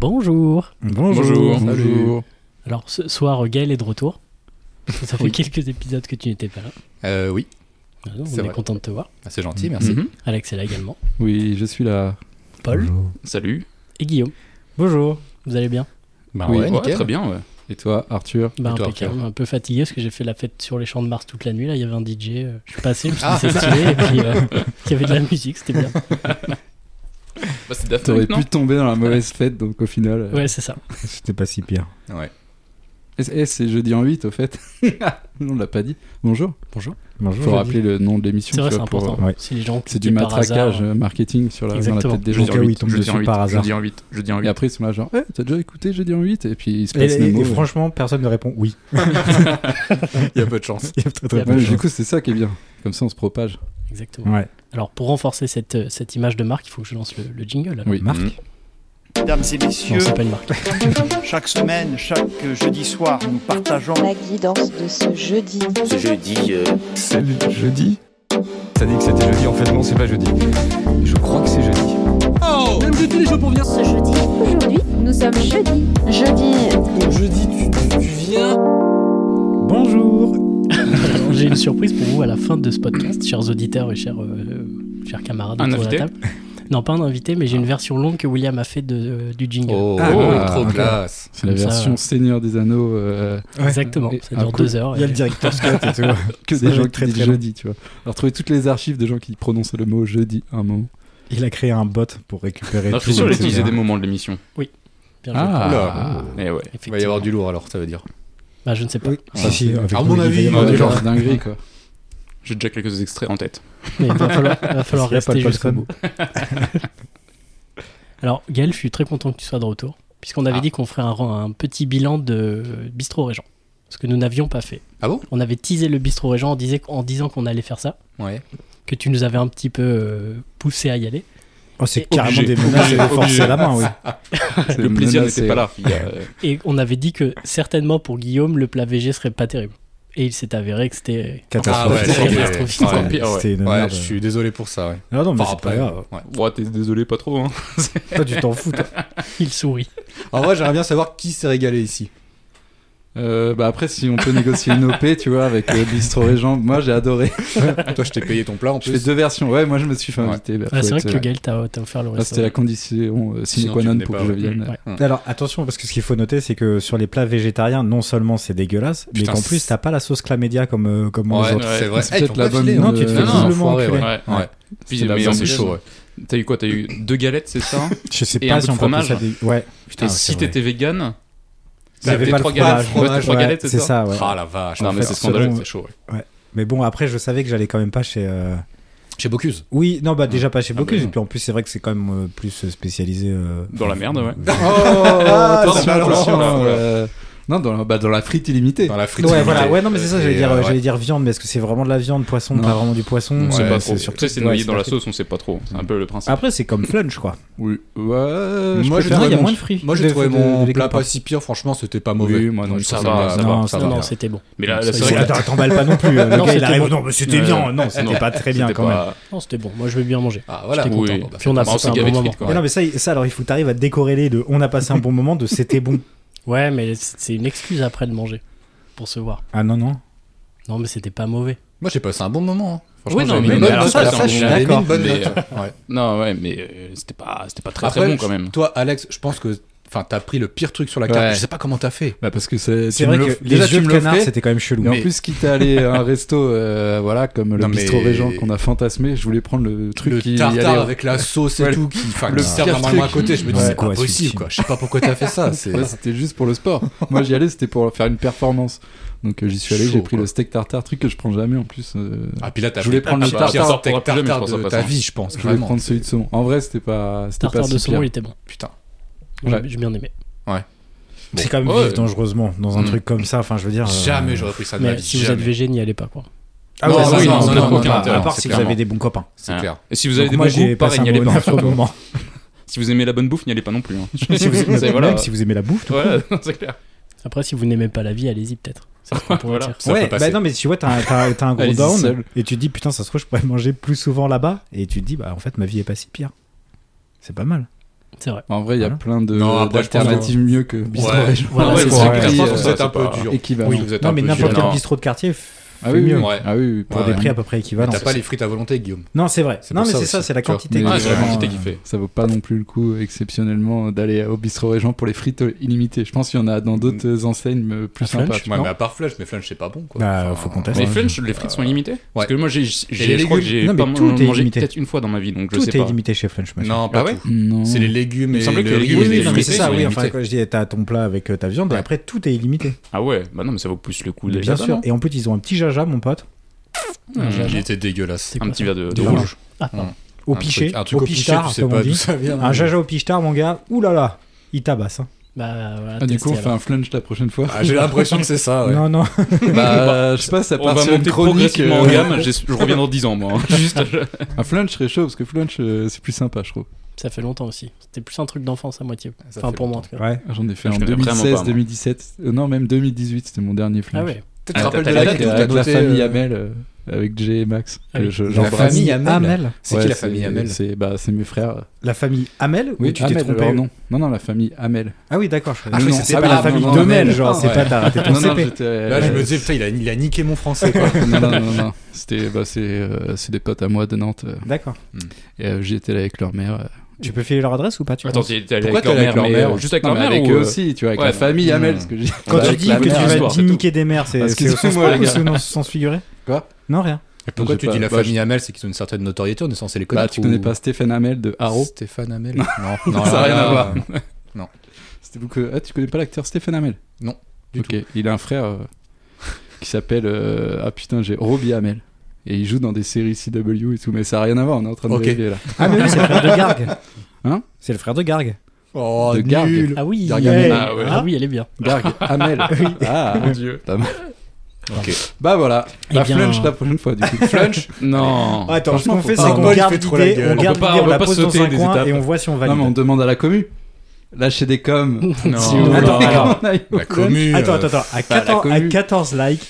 Bonjour. Bonjour. Bonjour. Alors ce soir, Gaël est de retour. Ça fait quelques épisodes que tu n'étais pas là. Euh, oui, Voilà, on C'est est vrai. content de te voir. Ah, c'est gentil, merci. Mhm. Alex est là également. Oui, je suis là. Mmh. Paul Salut. et Guillaume. Bonjour. Vous allez bien Bah Oui. ouais, nickel. très bien. Ouais. Et toi, Arthur Bah Et toi, impeccable. Arthur Un peu fatigué parce que j'ai fait la fête sur les champs de Mars toute la nuit. Là, il y avait un DJ. euh, Je suis passé, je me suis Ah, dit, c'est stylé. Et puis, euh, il y avait de la musique, c'était bien. Bah, c'est Daft T'aurais Punk, non pu tomber dans la mauvaise fête, donc au final. euh, Ouais, c'est ça. C'était pas si pire. Ouais. eh, eh, c'est jeudi en 8, au fait. on l'a pas dit. Bonjour. Bonjour. Faut Bonjour. jeudi. rappeler le nom de l'émission. C'est vrai, tu c'est vois, pour, important. euh, ouais. Si les gens C'est cliquaient du par matraquage hasard, euh, marketing sur la, dans la Exactement. tête des gens. Jeudi en euh, en oui, 8, tombe jeudi dessus en 8, par hasard. jeudi en 8, jeudi en 8. Et après, ils sont là, genre, eh, t'as déjà écouté jeudi en 8 Et puis, il se Et, passe et- le et mot. franchement, personne ne répond oui. Il y a peu de chance. Il y a très, Il y très a peu Ouais, de du chance. coup, c'est ça qui est bien. Comme ça, on se propage. euh, Exactement. Ouais. Alors pour renforcer cette, euh, cette image de marque, il faut que je lance le, le jingle. alors. Oui. Marc Mhm. Mesdames et Non, messieurs, c'est pas une marque. chaque semaine, chaque jeudi soir, nous partageons La guidance de ce jeudi. Ce jeudi, euh, C'est jeudi T'as dit que c'était jeudi, en fait non, c'est pas jeudi. Je crois que c'est jeudi. Ce jeudi. Aujourd'hui, nous sommes jeudi. Jeudi. Bonjour. Alors, J'ai une surprise pour vous à la fin de ce podcast, chers auditeurs et chers, euh, chers camarades Un autour de la invité table. Non, pas un invité, mais j'ai une version longue que William a fait de, euh, du jingle. Oh, Ah, oh, ah, trop ok. classe. C'est la Comme ça, version euh, Seigneur des Anneaux. euh, Exactement, Et- ça ah, dure cool. deux heures. Il y a et- le directeur Scott et tout. que Ça des gens doit être qui très, disent très long. jeudi, tu vois. Alors, trouver toutes les archives de gens qui prononcent le mot jeudi un moment. Il a créé un bot pour récupérer Non, je tout. suis sûr etc. d'utiliser des moments de l'émission. Bien joué. Ah, Eh ouais. Il va y avoir du lourd alors, ça veut dire. Bah, je ne sais pas. Oui. Ah, Ah, Si, si, avec À nous, mon il va y avis, avoir euh, des gens. genre dinguerie, quoi. J'ai déjà quelques extraits en tête. Mais il va falloir, il va falloir S'il y a rester pas de jusqu'au Paulson. bout. Alors, Gaël, je suis très content que tu sois de retour, puisqu'on avait Ah. dit qu'on ferait un, un petit bilan de Bistro Régent, ce que nous n'avions pas fait. Ah bon On avait teasé le Bistro Régent en, disait- en disant qu'on allait faire ça, Ouais. que tu nous avais un petit peu euh, poussé à y aller. Oh, c'est Et- carrément Obligé, des menaces et des obligé, forces obligé. à la main, oui. C'est Le plaisir menacé, n'était pas là. Il y a, euh, Et on avait dit que certainement pour Guillaume, le plat VG serait pas terrible. Et il s'est avéré que c'était. Ah, Ah, Catastrophe. c'est C'était- catastrophique. Ouais, pire, ouais. C'était une Ouais, merde. je suis désolé pour ça. Ouais. Ah Non, non, mais Enfin, c'est pas après, grave. ouais. Ouais, t'es désolé, pas trop. Hein. Toi, tu t'en fous. toi. Il sourit. En vrai, j'aimerais bien savoir qui s'est régalé ici. Euh, bah après, si on peut négocier une OP, tu vois, avec euh, Bistro Régent, moi j'ai adoré. Toi, je t'ai payé ton plat en Je fais plus. deux versions. Ouais, moi je me suis fait Ouais. inviter. bah, Ah, faut c'est vrai être, que euh, Gaël t'a t'a offert le bah, c'était restaurant. la condition euh, sine Sinon, qua tu non venais pour pas, que je ouais. vienne. Ouais. Alors, attention, parce que ce qu'il faut noter, c'est que sur les plats végétariens, non seulement c'est dégueulasse, Putain, mais qu'en plus, c'est- t'as pas la sauce chlamydia comme euh, comme on les Ouais, autres. c'est vrai. C'est Eh, peut-être ils ont pas la bonne- euh, filé, Non, hein. tu te fais Non, non, doublement enfoiré, enculer. Ouais. Ouais. Puis, C'est la mais en bonne C'est plus, chaud, ouais. t'as eu quoi T'as eu deux galettes, c'est ça Je sais Et pas un peu si de on peut appeler ça fromage. des... Ouais. Putain, Et si c'est vrai. t'étais vegan, T'avais c'était pas le trois fromage, galettes. Ouais, fromage, trois ouais, galettes, c'est ça, ouais. Ah la vache. Non, En mais fait, c'est scandaleux, selon- c'est chaud. ouais. Mais bon, après, je savais que j'allais quand même pas chez. euh, Chez Bocuse. Oui, non, bah déjà pas chez Ah, Bocuse. bah, et puis en plus, c'est vrai que c'est quand même euh, plus spécialisé. euh, Dans la merde, ouais. euh, Oh, attention, attention, attention, là, voilà. euh, Non, dans la, bah, dans la frite illimitée. Dans la frite. Ouais, voilà, ouais, non, mais c'est ça, j'allais Et, dire, euh, ouais. j'allais dire viande, mais est-ce que c'est vraiment de la viande, poisson, Non. pas vraiment du poisson On On sait sait euh, pas c'est trop. surtout- Tu sais, c'est ouais, noyé c'est dans la parfait. sauce, on sait pas trop. C'est un peu le principe. Après, c'est comme flunch, quoi. Oui. Ouais, Moi, je préfère dirais, les il y a manches. moins de fruits. Moi j'ai de- trouvé de- mon des plat copains. pas si pire, franchement c'était pas mauvais. Oui, moi, non, ça, ça va, va, ça non, va, ça ça va. va. Non, c'était bon. Mais là, Ça, là, ils c'est ont vrai Ouais, que Attends, t'emballes pas non plus. Non, euh, Le gars, il c'était arrive. bon. Non, mais c'était Ouais. bien. Non, c'était Non, pas très bien c'était quand même. pas- Non, c'était bon. Moi, je veux bien manger. Ah voilà. J'étais Oui, content. bah, Puis on a bah, on passé sait un qu'il y bon avait moment. frites, quoi. Mais Non, mais ça, il- ça, alors, il faut que t'arrives à décorréler de on a passé un bon moment de c'était bon. Ouais, mais c'est c'est une excuse après de manger pour se voir. Ah non, non. Non, mais c'était pas mauvais. Moi j'ai passé un bon moment. hein. Franchement, Oui, non, j'avais mais une bonne alors, note, ça, là, ça, j'avais je suis mis une d'accord. bonne Mais, note. Ouais. Non, ouais, mais euh, c'était pas, c'était pas très Après, très bon je- quand même. Toi Alex, je pense que enfin t'as pris le pire truc sur la carte. Ouais. Je sais pas comment t'as fait. Bah, parce que c'est C'est tu me vrai l'offres- que les déjà, tu yeux me de l'offrais. canard, c'était quand même chelou. Mais en Mais- plus, quitte à aller à un resto, euh, voilà, comme le Non, mais- bistrot régent qu'on a fantasmé, je voulais prendre le truc Le qui tartare allait- avec la sauce Ouais, et tout qui enfin le qui sert pire normalement à truc. côté. Je me dis Ouais, c'est pas quoi, possible subtil. quoi. Je sais pas pourquoi t'as fait ça. C'est Ouais, c'était juste pour le sport. Moi, j'y allais, c'était pour faire une performance. Donc, euh, j'y suis allé, Chaud, j'ai pris quoi. le steak tartare, truc que je prends jamais en plus. euh, Ah puis là t'as Je voulais pris- prendre ah, le bah, tartare, pire steak on pourra plus jamais, tartare je pense, de à ta passer. vie je pense je voulais vraiment. prendre celui de saumon. En vrai, c'était pas, c'était pas Tartare si de saumon, pire. il était bon. Putain. J'ai Ouais. j'ai bien aimé. C'est quand même Ouais. vivre dangereusement dans un Mm. truc comme ça. Enfin, je veux dire. euh, Jamais j'aurais Ah, pris ça de ma bah, Mais vie. si vous êtes Jamais. végé, n'y allez pas, quoi. Ah Non, ouais, ça, oui, non, non, non, ça n'a non, aucun non, intérêt, À part c'est si vous clairement. avez des bons copains. C'est Hein. clair. Et si vous avez Donc des moi, bons goûts, j'ai pareil, passé n'y un allez bon pas. sur le moment. Si vous aimez la bonne bouffe, n'y allez pas non plus. hein. Si vous aimez- C'est- Même voilà. si vous aimez la bouffe, tout Ouais, c'est clair. Après, si vous n'aimez pas la vie, allez-y, peut-être. C'est ce qu'on pourrait Voilà. dire. Ça ouais, peut passer. bah non, mais tu vois, t'as un- t'as t'as un gros Allez-y down seul. et tu te dis putain, ça se trouve, je pourrais manger plus souvent là-bas. Et tu te dis, bah en fait, ma vie est pas si pire. C'est pas mal. C'est vrai. En vrai, il y a Voilà. plein de- Non, après, je pense d'alternatives mieux que Bistro Ouais. Région. Voilà, Ah ouais, c'est c'est vrai. clair, je pense que Ouais, vous êtes c'est un peu pas- dur. Équivalent. Vous êtes Non, un mais peu n'importe dur. quel Non. bistrot de quartier f- Ah fait oui, oui, mieux oui. Ouais. ah oui, oui, pour Ouais. pour des des prix à peu près Mais équivalents. T'as pas les frites à volonté, Guillaume. Non, c'est vrai. C'est Non, pour mais ça c'est ça, aussi, c'est la tu vois. quantité. Mais qui Ah, est c'est la vraiment, quantité euh, qui fait. Ça vaut pas non plus le coup exceptionnellement d'aller au bistrot régent pour les frites illimitées. Je pense qu'il y en a dans d'autres enseignes mais plus À sympas. Flunch tu Ouais, vois. mais à part Flunch, mais Flunch c'est pas bon quoi. Bah, Enfin, faut qu'on teste. Mais Ouais. Flunch, les frites sont illimitées Parce que moi, j'ai, j'ai, les je crois que légumes j'ai Non, pas mais man- tout est mangé illimité. peut-être une fois dans ma vie, donc je Tout sais est pas. illimité chez French. monsieur. Non, pas Ah ouais tout. Non. C'est les légumes Il et me semblait que le les riz, légumes Oui, et mais oui, les non, mais fruits, c'est ils ça, sont oui. Enfin, limités. quand je dis t'as ton plat avec euh, ta viande, et Ouais. après tout est illimité. Ah ouais, bah non, mais ça vaut plus le coup déjà. Bien ça, sûr. non Et en plus, ils ont un petit jaja, mon pote, Il Ah, Mmh. était dégueulasse. C'est Un quoi petit ça verre de, de Du rouge. Ah, pardon. au Un pichet. truc- Un truc au pichet, tu pichard, sais comme on pas d'où dit. ça vient. Un jaja au pichard, mon gars, oulala, il tabasse. hein. Bah, voilà, Ah, du testez coup, on fait alors. un flunch la prochaine fois. Ah, J'ai l'impression que c'est ça, ouais. Non, non, Bah, je sais pas, ça On part va sur une monter chronique. progressivement en euh, gamme, j'ai- je reviens dans 10 ans, moi. hein. Juste, je- Un flunch serait chaud parce que flunch euh, c'est plus sympa, je trouve. Ça fait longtemps aussi. C'était plus un truc d'enfance à moitié. Ah, Ça Enfin, fait pour moi en longtemps. tout cas. ouais. J'en ai fait Je en connais vraiment pas, 2016, moi. 2017, euh, non même 2018, c'était mon dernier flunch. Ah ouais. Tu te Ah, rappelles t'as- de t'as- la date Avec, où t'as- t'as avec la noté, famille euh, Amel, euh, avec Jay et Max, Ah que oui. je- La La j'embrasse. famille Amel. Amel. C'est Ouais, qui la famille Amel C'est bah, c'est mes frères. La famille Amel ou tu t'es Amel, trompé leur nom. Non, non, la famille Amel. Ah oui, d'accord. je- Ah, je non, sais c'est pas, pas la non, famille non, d'Amel, non, genre, non, c'est ouais. pas t'as raté Ah, ton Non, non, CP. j'étais- Là, je me euh, disais, putain, il a, il a niqué mon français. quoi. non, non, non, non. C'était bah, c'est euh, c'est des potes à moi de Nantes. euh, D'accord. et euh, j'y étais là avec leur mère. euh. Tu peux filer leur adresse ou pas tu Attends, penses t'es t'es allé Pourquoi avec leur t'es allé mère, avec mais leur euh, mère juste avec Non, leur mais mère avec ou, eux Mm. euh, aussi, tu vois, avec ouais. la famille Amel. Mmh. ce que j'ai- Quand tu avec dis la que tu mère, vas histoire. niquer des mères, c'est c'est au sens Excusez-moi, propre ou les sous- gars. sens figuré Quoi Non, rien. Pourquoi Je tu sais dis pas, la bah, famille Amel C'est qu'ils ont une certaine notoriété, on est censé les Bah, connaître. tu connais ou- pas Stéphane Hamel de Haro Stéphane Hamel Non, non, Ça non, a rien non, à voir. non. C'était beaucoup- Ah, tu connais pas l'acteur Stéphane Hamel Non, du ok. Il a un frère euh, qui s'appelle. euh, Ah putain, j'ai Robbie Hamel. Et il joue dans des séries CW et tout, mais ça n'a rien à voir, on est en train de Ok. vérifier, là. Ah, mais oui, c'est le frère de Garg. Hein C'est le frère de Garg. Oh, De Gargue. nul Ah oui, Gargamel. ouais. Ah ouais. Ah oui, elle est bien. Garg, Hamel. Ah, mon dieu. Pas mal. Ok. Bah voilà, Eh la bien- flunch la prochaine fois, du coup. Flunch Non. Attends, ce Franchement, qu'on fait, faut c'est pas- qu'on Paul, il garde fait trop la l'idée, gueule. on On peut garde pas- l'idée, on on peut la pas pose dans sauter un des coin étapes. et on voit si on non, mais on valide. demande à la commu. Lâchez des Oh. coms. Non. Si Attends, on veut attends. qu'on aille au La flunch. commu. Attends, euh, attends, attends. À pas la 14, à commune. 14 likes,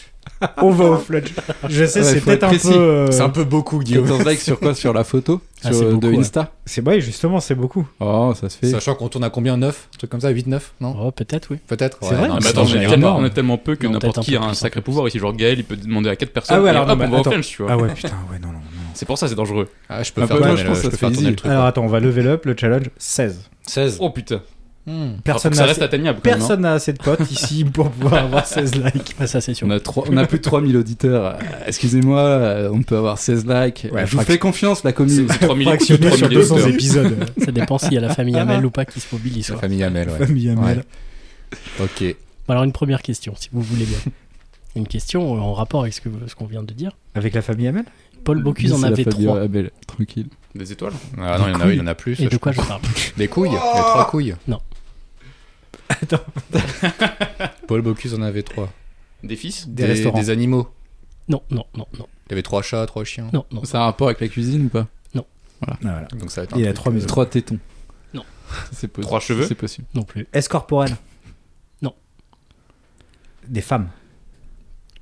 on va au flunch. Je sais, Ouais, c'est faut peut-être être un précis. peu. euh, C'est un peu beaucoup, Guillaume. 14 likes sur quoi Sur la photo Ah, Sur c'est euh, beaucoup, de ouais. Insta C'est ouais, justement, c'est beaucoup. Oh, ça se fait. Sachant qu'on tourne à combien 9 Un truc comme ça 8, 9 Non Oh, peut-être, oui. Peut-être C'est vrai non, Ah, mais mais C'est attends, on est, généralement- tellement, on est tellement peu que Non, n'importe peut-être qui un a peu un plus, un sacré peu pouvoir ici. Genre Gaël, il peut demander à 4 personnes Ah ouais, et alors, non, hop, mais on va au attends. Flunch, tu vois. Ah ouais, putain, ouais, non, non. C'est pour ça, c'est dangereux. Ah, je Un peux faire peu, tourner moi, je pense le- que ça je se peux fait faire tourner easy. le truc. Alors attends, on va level up le challenge 16. 16. Oh putain. Hmm. Personne n'a Alors, faut que ça assez- reste atteignable. quand même, hein. personne n'a assez de potes ici pour pouvoir avoir 16 likes. Ah, ça, c'est sûr. On a, trois- on a plus de 3000 auditeurs. Euh, Excusez-moi, euh, on peut avoir 16 likes. Euh, Ouais, je vous frac- fais confiance, la commune. C'est c'est 3000 écoutes, hein. Fractionné sur 3000 200 auditeurs. épisodes. euh, Ça dépend s'il y a la famille Amel ou pas qui se mobilise. La quoi. famille Amel, ouais. Famille Amel. Ouais. Ok. Alors, une première question, si vous voulez bien. Une question euh, en rapport avec ce que- ce qu'on vient de dire. Avec la famille Amel Paul Bocuse en Euh, C'est la avait famille trois. Abel, tranquille. Des étoiles Ah non, il y en a- il y en a plus. Et de je quoi crois. je parle Des couilles Il y a trois couilles. Non. Attends. Paul Bocuse en avait trois. Des fils Des restaurants. Des animaux. Non, non, non, non, Il y avait trois chats, trois chiens. non, non. Ça a un rapport avec la cuisine ou pas Ah, voilà. Donc ça va être un Il a truc, 3 euh, maisons. Trois tétons. Non. C'est possible. Trois cheveux C'est possible. Non plus. Est-ce corporel Non. Des femmes.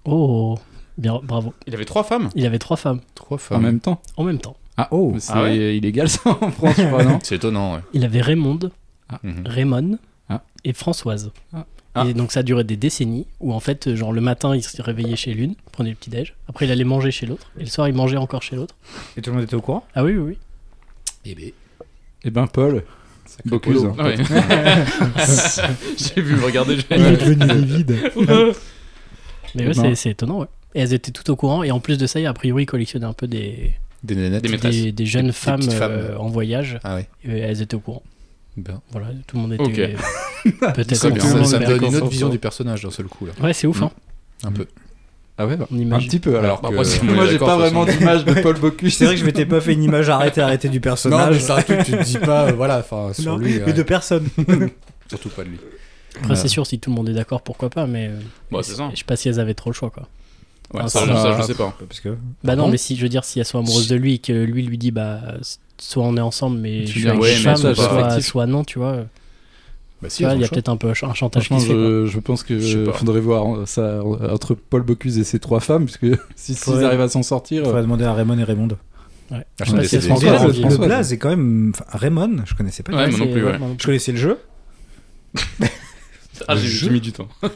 Oh, bien, bravo. Il avait trois femmes Il avait trois femmes Trois En femmes. même temps. en même temps. Ah oh. C'est Ah ouais illégal ça en France, je crois, non C'est étonnant, ouais. Il avait Raymonde, Ah. Mhm. Raymond Ah. et Françoise. Ah. Ah. Et donc ça durait des décennies où en fait, euh, genre le matin, il se réveillait chez l'une, prenait le petit-déj. Après, il allait manger chez l'autre. Et le soir, il mangeait encore chez l'autre. Et tout le monde était au courant Ah oui, oui, oui. Eh ben, Eh ben, Paul, Bocuse. hein. Euh, Ouais. J'ai vu, regardez. j'ai- Il est devenu vide. Mais ouais, Non. c'est- c'est étonnant, ouais. Et elles étaient toutes au courant. Et en plus de ça, a priori, ils collectionnaient un peu des, Des nénettes. Des maîtresses. des, des jeunes des femmes, petites femmes, euh, euh, en voyage. Ah ouais. Et elles étaient au courant. Ben. Voilà, tout le monde était Ok. peut-être Très au bien. courant, Ça, ça mais- me donne une autre Vacances vision ensemble. du personnage d'un seul coup, là. Ouais, c'est ouf, hein. Un peu. Ah ouais bah, On Un imagine. petit peu alors. Bah, Mm. que- après, si on est Moi, j'ai d'accord, pas de toute vraiment façon. d'image de Paul Bocuse. C'est vrai que je m'étais pas fait une image arrêtée, arrêtée du Non, mais personnage. c'est un truc, tu te dis pas, euh, voilà, enfin, sur Non, lui. mais ouais. de personne. Surtout pas de lui. Après, c'est sûr, si tout le monde est d'accord, pourquoi pas, mais. euh, Bah, c'est ça. Je sais pas si elles avaient trop le choix, quoi. Ouais, Ah, ça, je- ça- ça, je sais pas. Parce que Bah non, bon mais si, je veux dire, si elles sont amoureuses de lui et que lui lui dit, bah, soit on est ensemble, mais je Tu suis dis, avec ouais, une mais femme, ça, c'est soit, affectif. soit non, tu vois. Bah si, Tu vois, il y a franchement. peut-être un peu un ch- un chantage qui Franchement, se fait. quoi. je, je pense que Je sais pas. faudrait voir ça entre Paul Bocuse et ses trois femmes, puisque si- s'ils Faudrait- arrivent à s'en sortir, on va demander à Raymond et Raymond. Ouais. Ah, Je sais ouais, pas si c'est elles sont des- Déjà, encore en le, des- vie. le blaze est quand même. enfin, Raymond, je connaissais pas. Ouais, Ouais, moi non c'est- plus, ouais. moi non Je connaissais le jeu. Ah, j'ai- j'ai mis du temps. Oh,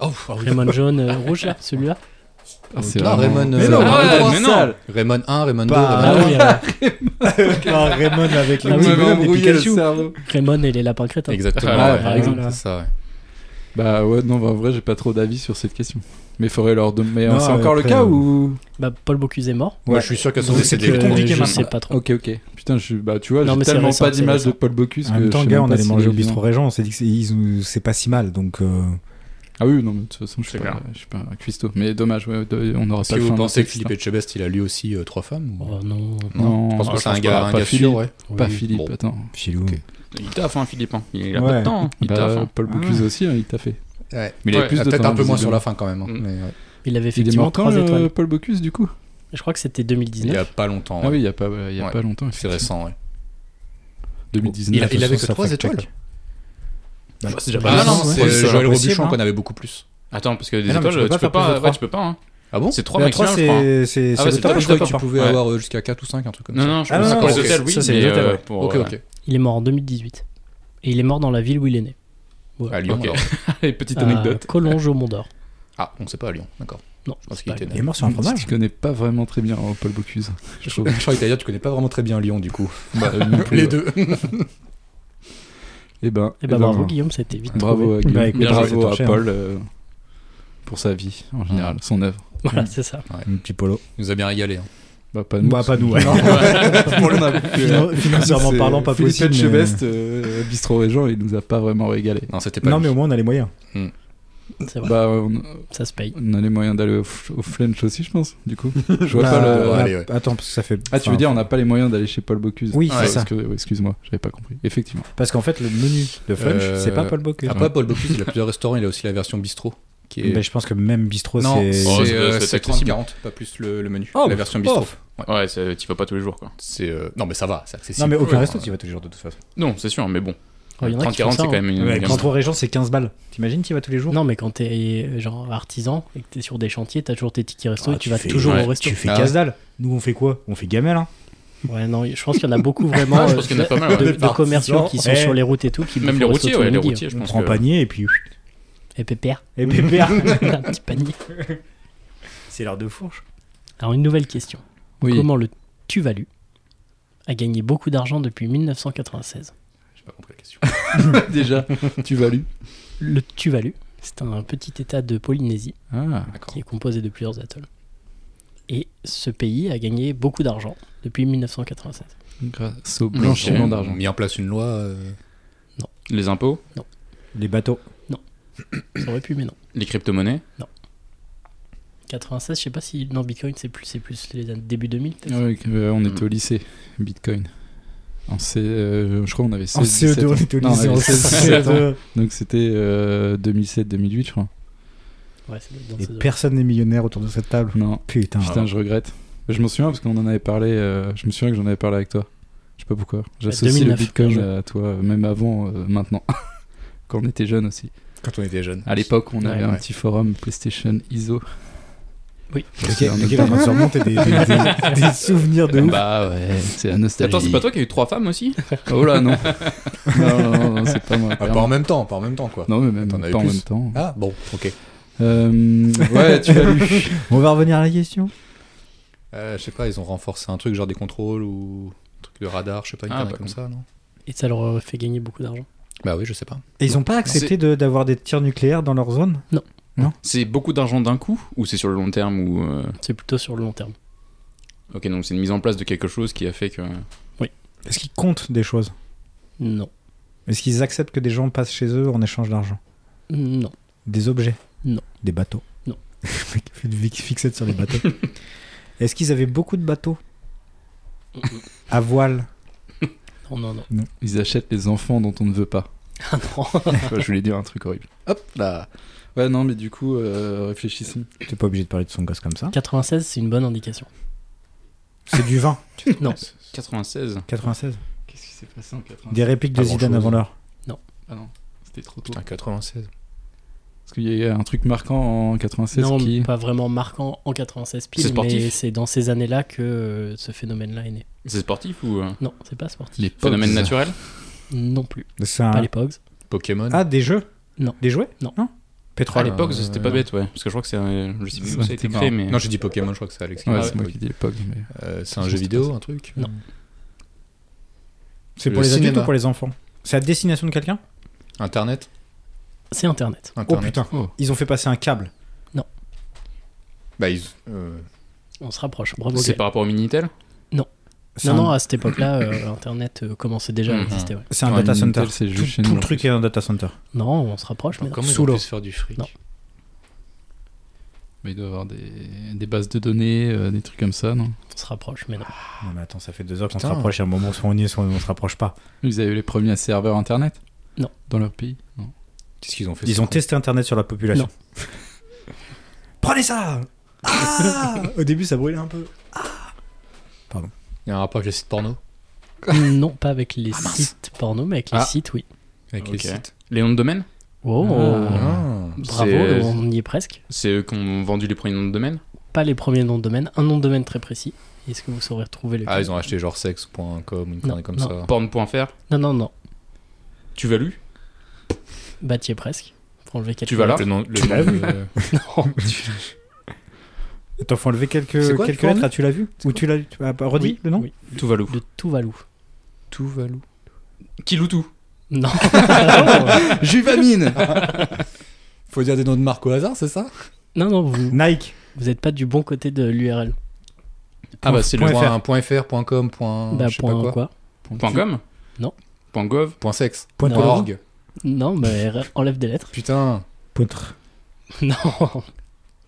ah oui. Raymond jaune, euh, rouge là, celui-là. Ah, c'est Ah, vraiment- Raymond, Mais euh, non, Raymond ouais, trois mais non. salles. Raymond 1, Raymond 2, Bah, Raymond Ah, Ah, oui, alors, Non, Raymond avec Ah les oui, petits mais bonhommes et Pikachu. cerveau. Raymond et les lapins crétins. Exactement, Ah, ouais, ouais, par ouais, exemple, voilà. c'est ça, ouais. Bah ouais, non, bah, en vrai, j'ai pas trop d'avis sur cette question. Mais faudrait leur demander. Mais Non, euh, c'est euh, encore le après, cas euh, ou Bah, Paul Bocuse est mort. Moi, je suis sûr qu'elles sont donc décédées. euh, compliqué je maintenant. sais pas trop. Ok, ok. Putain, je, bah tu vois, Non, j'ai mais c'est tellement récent, pas c'est d'image de récent. Paul Bocuse. En que même je temps, sais gars, même on pas allait si manger il au est bistrot vivant. régent, on s'est dit que c'est- ils nous- c'est pas si mal, donc. euh, Ah oui, non, mais de toute façon, je suis C'est pas, clair. je suis pas un cuistot. Mais dommage, ouais, de- on aura Est-ce pas que le vous fin pensez que d'artiste, Philippe Etchebest, il a lui aussi euh, trois femmes ou- Oh non. Non, je pense ah, que je c'est un pense gars, pas. un Pas gars Philippe. sûr, ouais. hein. Pas Oui. Philippe, Bon. attends. Filou. Ok. Il taffe, hein, Philippe. hein. Il a Ouais. pas de temps. hein. Il Bah, taffe. hein. Paul Bocuse aussi, hein, il t'a fait. Ouais. Ah, Mais il Ouais, avait plus de Peut-être talent, un peu moins sur visiblement. la fin quand même. hein, Mm. mais ouais. Il avait Il est effectivement mort quand, euh 3 le étoiles. Paul Bocuse, du coup Je crois que c'était Il y 2019. a pas longtemps. Ah ouais. oui, il y a pas, il y a Ouais. pas longtemps. C'est récent, ouais. 2019. Il, a- il Attention, avait que ça 3 fact-check. étoiles Bah, C'est déjà pas pas mal, non, hein. c'est Ouais, euh, c'est Joël impossible, Robuchon hein. qu'on avait beaucoup plus. Attends, parce que des Ah non, mais étoiles, tu peux tu pas peux faire pas. plus de Ouais, tu peux pas. hein. Ah bon C'est 3 Mais à 3, maximum, je crois. hein. c'est c'est- Ah c'est ouais, le c'est top. pas- Je crois que top, tu hein. pouvais Ouais. avoir euh, jusqu'à 4 ou 5, un truc comme Non, ça. non, je Ah pense non, que non, les hôtels, ça, oui. ça, c'est mais, les hôtels, euh, ouais. pour, Ok, euh, ok. Il est mort en 2018. Et il est mort dans la ville où il est né. À Ah, Lyon, Ok. alors. Allez, petite À anecdote. Collonges au Mont d'Or. Ah, on sait pas à Lyon, d'accord. Non, Je pense c'est qu'il pas était Il est né. mort sur un fromage. Tu connais pas vraiment très bien hein, Paul Bocuse. Je crois je crois que d'ailleurs, tu connais pas vraiment très bien Lyon, du coup. Bah, euh, non plus, ouais. deux. Eh Eh ben, ben eh ben, bravo Guillaume, c'était vite trouvé. Bravo à Guillaume. Bah, écoute, Et Bien joué, bravo à torché, hein. Paul euh, pour sa vie en général, son œuvre. Voilà, c'est ça. Un petit polo. Il nous a bien régalé. hein. Bah, pas nous. Bah, pas nous, ouais. Pour le moment, euh, Finan- Financièrement c'est parlant, pas Philippe possible. mais- Etchebest, euh, bistrot régent, il nous a pas vraiment régalé. Non, c'était pas Non, lui. mais au moins, on a les moyens. C'est vrai. Bah, on, Ça se paye. on a les moyens d'aller au, f- au Flench aussi, je pense, du coup. Je vois Bah, pas le. on a- allez, ouais. Attends, parce que ça fait. Ah, tu enfin, veux dire, on n'a pas les moyens d'aller chez Paul Bocuse Oui, Ah, c'est parce ça. que- ouais, Excuse-moi, j'avais pas compris. Effectivement. Parce qu'en fait, le menu de Flunch, Euh, c'est pas Paul Bocuse. Après, Paul Bocuse, il a plusieurs restaurants, il a aussi la version bistrot. Qui est... Bah, je pense que même bistrot, non, c'est. c'est Oh, ça doit euh, être c'est accessible. 30-40, pas plus le, le menu. Oh, la version bah, bistrot. Ouais, c'est- tu vas pas tous les jours, quoi. C'est, euh, Non, mais ça va, c'est accessible. Non, mais aucun Ouais. resto, tu y vas toujours de toute façon. Non, c'est sûr, mais bon. Oh, il y en a qui font 30-40, c'est ça, quand hein. même Mmh. une. Ouais, une- Contre Régent, c'est 15 balles. T'imagines, tu y vas tous les jours Non, mais quand t'es euh, genre artisan et que t'es sur des chantiers, t'as toujours tes tickets resto Ah, et tu, tu vas fais- toujours ouais, au resto. Tu fais Ah ouais. casse dalle. Nous, on fait quoi On fait gamelle, hein. Ouais, non, je pense qu'il y en a beaucoup vraiment Ah, je euh, pense qu'il y en a pas mal, ouais. de, Des de partisans. commerciaux qui sont Eh. sur les routes et tout. Qui Même font les le resto routiers, tous ouais, les midis, routiers, je On pense. prend que- panier et puis. ouais. Et pépère. Et pépère un petit panier. C'est l'heure de fourche. Alors, une nouvelle question. Oui. Comment le Tuvalu a gagné beaucoup d'argent depuis 1996 J'ai pas compris la question. Déjà, tu values. Le Tuvalu, c'est un petit état de Polynésie Ah, D'accord. qui est composé de plusieurs atolls. Et ce pays a gagné beaucoup d'argent depuis 1996. grâce au Ils blanchiment ont d'argent. mis en place une loi. euh, Les impôts, Les bateaux. Ça aurait pu, mais non. les crypto-monnaies. 96, je sais pas si. Non, Bitcoin, c'est plus, c'est plus les années- début 2000, peut-être. Ah ouais, que, euh, on était Mm. au lycée, Bitcoin. En C, euh, je crois qu'on avait 16, En E CE2, 17 on ans. était au Non, lycée. on en E avait 16, 17 ans. CE2. Donc c'était euh, 2007-2008, je crois. Ouais, c'est dans Et ces eaux. personne n'est millionnaire autour de cette table. Non, Putain. putain, je regrette. Je m'en souviens parce qu'on en avait parlé. euh, je me souviens que j'en avais parlé avec toi. Je sais pas pourquoi. J'associe le 2009, Bitcoin bien joué. à toi, euh, même avant, euh, maintenant. Quand on était jeune aussi. Quand on était jeune. À l'époque, on avait Ouais, un ouais. petit forum PlayStation ISO. Oui. Ok, C'est un ok, autre- on va se remonter des, des- des- des souvenirs de ouf. Bah ouais, c'est la nostalgie. Attends, c'est pas toi qui as eu trois femmes aussi Oh là non. non, non, non, non, c'est pas moi. Ah, pas en même temps, pas en même temps, quoi. Non, mais même T'en avais pas en plus. même temps. Ah, bon, ok. Euh, ouais, tu l'as lu. On va revenir à la question. Euh, je sais pas, ils ont renforcé un truc, genre des contrôles ou un truc de radar, je sais pas, une Ah, connerie bah, comme ça, non Et ça leur aurait fait gagner beaucoup d'argent. Bah oui, je sais pas. Et ils ont pas accepté de- d'avoir des tirs nucléaires dans leur zone C'est beaucoup d'argent d'un coup ou c'est sur le long terme ou euh, C'est plutôt sur le long terme. Ok, donc c'est une mise en place de quelque chose qui a fait que. Est-ce qu'ils comptent des choses Non. Est-ce qu'ils acceptent que des gens passent chez eux en échange d'argent Non. Des objets Non. Des bateaux Non. Le mec fait une fi- fixette sur les bateaux. Est-ce qu'ils avaient beaucoup de bateaux À voile Non, non, non. Ils achètent les enfants dont on ne veut pas. Ah non. Tu vois, je voulais dire un truc horrible. Hop là. Ouais, non, mais du coup, euh, réfléchissons. T'es pas obligé de parler de son gosse comme ça. 96, c'est une bonne indication. C'est du vin. Non. 96 96. Qu'est-ce qui s'est passé en 80 Des répliques de Pas Zidane grand-chose. avant l'heure. Ah non, c'était trop tôt. Putain, 96. Parce qu'il y a un truc marquant en 96 non, qui. pas vraiment marquant en 96 C'est pile, sportif. mais c'est dans ces années-là que euh, ce phénomène-là est né. C'est sportif ou euh, Non, c'est pas sportif. Les phénomène Pogs. naturel Oh Non plus. C'est un- Pas les Pogs. Pokémon. Ah, des jeux Non. Des jouets Non. À Pétrole. l'époque, c'était pas non. bête, ouais. Parce que je crois que c'est un. Je sais plus Ça, où ça a été c'était créé, marrant. mais. Non, j'ai dit Pokémon, je crois que c'est Alex. qui Ah Ouais, l'a c'est dit. moi qui dis les Pogs. Mais... Euh, c'est un jeu vidéo, un truc Non. C'est Le pour les adultes cinéma. ou pour les enfants C'est à destination de quelqu'un Internet C'est Internet. Oh Internet. putain, Oh. ils ont fait passer un câble. Bah, ils- euh, On se rapproche. Bravo. C'est Gaël. par rapport au Minitel C'est Non, un- non, à cette époque-là, euh, Internet euh, commençait déjà à Mhm. exister. ouais. c'est un Ouais, data center. Minitel, c'est Tout, juste chez tout nous, le en truc est un data center. Non, on se rapproche, mais non. comment ils sous ont l'eau. pu se faire du fric Non. Mais il doit avoir des, des bases de données, euh, des trucs comme ça, non On se rapproche, mais non. Non mais attends, ça fait deux heures qu'on se Putain. rapproche. Il y a un moment, soit on y est, soit on ne se rapproche pas. Ils avaient les premiers serveurs internet Non. Dans leur pays Non. Qu'est-ce qu'ils ont fait Ils ces ont cons testé Internet sur la population. Non. Prenez ça Ah Au début, ça brûlait un peu. Il y a un rapport avec les sites porno. non, pas avec Ah, les sites porno, mais avec les Ah. sites, oui. Avec Ok. les sites. Les noms de domaine Oh, Ah. bravo, C'est- on y est presque. C'est eux qui ont vendu les premiers noms de domaine Pas les premiers noms de domaine, un nom de domaine très précis. Est-ce que vous saurez retrouver le Ah, ils ont acheté genre sex.com, une connerie comme non. ça. Porn.fr Non, non, non. Tu vas lu Bah, t'y es presque. Faut enlever quelques Tu vas là Le nom, le euh, Tu l'as nom vu de- Attends, faut enlever quelques, C'est quoi, quelques le lettres. Ah, tu l'as vu Ou tu l'as tu as pas redit Oui, le nom oui. Tout va loup. De Tuvalu. Tout va loup. Qui loue tout Non. Juvamine Faut dire des noms de marques au hasard, c'est ça non, non, vous Nike. vous êtes pas du bon côté de l'URL. Ah bah c'est le Point point, fr. point .fr, point .com, point, bah, je sais point pas quoi. quoi. Point .com Non. Point .gov Point .sex. Point Non. .org. Non, mais r- enlève des lettres. Putain. Pointre. Non,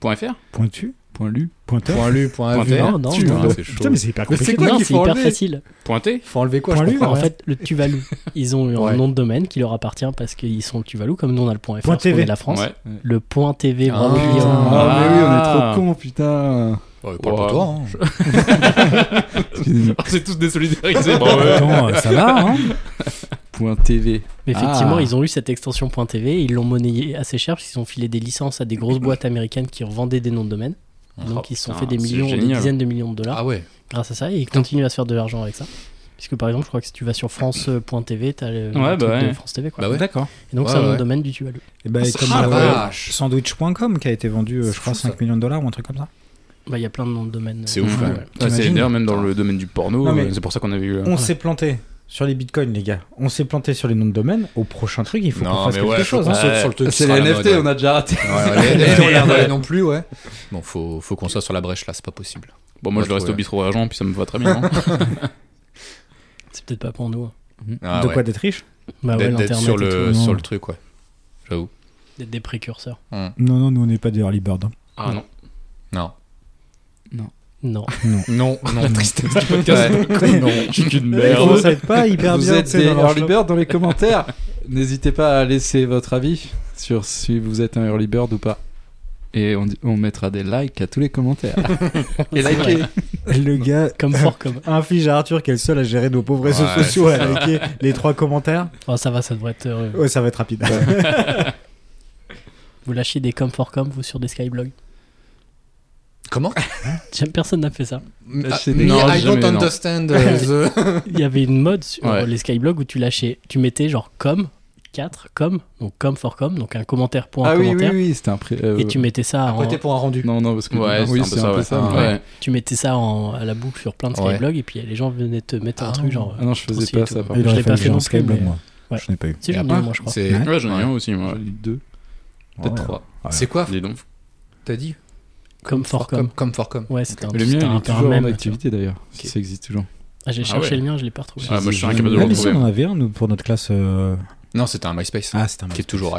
Point .fr Pointu. Point lu. Pointeur. hein. Point lu, point Point avr. non, non. Putain, non. hein, c'est chaud. Putain, mais c'est hyper Mais c'est compliqué. quoi Non, qu'il c'est faut hyper enlever facile. Point T Faut enlever quoi, Point je lu. comprends En Ouais. fait, le Tuvalu, ils ont eu un Ouais. nom de domaine qui leur appartient parce qu'ils sont le Tuvalu, comme nous on a le point .fr, Point parce qu'on TV. est la France. Ouais. Le point .tv, Ah, bravo putain. Guillaume. Ah, mais oui, on est Ah. trop cons, putain pas. Ouais, parle pour Ouais. toi, hein. On s'est tous désolidarisés. Bon, ouais. Ah Attends, euh, ça va, hein Point TV. Mais effectivement, Ah. ils ont eu cette extension point .tv et ils l'ont monnayé assez cher parce qu'ils ont filé des licences à des grosses boîtes américaines qui revendaient des noms de domaine. Donc ils se sont Oh, putain, fait des c'est millions, des génial. dizaines de millions de dollars Ah ouais. grâce à ça et ils continuent à se faire de l'argent avec ça. Puisque par exemple, je crois que si tu vas sur euh, france.tv, t'as le, le Ouais, bah truc de ouais. France TV. Quoi. Bah ouais. D'accord. Et donc Ouais, c'est un nom ouais. de domaine du Tuvalu. Et bah, comme Ah, la- la vache. Sandwich.com qui a été vendu, euh, je crois, fou, 5 millions de dollars ou un truc comme ça. Bah il y a plein de noms de domaine. C'est ouf, Ouais. ouais. Ouais, c'est T'imagines d'ailleurs même dans le domaine du porno, Non, mais- euh, c'est pour ça qu'on avait eu. euh, On s'est planté sur les bitcoins, les gars. On s'est planté sur les noms de domaine. Au prochain truc, il faut qu'on Non, fasse mais quelque ouais, faut chose. qu'on hein. saute sur le truc. qui C'est sera les à la NFT, mode, ouais. on a déjà raté. Ouais, ouais, les NFT, on les regarde non plus, ouais. Bon, faut, faut qu'on soit sur la brèche là, c'est pas possible. Bon, moi je vais rester au Ouais. bistrot argent, puis ça me va très bien. hein. C'est peut-être pas pour nous. hein. Ah, de ouais. quoi d'être riche Bah ouais, D'être- D'être l'internet sur et tout, le non. sur le truc, ouais. J'avoue. d'être des précurseurs. Non, non, nous on n'est pas des early bird. hein. Ah non. Non. Non. Non, non. La tristesse du podcast. non. J'ai qu'une Ils commencent à être pas hyper Vous bien. êtes tu sais, des dans leur early shop. bird dans les commentaires. N'hésitez pas à laisser votre avis sur si vous êtes un early bird ou pas. Et on, dit- on mettra des likes à tous les commentaires. Et likez. Le gars Comme fort comme. inflige à Arthur qui est le seul à gérer nos pauvres réseaux Ouais, sociaux, à liker les trois commentaires. Oh, ça va, ça devrait être. euh, Ouais, ça va être rapide. Vous lâchez des com for com, vous, sur des skyblogs. Comment Jamais Personne n'a fait ça. Là, Ah, c'est des- me, Non, I don't jamais, non. understand euh, the- Il y avait une mode sur Ouais. les skyblogs où tu lâchais, tu mettais genre com, 4, com, donc com for com, donc un commentaire pour un Ah oui, oui, commentaire. oui, c'était un pré. euh, Et tu mettais ça, en, Prêté pour un rendu. Non, non, parce que Ouais, non, oui, c'est un peu ça. ouais. ouais. tu mettais ça en, à la boucle sur plein de Ouais. skyblogs et puis les gens venaient te mettre un Ah truc genre. Ah non, je faisais Aussi et pas tout. ça. Par Et contre. je l'ai pas fait non plus, mais- moi. Ouais. Je n'ai pas eu. C'est Et génial, après, moi je crois. C'est Ouais. Ouais, j'en ai un aussi, moi. J'en ai eu deux, Ouais. peut-être trois. c'est quoi Dis donc. T'as dit Com for com. Comme comme for com. Ouais, c'était un, Mais le c'était mien, il un- est c'était un toujours mème, en tu vois. activité d'ailleurs. Si Ok. ça existe toujours. Ah, j'ai Ah cherché ouais. le mien, je l'ai pas retrouvé. Ah, moi je suis incapable de le Ah, mais si, retrouver. on en avait un, nous, pour notre classe. euh, Non, c'était un MySpace Ah, c'était un qui est toujours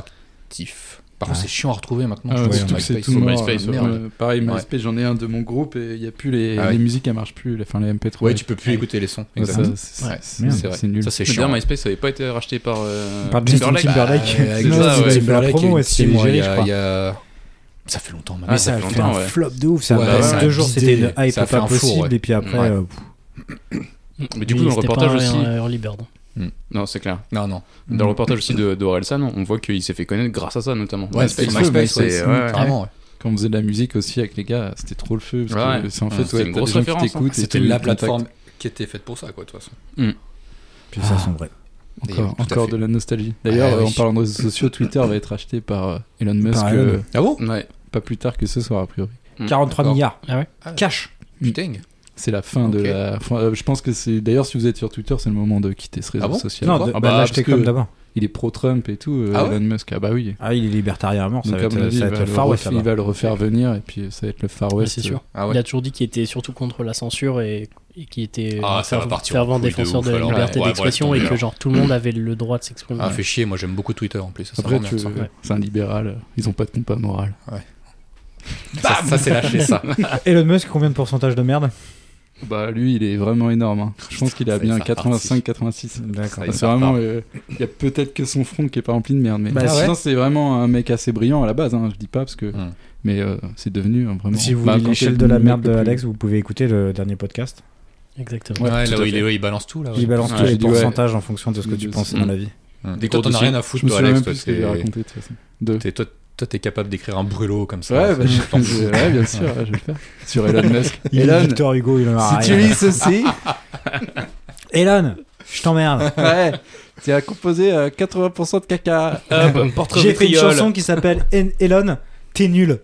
actif. Par Ouais. contre, c'est chiant à retrouver maintenant. Ah, je trouve, ouais, sur surtout que c'est MySpace. tout le Sur monde. MySpace, ouais. Pareil, Ouais. MySpace, j'en ai un de mon groupe et il n'y a plus les, Ah ouais. les musiques, elles marchent plus. les- Enfin, les MP3. Ouais, tu peux plus écouter les sons. Ouais, ça, Exactement. c'est- Ouais. c'est- Merde. c'est- C'est nul. Ça, c'est Mais D'ailleurs, chiant. MySpace avait pas été racheté par. euh, Par Justin Timberlake. Timberlake. Bah, avec Non, ça, c'est Timberlake ouais. Timberlake qui est- est- c'est il y a- géré, je crois. il y a- Ça fait longtemps maintenant. Ah, Mais ça ça a fait fait longtemps, un ouais. flop de ouf. Ça, Ouais, bah, ça a deux jours, bidé. c'était une hype Ça a fait pas un four, possible. ouais. Et puis après, Ouais. euh, Mais du Mais coup, dans le c'était pas reportage un aussi. Early bird. hein. Mm. Non, c'est clair. Non, non. Dans le reportage aussi de- d'Orelsan, on voit qu'il s'est fait connaître grâce à ça notamment. Ouais, c'était MySpace, MySpace, c'est- ouais, ouais, ouais. carrément, ouais. Quand on faisait de la musique aussi avec les gars, c'était trop le feu. Parce Ouais. que c'est en Ouais, fait, c'était ouais, une t'as grosse des gens qui référence, hein. t'écoutes et C'était t'as eu la le contact. plateforme qui était faite pour ça, quoi, de toute façon. Puis ça sont vrai. Encore, Tout à encore fait. de la nostalgie. D'ailleurs, Ah, euh, oui. en parlant de réseaux sociaux, Twitter va être acheté par euh, Elon Musk Par Elon. euh, Ah bon Ouais. pas plus tard que ce soir, a priori. 43 D'accord. milliards. Ah ouais Cash. Putain. C'est la fin de Ok. la. enfin, euh, je pense que c'est. D'ailleurs, si vous êtes sur Twitter, c'est le moment de quitter ce réseau Ah bon social. Non, Ah de- bah, bah, parce l'acheter que comme d'avant. Il est pro-Trump et tout, euh, Ah ouais Elon Musk. Ah bah oui. Ah, il est libertarien à mort, ça Donc, va à mon être, avis, ça va il être va, le le Far West ref- il là-bas. va le refaire venir et puis euh, ça va être le Far Ouais, West. c'est sûr. Ah Il ouais. a toujours dit qu'il était surtout contre la censure et, et qu'il était Ah, un ça va fervent- partir en fervent couille de défenseur ouf, de, la alors. liberté Ouais, ouais, d'expression ouais, et laisse que tomber, genre tout le monde avait le droit de s'exprimer. Ah, fait chier, moi j'aime beaucoup Twitter en plus. Ça, Après, m'emmerde, tu- ça. Ouais. c'est un libéral, euh, ils ont pas de compas moral. Ça, ça, c'est lâché, ça. Elon Musk, combien de pourcentage de merde Bah lui, il est vraiment énorme. hein. Je pense qu'il Ça a y est, bien ça 85-86. D'accord. Ça y Ah, est, C'est ça vraiment, repart. euh, il y a peut-être que son front qui est pas rempli de merde, mais Bah, Ah ouais. sinon c'est vraiment un mec assez brillant à la base. Hein, je dis pas parce que, Hmm. mais euh, c'est devenu euh, vraiment. Si vous Bah, voulez quand l'échelle t'es de la le merde de mec le plus- Alex, vous pouvez écouter le dernier podcast. Exactement. Ouais, tout là où à il, fait. est- ouais, il balance tout, là. Ah ouais. Il balance Ouais, tous j'ai les dit, ouais. pourcentages en fonction de ce que Le tu de- penses dans la vie. Hum. Des Toi, gros t'en as dossiers. rien à Je foutre, me toi, souviens Alex. même Toi, plus ce que j'ai t'es- raconté de toute façon. De- t'es- toi, toi, t'es capable d'écrire un brûlot comme ça. Ouais, bah, je- je- ouais, bien sûr, ouais, je vais le faire. Sur Elon Musk. Il Elon, est Victor Hugo, il en a si tu rien. lis ceci, Elon, je t'emmerde. ouais, tu as composé euh, 80% de caca. Hop, portrait J'ai fait une vitriol. chanson qui s'appelle En- Elon, t'es nul.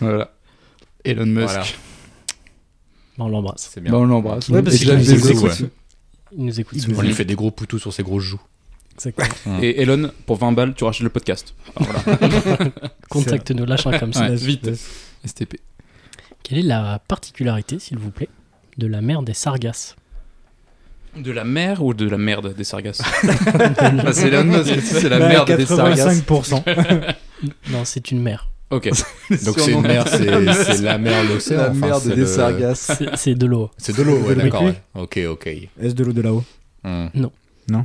Voilà. Elon Musk. Voilà. Bah, on l'embrasse. C'est Bah, bien. on l'embrasse. Ouais, parce Et que Jeff c'est- Bezos. c'est- aussi. Il nous écoute On souvent. lui fait des gros poutous sur ses grosses joues. Exactement. Et Elon, pour 20 balles, tu rachètes le podcast. Contacte-nous, lâche un comme ça. Ouais, vite. STP. Quelle est la particularité, s'il vous plaît, de la mer des Sargasses De la mer ou de la merde des sargasses Ah, c'est Elon Musk, aussi, c'est la Bah, merde des sargasses. 85%. Non, c'est une mer. Oh, Ok. Donc, c'est une mer, c'est c'est la mer, l'océan. La enfin, merde c'est des le- sargasses. C'est c'est de l'eau. C'est de l'eau, ouais, de l'eau. d'accord. Oui. ouais. Ok, ok. Est-ce de l'eau de là-haut Hum.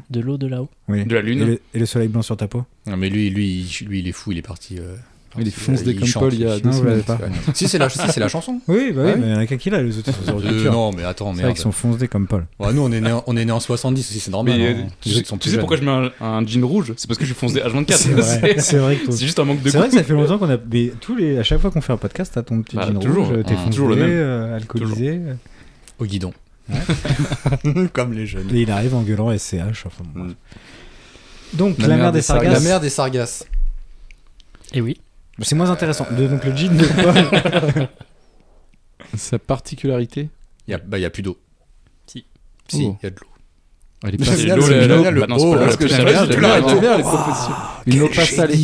De l'eau de là-haut. Oui. De la Et lune. le, et le soleil blanc sur ta peau Non, mais lui, lui, il- lui, il est fou, il est parti. euh, Il est parti, fonce euh, des comme chante, Paul il y a il- deux Non, vous l'avez semaines. pas. Si, c'est la, si, c'est la chanson. Oui, bah Ah oui. oui, mais il y en a qu'un qui l'a, les autres ils sont sur Euh, le non, mais attends, C'est vrai merde. qu'ils sont foncés comme Paul. Ouais, nous, on est né en, on est né en 70 aussi, c'est normal. Mais, hein. euh, Les tu, autres sont tu plus sais pourquoi jeunes. je mets un, un jean rouge C'est parce que je fonce des H24. C'est vrai, c'est vrai que C'est juste un manque de C'est goût. vrai que ça fait longtemps qu'on a. mais tous les, à chaque fois qu'on fait un podcast, t'as ton petit Bah, jean toujours, rouge, t'es hein, foncé, toujours le même. euh, alcoolisé. Au Oh, guidon. Comme les jeunes. Et il arrive en gueulant SCH. Enfin, bon, bref. Donc, Mm. La la, mer mer des des sargasses. sargasses. La mer des sargasses. Et Eh oui, C'est moins intéressant. De- donc, le jean de Paul. Sa particularité Il y a, bah, il y a plus d'eau. Si. Si, Oh. il y a de l'eau. Elle est C'est pas génial, l'eau, c'est la- la- génial, le bah non, c'est haut, pas l'eau, Oh, parce que la- j'aime la- bien, la- j'aime la- bien. la- Une eau pas salée.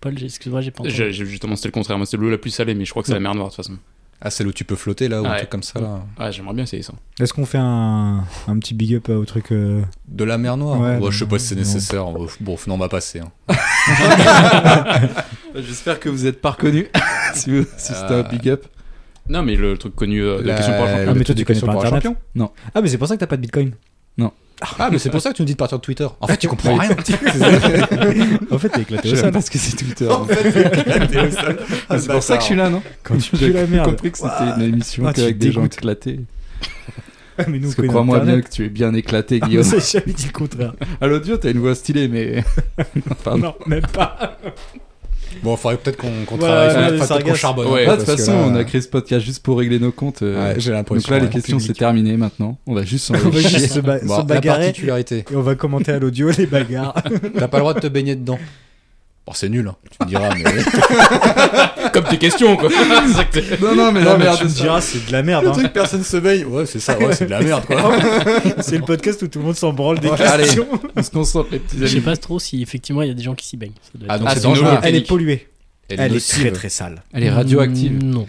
Paul, j'ai- excuse-moi, j'ai pas entendu. J'ai- j'ai- Justement, c'était le contraire. Moi, c'était l'eau la plus salée, mais je crois que c'est la mer noire de toute façon. Ah, celle où tu peux flotter là, ou un Ouais. truc comme ça là. Ah, j'aimerais bien essayer ça. Est-ce qu'on fait un, un petit big up euh, au truc. euh, De la mer noire. Ouais, Ouais, je sais non, pas si c'est non. nécessaire. Oh, Bon, non, on va passer. hein. J'espère que vous êtes pas reconnus. si vous- si c'était un big up. Non, mais le truc connu euh, de la question pour la Ah, champion. mais toi, tu connais pas pour un Internet. champion. Ah, mais c'est pour ça que t'as pas de bitcoin. Ah, mais c'est pour ça que tu nous dis de partir de Twitter. En fait, tu comprends rien. En fait, t'es éclaté Je au sais sol. même pas ce que c'est Twitter. hein. Ah, c'est pour ça que je suis là, non Quand tu J'ai fais la merde. compris que c'était une émission Ah, tu avec des gens dégoûtes. éclatés. Ah, Mais nous, Parce que crois-moi bien que tu es bien éclaté, Guillaume. Ça, j'ai jamais dit le contraire. À l'audio, t'as une voix stylée, mais. Pardon. Non, même pas. Bon, il faudrait peut-être qu'on qu'on Ouais, travaille. ouais, faudrait les peut-être qu'on sargasses. charbonne. Ouais. Là, de parce toute que façon, là- euh, on a créé ce podcast juste pour régler nos comptes. euh, Ouais, J'ai Donc l'impression. là, les ouais. questions, c'est public. terminé maintenant. On va juste s'en On va chier. juste se, ba- Bon, se la bagarrer particularité. et on va commenter à l'audio les bagarres. T'as pas le droit de te baigner dedans. Bon, c'est nul, hein. tu me diras, mais. Comme tes questions, quoi. C'est ça que t'es- Non, non, mais Non, la mais merde. tu me diras, c'est de la merde. Le hein. truc, personne se baigne. Ouais, c'est ça, ouais, c'est de la merde, Ah, quoi. C'est le podcast où tout le monde s'en branle des Ouais, questions. On se concentre, les petits Je sais amis. pas trop si effectivement il y a des gens qui s'y baignent. Ça doit Ah, être- donc Ah, c'est c'est une dangereux. eau. Elle est Technique. polluée. Elle Elle est est très nocive. très sale. Elle est radioactive. Mm, Non,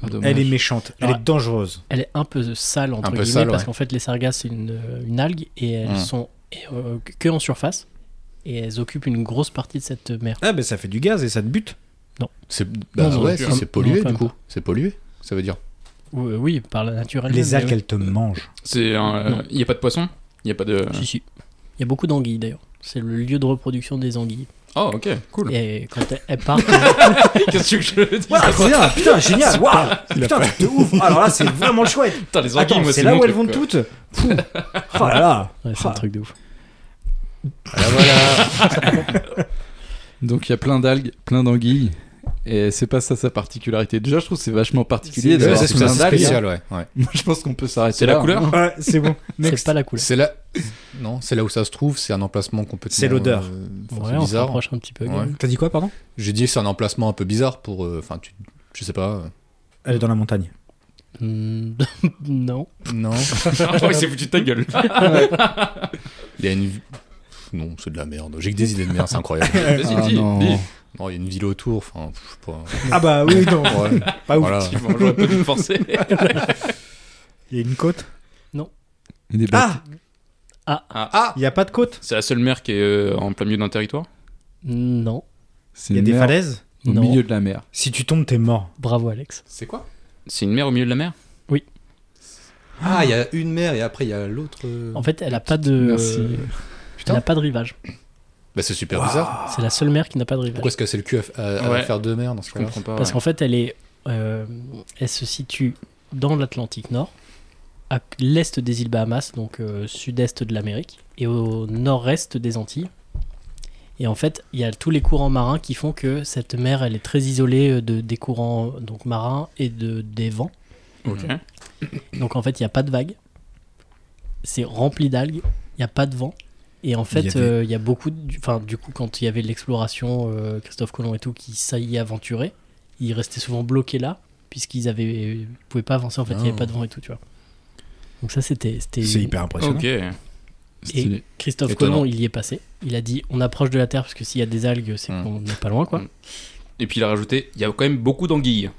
Ah, dommage. Ah. Elle est méchante. Elle Alors, est dangereuse. elle est un peu sale entre Un peu guillemets sale, parce ouais. qu'en fait les sargasses c'est une, euh, une algue et elles Hmm. sont euh, que en surface et elles occupent une grosse partie de cette mer. Ah, ben ça fait du gaz et ça te bute. C'est bah, Non, ouais, non, si, non, c'est non, pollué, quand du même coup. pas. C'est pollué, ça veut dire. Oui, euh, oui, par la nature. elle-même, Les mais algues, oui. elles te mangent. C'est un. euh, Non. Il n'y a pas de poisson Il n'y a pas de. Si si. Il y a beaucoup d'anguilles d'ailleurs. C'est le lieu de reproduction des anguilles. Oh, ok, cool. Et quand elle- elle part, Qu'est-ce que je veux dire Waouh, trop bien, putain, génial, waouh, putain, de ouf. Ah, Alors là, c'est vraiment chouette. Putain, les orgies, Attends, moi, c'est c'est là mon où elles truc, vont quoi. toutes. Pouh. Oh là là. ouais, c'est Ah. un truc de ouf. Donc il y a plein d'algues, plein d'anguilles. Et c'est pas ça sa particularité. Déjà, je trouve que c'est vachement particulier C'est- Ouais, d'avoir c'est hein. plein c'est d'algues. hein. spécial, ouais. ouais. Moi, je pense qu'on peut s'arrêter C'est la là, hein. couleur Ouais, c'est bon. C'est pas la couleur. C'est là. Non, c'est là où ça se trouve, c'est un emplacement complètement. C'est l'odeur. euh, enfin, Ouais, c'est on se bizarre. rapproche un petit peu. quand Ouais. même. T'as dit quoi, pardon J'ai dit que c'est un emplacement un peu bizarre pour. euh, Enfin, tu. Je sais pas. euh, Elle est dans la montagne. Hmm, non. Non. Ah, ouais, c'est foutu de ta gueule. Il y a une. Non, c'est de la merde. J'ai que des idées de merde, c'est incroyable. Vas-y, Ah, dis, non. dis. Non, il y a une ville autour. Enfin, je sais pas. Ah bah oui, non. Ouais, Pas ouf. voilà. Bon, J'aurais pas dû me forcer. Il y a une côte. Il est bête. Ah Ah Il y a pas de côte. C'est la seule mer qui est euh, en plein milieu d'un territoire Non. c'est Il y a une des mer falaises. au Non. milieu de la mer. Si tu tombes, t'es mort. Bravo, Alex. C'est quoi C'est une mer au milieu de la mer Ah, il y a une mer et après il y a l'autre. euh, En fait, elle a pas de. Merci. Elle Putain. a pas de rivage. Bah, c'est super bizarre. C'est la seule mer qui n'a pas de rivage. Pourquoi est-ce que c'est le cul à, à- à Ouais. faire deux mers dans ce Je cas-là comprends pas. Parce qu'en fait, elle est, euh, elle se situe dans l'Atlantique Nord, à l'est des îles Bahamas, donc euh, sud-est de l'Amérique, et au nord-est des Antilles. Et en fait, il y a tous les courants marins qui font que cette mer, elle est très isolée euh, de, des courants donc marins et de, des vents. Ok. Donc en fait, il n'y a pas de vagues. C'est rempli d'algues. Il n'y a pas de vent. Et en fait, Il y a euh, il des- y a, beaucoup. de- Enfin, du coup, quand il y avait de l'exploration, euh, Christophe Colomb et tout, qui s'y aventurait, ils restaient souvent bloqués là, puisqu'ils avaient, ils pouvaient pas avancer. En fait, il n'y Ah. avait pas de vent et tout, tu vois. Donc ça, c'était, c'était. C'est hyper impressionnant. Ok. Stylé. Christophe Étonnant. Colomb, il y est passé. Il a dit, on approche de la Terre parce que s'il y a des algues, c'est Hmm. qu'on n'est pas loin, quoi. Hmm. Et puis il a rajouté il y a quand même beaucoup d'anguilles.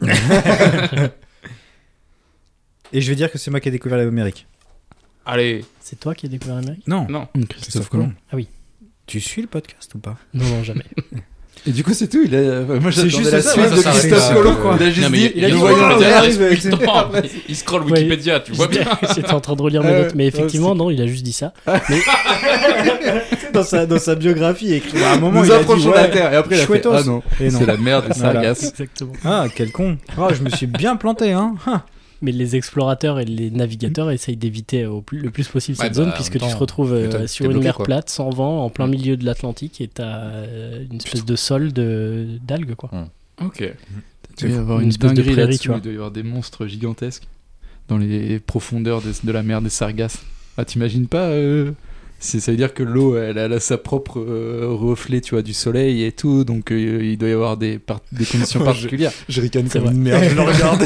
Et je vais dire que c'est moi qui ai découvert l'Amérique. Allez, C'est toi qui as découvert l'Amérique Non. non. Christophe Colomb. Ah oui. Tu suis le podcast ou pas Non, non, jamais. Et du coup, c'est tout. Il a... Moi, C'est j'attendais juste la ça, suite ouais, de ça s'arrête Christophe là, Colomb. quoi. Il a juste Non, mais dit, il a nous dit, voyons voilà, la il Terre. arrive avec ses- Attends, il scrolle Ouais. Wikipédia, tu vois bien. J'étais- J'étais en train de relire mes Euh, notes, mais effectivement, ouais, non, il a juste dit ça. dans, sa, dans sa biographie écrit à un moment Nous il a dit, approchons de la ouais. Terre. Et après, il a fait, Chouettos. ah non, Et non. c'est la merde et ça Voilà. agace. Exactement. Ah quel con. Ah je me suis bien planté hein. Ah. Mais les explorateurs et les navigateurs essayent d'éviter au plus- le plus possible Ouais, cette bah, zone en puisque même tu te temps, retrouves euh, t'es- t'es sur une bloqué, mer quoi. Hmm. plate, sans vent, en plein Mm. milieu de l'Atlantique et t'as euh, une espèce de sol de d'algues quoi. Ok. Il doit y avoir Une une espèce de dinguerie prairie, là-dessous, tu vois. Il doit y avoir des monstres gigantesques dans les profondeurs de, de la mer des Sargasses. Ah, t'imagines pas euh, c'est, Ça veut dire que l'eau, elle, elle a sa propre euh, reflet, tu vois, du soleil et tout. Donc, euh, il doit y avoir des, par- des conditions particulières. Je ricane C'est vrai. merde, je le regarde.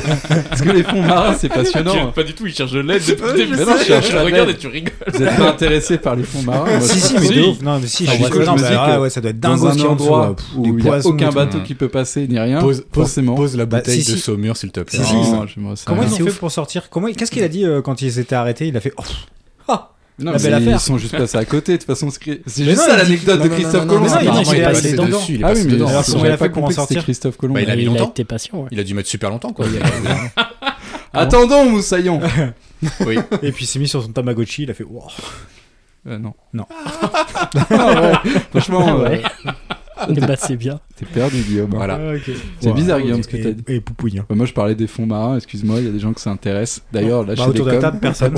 Parce que les fonds marins, c'est Tu- passionnant. hein. Pas du tout, il cherche de l'aide depuis le je début. sais, Non, je tu- cherche tu la regardes l'aide. et tu rigoles. Vous êtes pas intéressé par les fonds marins. moi, si si mais Si. de ouf. Non mais si je Ah, suis moi, je non, me bah, dis ah que ouais ça doit être dingue Dans un aussi en dessous, endroit là. Pff, où des il n'y a poissons et aucun tout. bateau tout. qui peut passer, ni rien, Pose, pose, forcément. pose la Bah, bouteille si, de si. saumure, s'il te plaît. Si, si, Non, si. Non, j'aimerais ça. Comment ils c'est ont fait ouf. pour sortir Comment qu'est-ce qu'il a dit euh, quand il s'était arrêté Il a fait oh, pff, ah Non, La mais belle ils affaire. sont juste passés à côté. De toute façon, c'est c'est Mais juste non, ça il dit- l'anecdote non, de non, Christophe non, non, Colomb. non, il c'est pas dit normal. qu'il est passé allé dedans. dessus, il est Ah passé oui, mais dedans. Alors, c'est- comment j'avais il a fait pas pour en compris que c'était sortir Christophe Colomb. Bah, il a mis Et longtemps. été patient. ouais. Il a dû mettre super longtemps, quoi. Attendons, moussaillon Et puis il s'est mis sur son Tamagotchi, il a fait oh. wow. Euh, Non. Non. Ah ouais, Franchement, Ouais. euh, Et bah c'est bien. t'es perdu, Guillaume. Voilà. Ah, ok. C'est Wow. bizarre, Guillaume, ce que Et- t'as dit. Et poupouille. hein. Bah, moi, je parlais des fonds marins, excuse-moi, il y a des gens que ça intéresse. D'ailleurs, Bah, lâchez des autour de la coms. table, personne.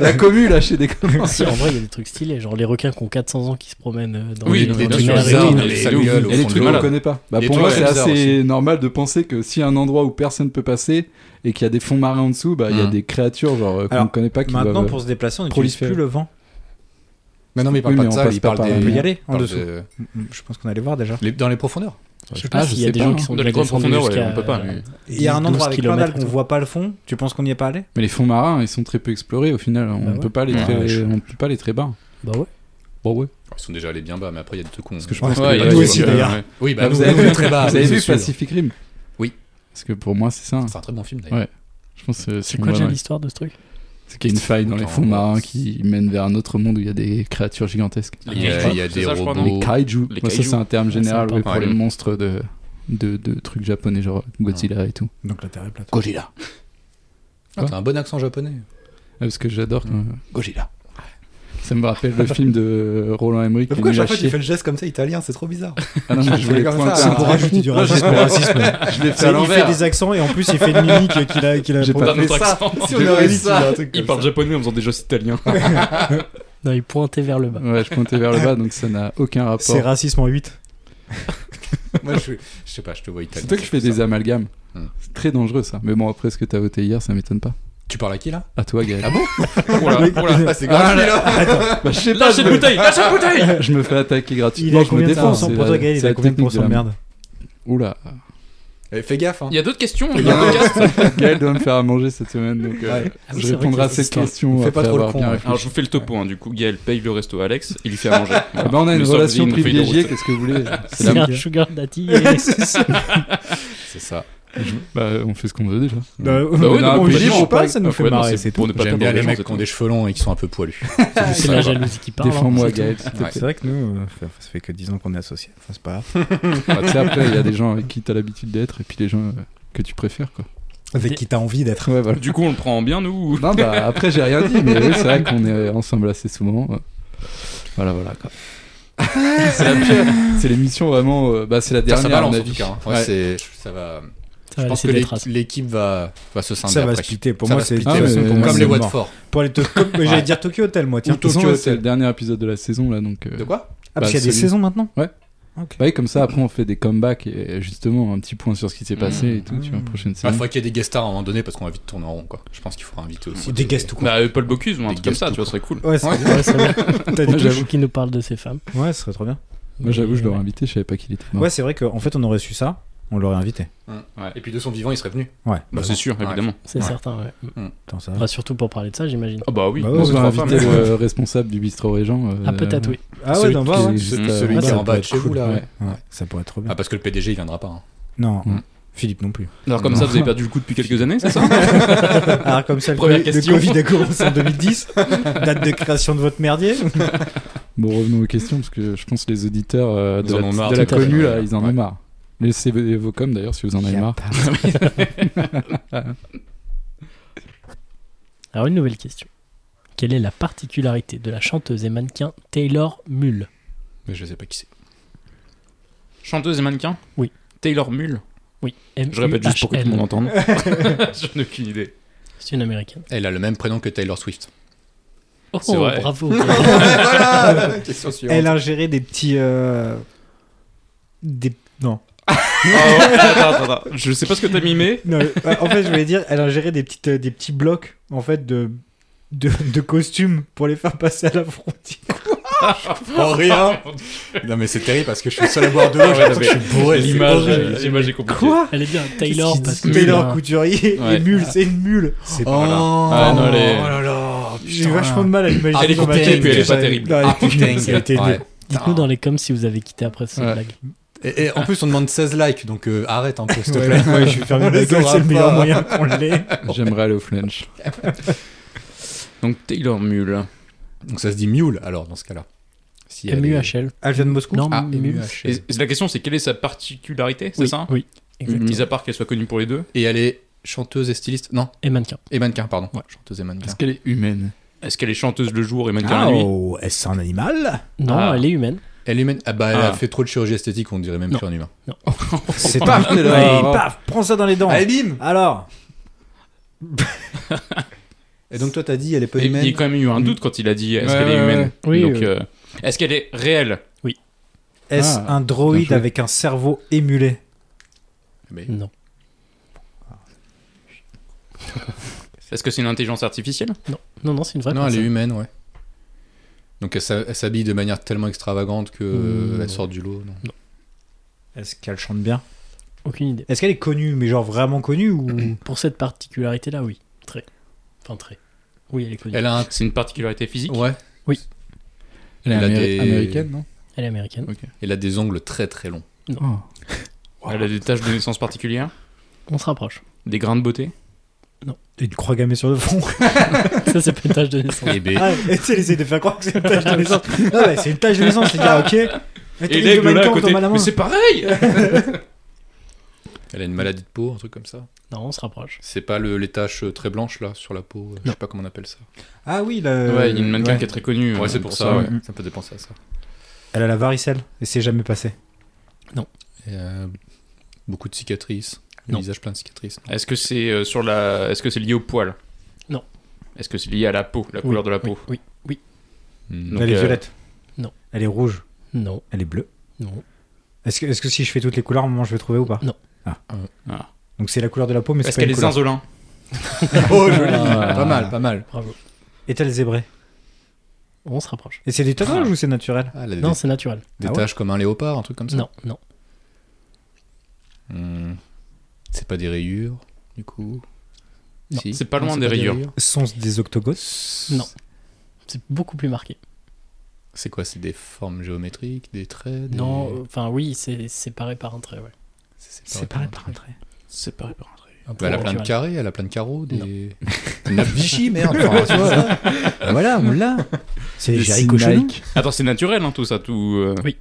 La commu, lâchez des Ah, coms. Si en vrai il y a des trucs stylés, genre les requins qui ont 400 ans qui se promènent euh, dans Oui, les, des dans trucs les sur mers les et arbres, tout. mais- ça de ouf. gueule au Et les fond de trucs malade. qu'on l'eau. l'eau. connaît pas. Bah, Et pour toi, moi, c'est c'est bizarre assez normal de penser que si un endroit où personne peut passer et qu'il y a des fonds marins en dessous, bah, il y a Hmm. des créatures genre euh, qu'on Alors, connaît pas qui Maintenant, doivent, euh, pour se déplacer, on n'utilise proliférer. plus le vent. Mais non, mais il parle Oui, mais pas de on ça, passe il pas parle par là. On peut y des. aller en parle dessous. de- Mm, Je pense qu'on allait voir déjà. les- Dans les profondeurs. Je sais Ah, pas je s'il y a sais des pas, gens hein. qui sont Dans les grandes descendus profondeurs, ouais, jusqu'à, on peut pas. euh, Il y a un 10, endroit avec 12 plein d'algues kilomètres, qu'on quoi. voit pas le fond. Tu penses qu'on n'y est pas allé Mais les fonds marins, ils sont très peu explorés au final. On Bah ouais. peut pas les Ouais, très, je- on peut pas les très bas. Bah ouais. Bon ouais. Ils sont déjà allés bien bas, mais après, il y a des trucs qu'on. Parce que je Ouais, pense ouais, que il y a Ouais, nous ouais. aussi, d'ailleurs. Oui, Bah, bah, nous, vous on avez, est très bas. vous avez c'est vu sûr. Pacific Rim Oui. Parce que pour moi, c'est ça. C'est un très bon film, Ouais. d'ailleurs. Je pense que C'est c'est quoi une déjà bonne- l'histoire de ce truc C'est qu'il y a une faille dans les fonds marins qui mènent vers un autre monde où il y a des créatures gigantesques. Les Il y a- kaijus, il y a des c'est ça, je crois, non Les robots. kaiju. Les Moi, ça, kaiju. c'est un terme Ouais, général sympa. ouais, pour Ouais. les monstres de, de, de trucs japonais, genre Godzilla et tout. Donc la Terre est plate. Godzilla. Ah, T'as un bon accent japonais. parce que j'adore. quand- Godzilla. euh, Ça me rappelle le film de Roland Emmerich. qui est Pourquoi nul à chaque fois tu chier. fais le geste comme ça italien C'est trop bizarre. Ah non, mais je voulais comme ça, pointer c'est un pour truc. rajouter du Non, j'ai racisme. pas le racisme. Je l'ai fait à hein. Il fait l'envers. des accents et en plus il fait une mimique qu'il a, qu'il a J'ai pas proposée. Dans notre fait ça. accent. Si on aurait dit Il qu'il y a un truc comme parle ça. japonais en faisant des gestes italiens. Non, il pointait vers le bas. Ouais, je pointais vers le bas, donc ça n'a aucun C'est rapport. racisme en 8. Moi, je, suis- je sais pas, je te vois italien. C'est Hein. toi qui fais des amalgames. Hmm. C'est très dangereux ça. Mais bon, après ce que t'as voté hier, ça m'étonne pas. Tu parles à qui là À toi, Gaël. Voilà. Ah, c'est gratuit là Bah, je sais pas, Lâche je cette me- bouteille Lâche cette bouteille je me fais attaquer Il est gratuitement. à je me combien de défends. pourcents c'est pour la- toi, Gaël c'est Il la a combien de technique pourcents de la- merde Oula, Eh, Fais gaffe. Hein. Il y a d'autres questions dans le podcast Gaël doit me faire à manger cette semaine, donc euh, Ouais. Ah oui, c'est vrai je qu'il y répondrai a à cette cette histoire. question Fais après pas trop le avoir con, bien ouais. réfléchi. Alors je vous fais le topo, hein. du coup Gaël paye le resto à Alex, il lui fait à manger. Ah bah, on a une Le soir, relation il nous fait des privilégiée, routes. qu'est-ce que vous voulez C'est la- un sugar daddy. euh, et- C'est ça. Bah, on fait ce qu'on veut déjà. Bah, Bah ouais, on non, on mais le dit non, ou pas, pas- ça nous Ah, fait ouais, non, marrer, c'est c'est pour tout. ne pas J'aime perdre bien les gens, mecs c'est qui ont tout. des cheveux longs et qui sont un peu poilus. C'est ça, la voilà. jalousie qui parle. hein, Défends-moi, c'est tout. Gaël. Ouais. C'est vrai que nous, euh, ça ça fait que 10 ans qu'on est associés. Enfin, c'est pas grave. Bah, tu sais, après, il y a des gens avec qui t'as l'habitude d'être et puis les gens euh, que tu préfères, quoi. Avec qui t'as envie d'être. Ouais, voilà. Du coup on le prend en bien nous ou- Non, bah, après, j'ai rien dit, mais oui, c'est vrai qu'on est ensemble assez souvent. euh. Voilà, voilà, quoi. c'est la pire. C'est l'émission vraiment. euh, bah, c'est la Ça, dernière, ça à balance mon en avis. tout cas. hein. Ouais, Ouais. c'est- Ça va. Ça va Je pense laisser que des l'é- traces. l'équipe va, va se scinder Ça va après. splitter. Pour Ça moi, va c'est splitter. de toute Ah, façon, mais- pour moi, Comme c'est les mort. Watford. Pour aller to- mais J'allais dire Tokyo Hotel, moi, tiens. De toute façon, Tokyo ouais, c'est Hotel. le dernier épisode de la saison, là, donc. euh, De quoi Ah, parce Bah, qu'il y a des celui- saisons maintenant Ouais. Ok. bah oui, comme ça, après, on fait des comebacks et justement, un petit point sur ce qui s'est passé et tout, tu vois, Mmh. prochaine Il saison. Mm. Ah, faut qu'il y ait des guest stars à un moment donné parce qu'on va vite tourner en rond. Quoi. Je pense qu'il faudra inviter aussi. Ou Des guests ou quoi Bah euh, Paul Bocuse ou un Des truc comme ça, guests, tu vois, ce serait cool. Ouais, c'est- Ouais, c'est vrai. t'as des Ouais, touches. j'avoue. J'avoue qu'il nous parle de ces femmes. Ouais, ce serait trop bien. Moi, j'avoue, je Mais- l'aurais invité, je savais pas qu'il était mort. Ouais, c'est vrai qu'en fait, on aurait su ça, on l'aurait invité. Et puis de son vivant, il serait venu. Ouais. Bah c'est sûr, Ouais. évidemment. C'est Ouais. certain, ouais. Attends, ça va. Bah, surtout pour parler de ça, j'imagine. Ah bah oui. Bah ouais, On va ouais. inviter le responsable du bistrot Régent. euh, Ah, peut-être, oui. Ah ouais, Celui d'en qui- bas, ouais. qui- Celui, euh, celui ah, qui est ça en bas peut de être chez vous cool, là. ouais. ouais. Ouais, Ça pourrait être trop bien. Ah, parce que le PDG il viendra pas. hein. Non, Mm. Philippe non plus. Alors comme ça vous avez perdu le coup depuis quelques années, c'est ça Alors comme ça, le, Première Covid- le question. Covid a commencé en 2010, date de création de votre merdier. Bon, revenons aux questions, parce que je pense que les auditeurs euh, Ils de, en la, ont marre, de la tout à fait. connue, là, ils en ont Ouais. marre. Laissez vos vos coms d'ailleurs si vous en avez marre. Alors, une nouvelle question. Quelle est la particularité de la chanteuse et mannequin Taylor Mull Mais je sais pas qui c'est. Chanteuse et mannequin Oui. Taylor Mull Oui, Je répète juste pour que tout le monde M-U-H-L. entende. J'en ai aucune idée. C'est une américaine. Elle a le même prénom que Taylor Swift. Oh, C'est vrai. bravo. voilà Question suivante. Elle a géré des petits... euh, Des... Non. Ah attends, attends, attends. Je sais pas ce que t'as mimé. Non, euh, en fait, je voulais dire, elle a géré des, petites, euh, des petits blocs, en fait, de... De, de costumes pour les faire passer à la frontière. Oh, rien Non, mais c'est terrible parce que je suis le seul à boire de l'eau. J'ai l'impression que je suis bourré. c'est L'image, horrible. euh, l'image est compliquée. Elle est bien, Taylor, Qu'est-ce parce qu'il que. dit Taylor couturier Ouais. et mule, c'est une mule. C'est Oh, Ah, non, elle est- Oh là là J'ai vachement de mal à l'imaginer. Elle est dans ma contente, tête. puis elle est pas terrible. Non, elle Ah, était nulle, putain, elle était ouais. nulle. Dites-nous dans les coms si vous avez quitté après cette Ouais. blague. Et, et en plus, on demande 16 likes, donc euh, arrête un peu, s'il te Ouais, plaît. ouais, je suis fermé On la les gueule, aura c'est le meilleur pas. moyen qu'on l'ait. J'aimerais aller au flunch. Donc Taylor Mull. Donc ça se dit mule, alors, dans ce cas-là. Si elle est- MUHL. Elle vient de Moscou Non, Ah, Mule. MUHL. Et et la question c'est quelle est sa particularité, c'est Oui, ça hein Mm. Oui, Mis exactement. à part qu'elle soit connue pour les deux. Et elle est chanteuse et styliste Non, Et mannequin. et mannequin, pardon. Chanteuse et mannequin. Est-ce qu'elle est humaine Est-ce qu'elle est chanteuse le jour et mannequin la Ah, nuit oh, est-ce un animal Non, Ah. elle est humaine. Elle est humaine Ah bah, elle Ah. a fait trop de chirurgie esthétique, on dirait même Non. plus un humain. C'est Paf, un- Taylor. Allez, Oh, paf, prends ça dans les dents. Allez, Ah, bim Alors, Et donc toi, t'as dit, elle est pas Et Il y a humaine quand même eu un doute quand il a dit est-ce Ouais, qu'elle est ouais, humaine ouais. Oui, Donc, oui. euh, Est-ce qu'elle est réelle est-ce un Ah, bien droïde joué. avec un cerveau émulé Mais- Non. Est-ce que c'est une intelligence artificielle Non, non, non, c'est une vraie Non, elle est personne. humaine, ouais. Donc elle s'a- elle s'habille de manière tellement extravagante que euh, Hmm. elle sort du lot. non. Est-ce qu'elle chante bien Aucune idée. Est-ce qu'elle est connue, mais genre vraiment connue ou Pour cette particularité-là, oui. Très. Enfin, très. Oui, elle est connue. Elle, Elle Ah. a un... C'est une particularité physique Ouais. Elle est Elle a améri- des- américaine, non est américaine. Elle a des ongles très très longs. Oh. Elle a des taches de naissance particulières On se rapproche. Des grains de beauté une croix gammée sur le front Ça, c'est pas une tâche de naissance. Et ben, Ah, et Tu sais, elle essaie de faire croire que c'est une tache de naissance. Non, mais c'est une tache de naissance, les gars, ok Mais t'as Et les deux l'aigle là à mannequins dans côté ma main. Mais c'est pareil Elle a une maladie de peau, un truc comme ça. Non, on se rapproche. C'est pas le- les taches euh, très blanches là sur la peau, euh, je sais pas comment on appelle ça. Ah oui, là. ouais, il Euh, y a une mannequin qui est très connue. Ouais, euh, c'est pour ça, ouais. ouais. ça peut dépenser à ça. Elle a la varicelle et c'est jamais passé. Et, euh, beaucoup de cicatrices, le Non. visage plein de cicatrices. Est-ce que c'est euh, sur la est-ce que c'est lié au poil Non. Est-ce que c'est lié à la peau, la Oui, couleur de la Oui, peau oui. Hmm. Donc, elle est euh, violette. non. Elle est rouge. Non, Elle est bleue. non. Est-ce que, est-ce que si je fais toutes les couleurs, à un moment je vais trouver ou pas Non. Ah. Ah. Donc c'est la couleur de la peau, mais c'est Est-ce pas qu'elle une est couleur. zinzolin Oh joli, pas mal, pas mal. Bravo. Est-elle zébrée On se rapproche. Et c'est des tatouages ou c'est naturel Ah, elle a Non, des, c'est naturel. des Ah ouais taches comme un léopard, un truc comme ça. Non, non. Hmm. C'est pas des rayures, du coup. Non, Si. c'est pas loin des rayures. Sont-ce des octogones Non. C'est beaucoup plus marqué. C'est quoi C'est des formes géométriques, des traits des- Non, euh, enfin oui, c'est séparé par un trait, ouais. C'est C'est séparé pareil par un par un trait. C'est pas vrai. Un Bah, trait elle a plein de naturel. carrés, elle a plein de carreaux, des. Une nappe Vichy, merde. enfin, tu vois. voilà, on l'a. C'est Des Jerry signes Cochon. Nike. Attends, c'est naturel hein, tout ça, tout. euh, C'est Oui,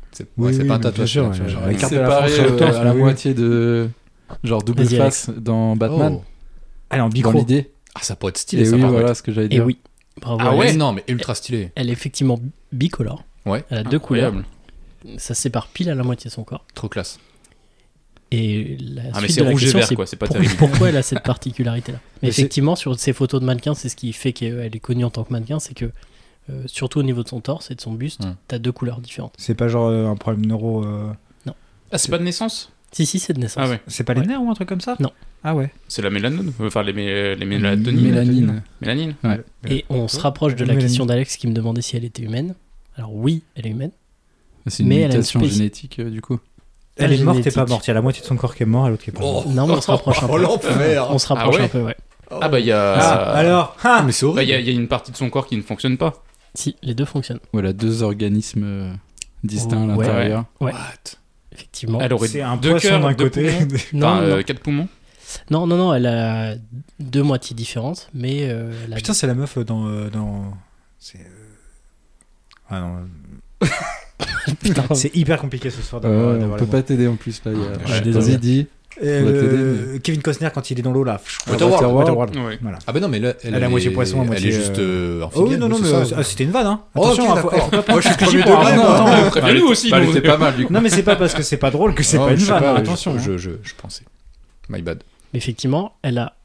ouais, c'est oui, pas un mais tatouage. bien sûr, c'est un ouais. genre- La carte de la Séparé, France sur le euh, torse, à la oui, oui. moitié de genre double Vas-y, face dans Batman Oh. Allez, en dans micro. l'idée Ah, ça pourrait être stylé, et ça, oui par contre. voilà ce que j'allais Et dire oui, bravo. Ah elle- ouais Non, mais ultra stylé. Elle est effectivement bicolore. Ouais. Elle a deux couleurs. incroyable. Ça se sépare pile à la moitié de son corps. Trop classe. Et la Ah mais suite c'est de la rouge et question, vert c'est quoi, c'est pas pour- terrible. pourquoi elle a cette particularité-là. Mais Mais c'est- effectivement, sur ces photos de mannequins, c'est ce qui fait qu'elle est connue en tant que mannequin, c'est que euh, surtout au niveau de son torse et de son buste, Hum. Hmm. t'as deux couleurs différentes. C'est pas genre euh, un problème neuro. euh, Ah c'est pas de naissance Si, si, c'est de naissance. Ah ouais, C'est pas les Ouais. nerfs ou un truc comme ça Non. Ah ouais. c'est la mélanine, enfin les, mé- les mélatonines. Mélanine Mélanine. Et on se rapproche de la Mélanie. question d'Alex qui me demandait si elle était humaine. Alors oui, elle est humaine. c'est une Mais elle a une mutation spéci- génétique euh, du coup Elle Pas est morte et génétique. pas morte. Il y a la moitié de son corps qui est mort et l'autre qui est pas mort. Non, mais on se rapproche un peu. l'enfer On se rapproche Ah ouais un peu, ouais. Ah bah il y a. Ah, alors Ah, ah mais c'est Bah, il horrible y, a- il y a une partie de son corps qui ne fonctionne pas. Si, les deux fonctionnent. voilà deux organismes euh, distincts Oh, à ouais. l'intérieur Effectivement. Elle aurait C'est un deux poisson cœurs, d'un deux côté. poumons. Non, non, Enfin, euh, non. quatre poumons. non, non, non, elle a deux moitiés différentes, mais euh, elle a Ah, Putain, c'est la meuf dans. euh, dans... C'est. euh, Ah non. Putain, c'est hyper compliqué ce soir d'avoir. Euh, on d'avoir peut la pas t'aider en plus là. il y a- je Ouais, suis désolé. Vas-y, dis. bonne. Euh, on va t'aider, Kevin Costner quand il est dans l'eau là. Waterworld. Waterworld. Ouais. Ah bah non, mais là, elle, Elle est à moitié est- poisson, à moitié, Elle est juste euh, en Oh oui, figale, non, non, c'est mais ça, euh, ouais. ah, c'était une vanne, hein. Oh, ok, Attention, hein, faut- d'accord. faut pas Moi, je prendre hein. suis premier ce que j'ai degré, pour moi. un moment. Préviens-nous aussi. Bah, elle nous. était pas mal du coup. Non, mais c'est pas parce que c'est pas drôle que c'est Non, pas une je sais vanne, pas, hein, je- attention. Je, je, je pensais. My bad. Mais effectivement, elle a,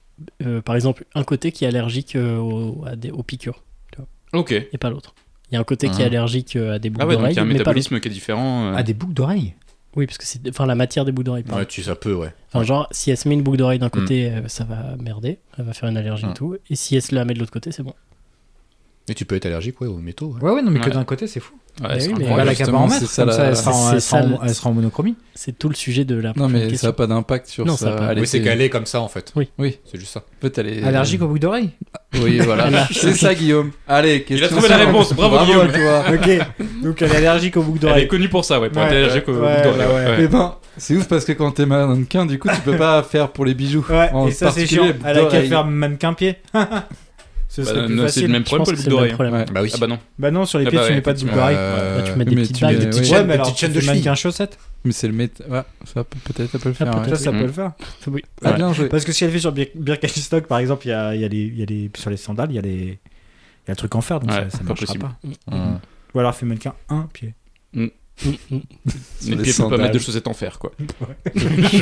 euh, par exemple, un côté qui est allergique euh, aux, à des- aux piqûres Ok. et pas l'autre. Il y a un côté qui est Ah. allergique euh, à des boucles Ah ouais, donc d'oreilles, il y a un mais pas l'autre. métabolisme qui est différent. euh. Ah, des boucles d'oreilles Oui, parce que c'est, enfin, la matière des boucles d'oreilles. pardon. Ouais, tu ça peut, ouais. Enfin, genre, si elle se met une boucle d'oreille d'un côté, euh, ça va merder, elle va faire une allergie Mm. et tout. Et si elle se la met de l'autre côté, c'est bon. Mais tu peux être allergique, ouais, aux métaux. ouais. Ouais, ouais, non, mais que Ouais. d'un côté, c'est fou. Ouais, Mais c'est Bah oui, mais- Elle va incroyable. la justement, cape en c'est mettre, ça, comme ça, la- elle sera en- c'est elle sera ça, en- le- elle sera en monochromie. C'est tout le sujet de la Non, prochaine mais ça question. n'a pas d'impact sur Non, ça a ça. pas Elle Oui, c'est était- qu'elle est comme ça, en fait. Oui. Oui. C'est juste ça. En fait, elle est. Allergique aux boucles d'oreilles euh, Oui, voilà. c'est ça, Guillaume. Allez, question. trouvé la suivante. réponse, bravo, à Guillaume. toi. Ok, donc elle est allergique aux boucles Elle est d'oreilles. connue pour ça, ouais, pour Ouais, être allergique ouais, aux ouais, boucles d'oreilles, ouais, ouais. Eh ben, c'est ouf parce que quand t'es mannequin, du coup, tu peux pas faire pour les bijoux. Ouais, En et ça c'est particulier, chiant. Elle a qu'à d'oreilles. faire même qu'un pied. Ce Bah, serait plus non, c'est le facile. même Je pense problème pour que les c'est le boucles même d'oreilles. problème. Ouais. Bah oui. Ah bah non. Bah non, sur les Ah pieds bah tu ouais, mets pas de boucles effectivement. d'oreilles. Bah, tu mets mais des petites tu mets- bagues. ouais. Ouais, mais des alors petites tu chaînes de fais cheville. mannequin chaussette. Mais c'est le méta. Ouais, ça peut peut-être ça peut le Ah, faire. ouais. peut-être. Ça, ça Mhm. peut le faire. Oui. Ah, Ouais. bien joué. Parce que si elle fait sur Bir- Birkenstock, par exemple, il y a, il y a les, il y a les- sur les sandales, il y a les, il y a le truc en fer, donc Ouais, ça, ça pas marchera possible. pas. Hum. Ou alors elle fait mannequin un pied. Mm, mm. Sur Les les pieds peuvent pas sandales. mettre de chaussettes en fer, quoi. elle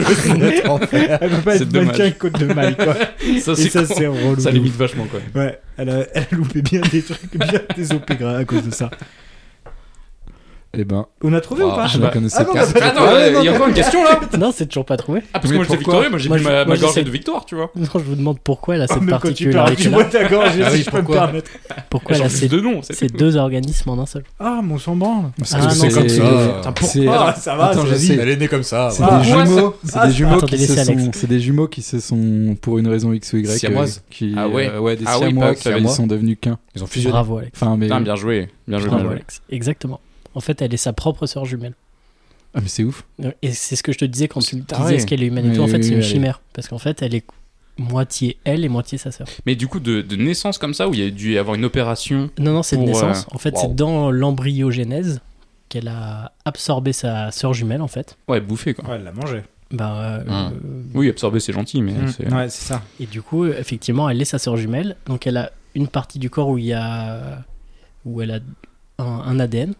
peut pas C'est être dommage. mannequin côte de maille, quoi. Ça, Et c'est ça, con. c'est relou. Ça limite vachement, quoi. Ouais, elle a, elle a loupé bien des trucs, bien des OP gra- à cause de ça. Eh ben, On a trouvé Ah, ou pas je la connaissais Ah non, pas. bah, Attends, Ah, euh, non, il y a non, encore une question, là mm. Non, c'est toujours pas trouvé. Ah, parce Mais que moi, j'étais pourquoi victorieux, moi, j'ai Moi, pris je- ma moi, ma je gorgée sais. de victoire, tu vois. Non, je vous demande pourquoi elle a Ah, cette mais quand tu parles, tu particularité-là. bois ta gorge, Ah si oui, je peux me pourquoi permettre. Pourquoi elle J'en a sais ces deux noms, c'est ces tout. deux organismes en un seul Ah, mon sang branle. Parce Ah, que non, c'est c'est- comme Ah, ça. C'est- Ah, ça va, Attends, c'est je la vie. sais. Elle est née comme ça. C'est Ah, des ouais, jumeaux, ça- c'est ah, des jumeaux attendez, qui laissez se Alex. sont, c'est des jumeaux qui se sont pour une raison X ou Y. euh, Siamoises. qui, Ah ouais. euh, ouais, des Ah oui, siamois pas- qui siamois. ils sont devenus qu'un. Ils ont fusionné. Bravo, Alex. Enfin, mais Putain, bien joué. Bien joué, Putain, bien Bravo, joué. Alex. Exactement. En fait, elle est sa propre sœur jumelle. Euh, ah, mais c'est ouf. Et c'est ce que je te disais quand tu C'est taré. disais ce qu'elle est humaine et Mais tout. En oui, fait, c'est oui, une elle est- chimère. Parce qu'en fait, elle est moitié elle et moitié sa sœur. Mais du coup, de, de naissance comme ça, où il y a dû y avoir une opération. Non, non, c'est de Pour, euh, naissance. En fait, waouh. c'est dans l'embryogénèse qu'elle a absorbé sa sœur jumelle, en fait. Ouais, bouffée, quoi. Ouais, elle l'a mangé. Ben, euh, Ah. euh, Oui, absorber, c'est gentil, mais Mm. c'est. Ouais, c'est ça. Et du coup, euh, effectivement, elle est sa sœur jumelle. Donc elle a une partie du corps où il y a où elle a un, un ADN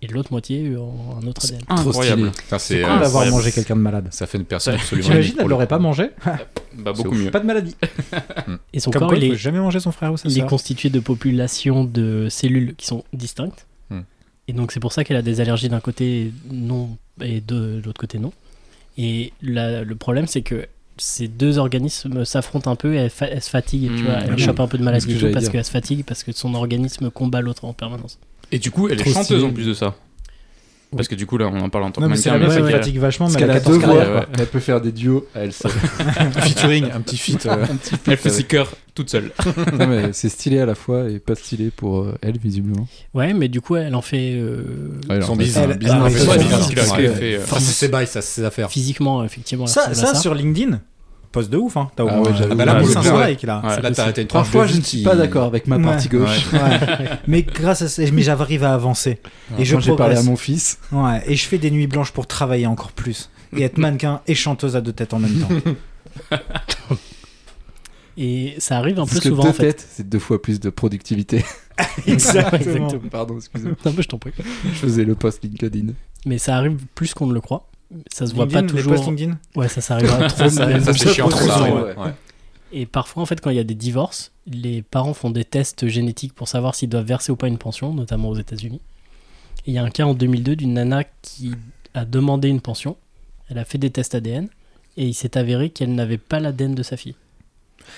et l'autre moitié en- un autre ADN. Trop stylé. Incroyable. Putain, c'est, Comment euh, d'avoir ça- mangé quelqu'un de malade Ça fait une personne absolument. T'imagines, unique elle pour l'aurait le pas coup. mangé Bah, C'est beaucoup ouf. mieux. Pas de maladie. Et son Comme corps, quoi, il il faut est, jamais manger son frère ou sa il est sœur. constitué de populations de cellules qui sont distinctes. Hmm. Et donc c'est pour ça qu'elle a des allergies d'un côté non et de l'autre côté non. Et la- le problème c'est que ces deux organismes s'affrontent un peu et elles, fa- elles se fatiguent. Tu Hmm. vois, Ah elle oui. chope un peu de C'est ce maladie que et tout j'allais parce dire. qu'elle se fatigue parce que son organisme combat l'autre en permanence. Et du coup, elle Trop est chanteuse stylé. en plus de ça. Parce que du coup, là, on en parle en tant que Non, mais c'est la mannequin, meuf mais qui c'est qu'elle- fatigue vachement, Parce mais qu'elle a 14 deux voix, carrières. ouais. elle peut faire des duos à elle seule. Featuring, un petit feat. euh, elle fait ses chœurs toute seule. Non, mais c'est stylé à la fois et pas stylé pour euh, elle, visiblement. Ouais, mais du coup, elle en fait euh, Ouais, Son alors, business. c'est un Elle- business. elle- Ouais, elle- c'est elle- un elle- business. elle- elle- elle- Ça, c'est ses bails, ça, c'est ses affaires. physiquement, effectivement. elle Ça, ressemble à ça, sur LinkedIn, poste de ouf, hein. T'as au Ah moins ouais, j'avoue. euh, Ah bah là, au moins pour le 500 coup, ouais. likes, là. Ouais. Là, t'as arrêté une tranche de Parfois, je vie ne suis qui- pas d'accord avec ma Ouais. partie gauche. Ouais. mais grâce à ça, mais j'arrive à avancer. Et je Quand j'ai parlé progresse. à mon fils, Ouais, et je fais des nuits blanches pour travailler encore plus. Et être mannequin et chanteuse à deux têtes en même temps. Et ça arrive un peu parce que souvent, deux en fait. têtes, c'est deux fois plus de productivité. Exactement. Pardon, excusez-moi. un peu, je t'en prie. Je faisais le post LinkedIn. Mais ça arrive plus qu'on ne le croit. Ça se voit LinkedIn, pas les toujours. posts LinkedIn Ouais, ça, ça arrive à trop. Ça, même. ça, C'est chiant, Trop ça, souvent, ouais. ouais. Ouais. Et parfois, en fait, quand il y a des divorces, les parents font des tests génétiques pour savoir s'ils doivent verser ou pas une pension, notamment aux États-Unis. Et Il y a un cas en 2002 d'une nana qui a demandé une pension. Elle a fait des tests ADN et il s'est avéré qu'elle n'avait pas l'ADN de sa fille.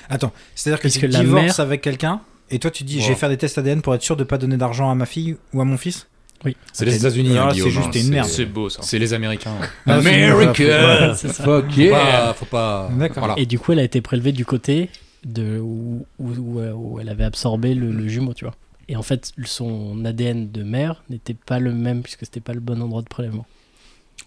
Attends, c'est-à-dire que Parce tu que la divorces mère- avec quelqu'un et toi tu dis je vais Wow. faire des tests ADN pour être sûr de pas donner d'argent à ma fille ou à mon fils Oui. C'est les États-Unis. Alors hein, là, Guillaume, c'est juste hein, une merde. C'est beau ça. C'est les Américains. hein. Ah, c'est- Euh. America! C'est ça. Fuck Faut yeah! pas- Faut pas. D'accord. Voilà. Et du coup, elle a été prélevée du côté de où, où- où- où elle avait absorbé le, le jumeau, tu vois. Et en fait, son ADN de mère n'était pas le même puisque c'était pas le bon endroit de prélèvement.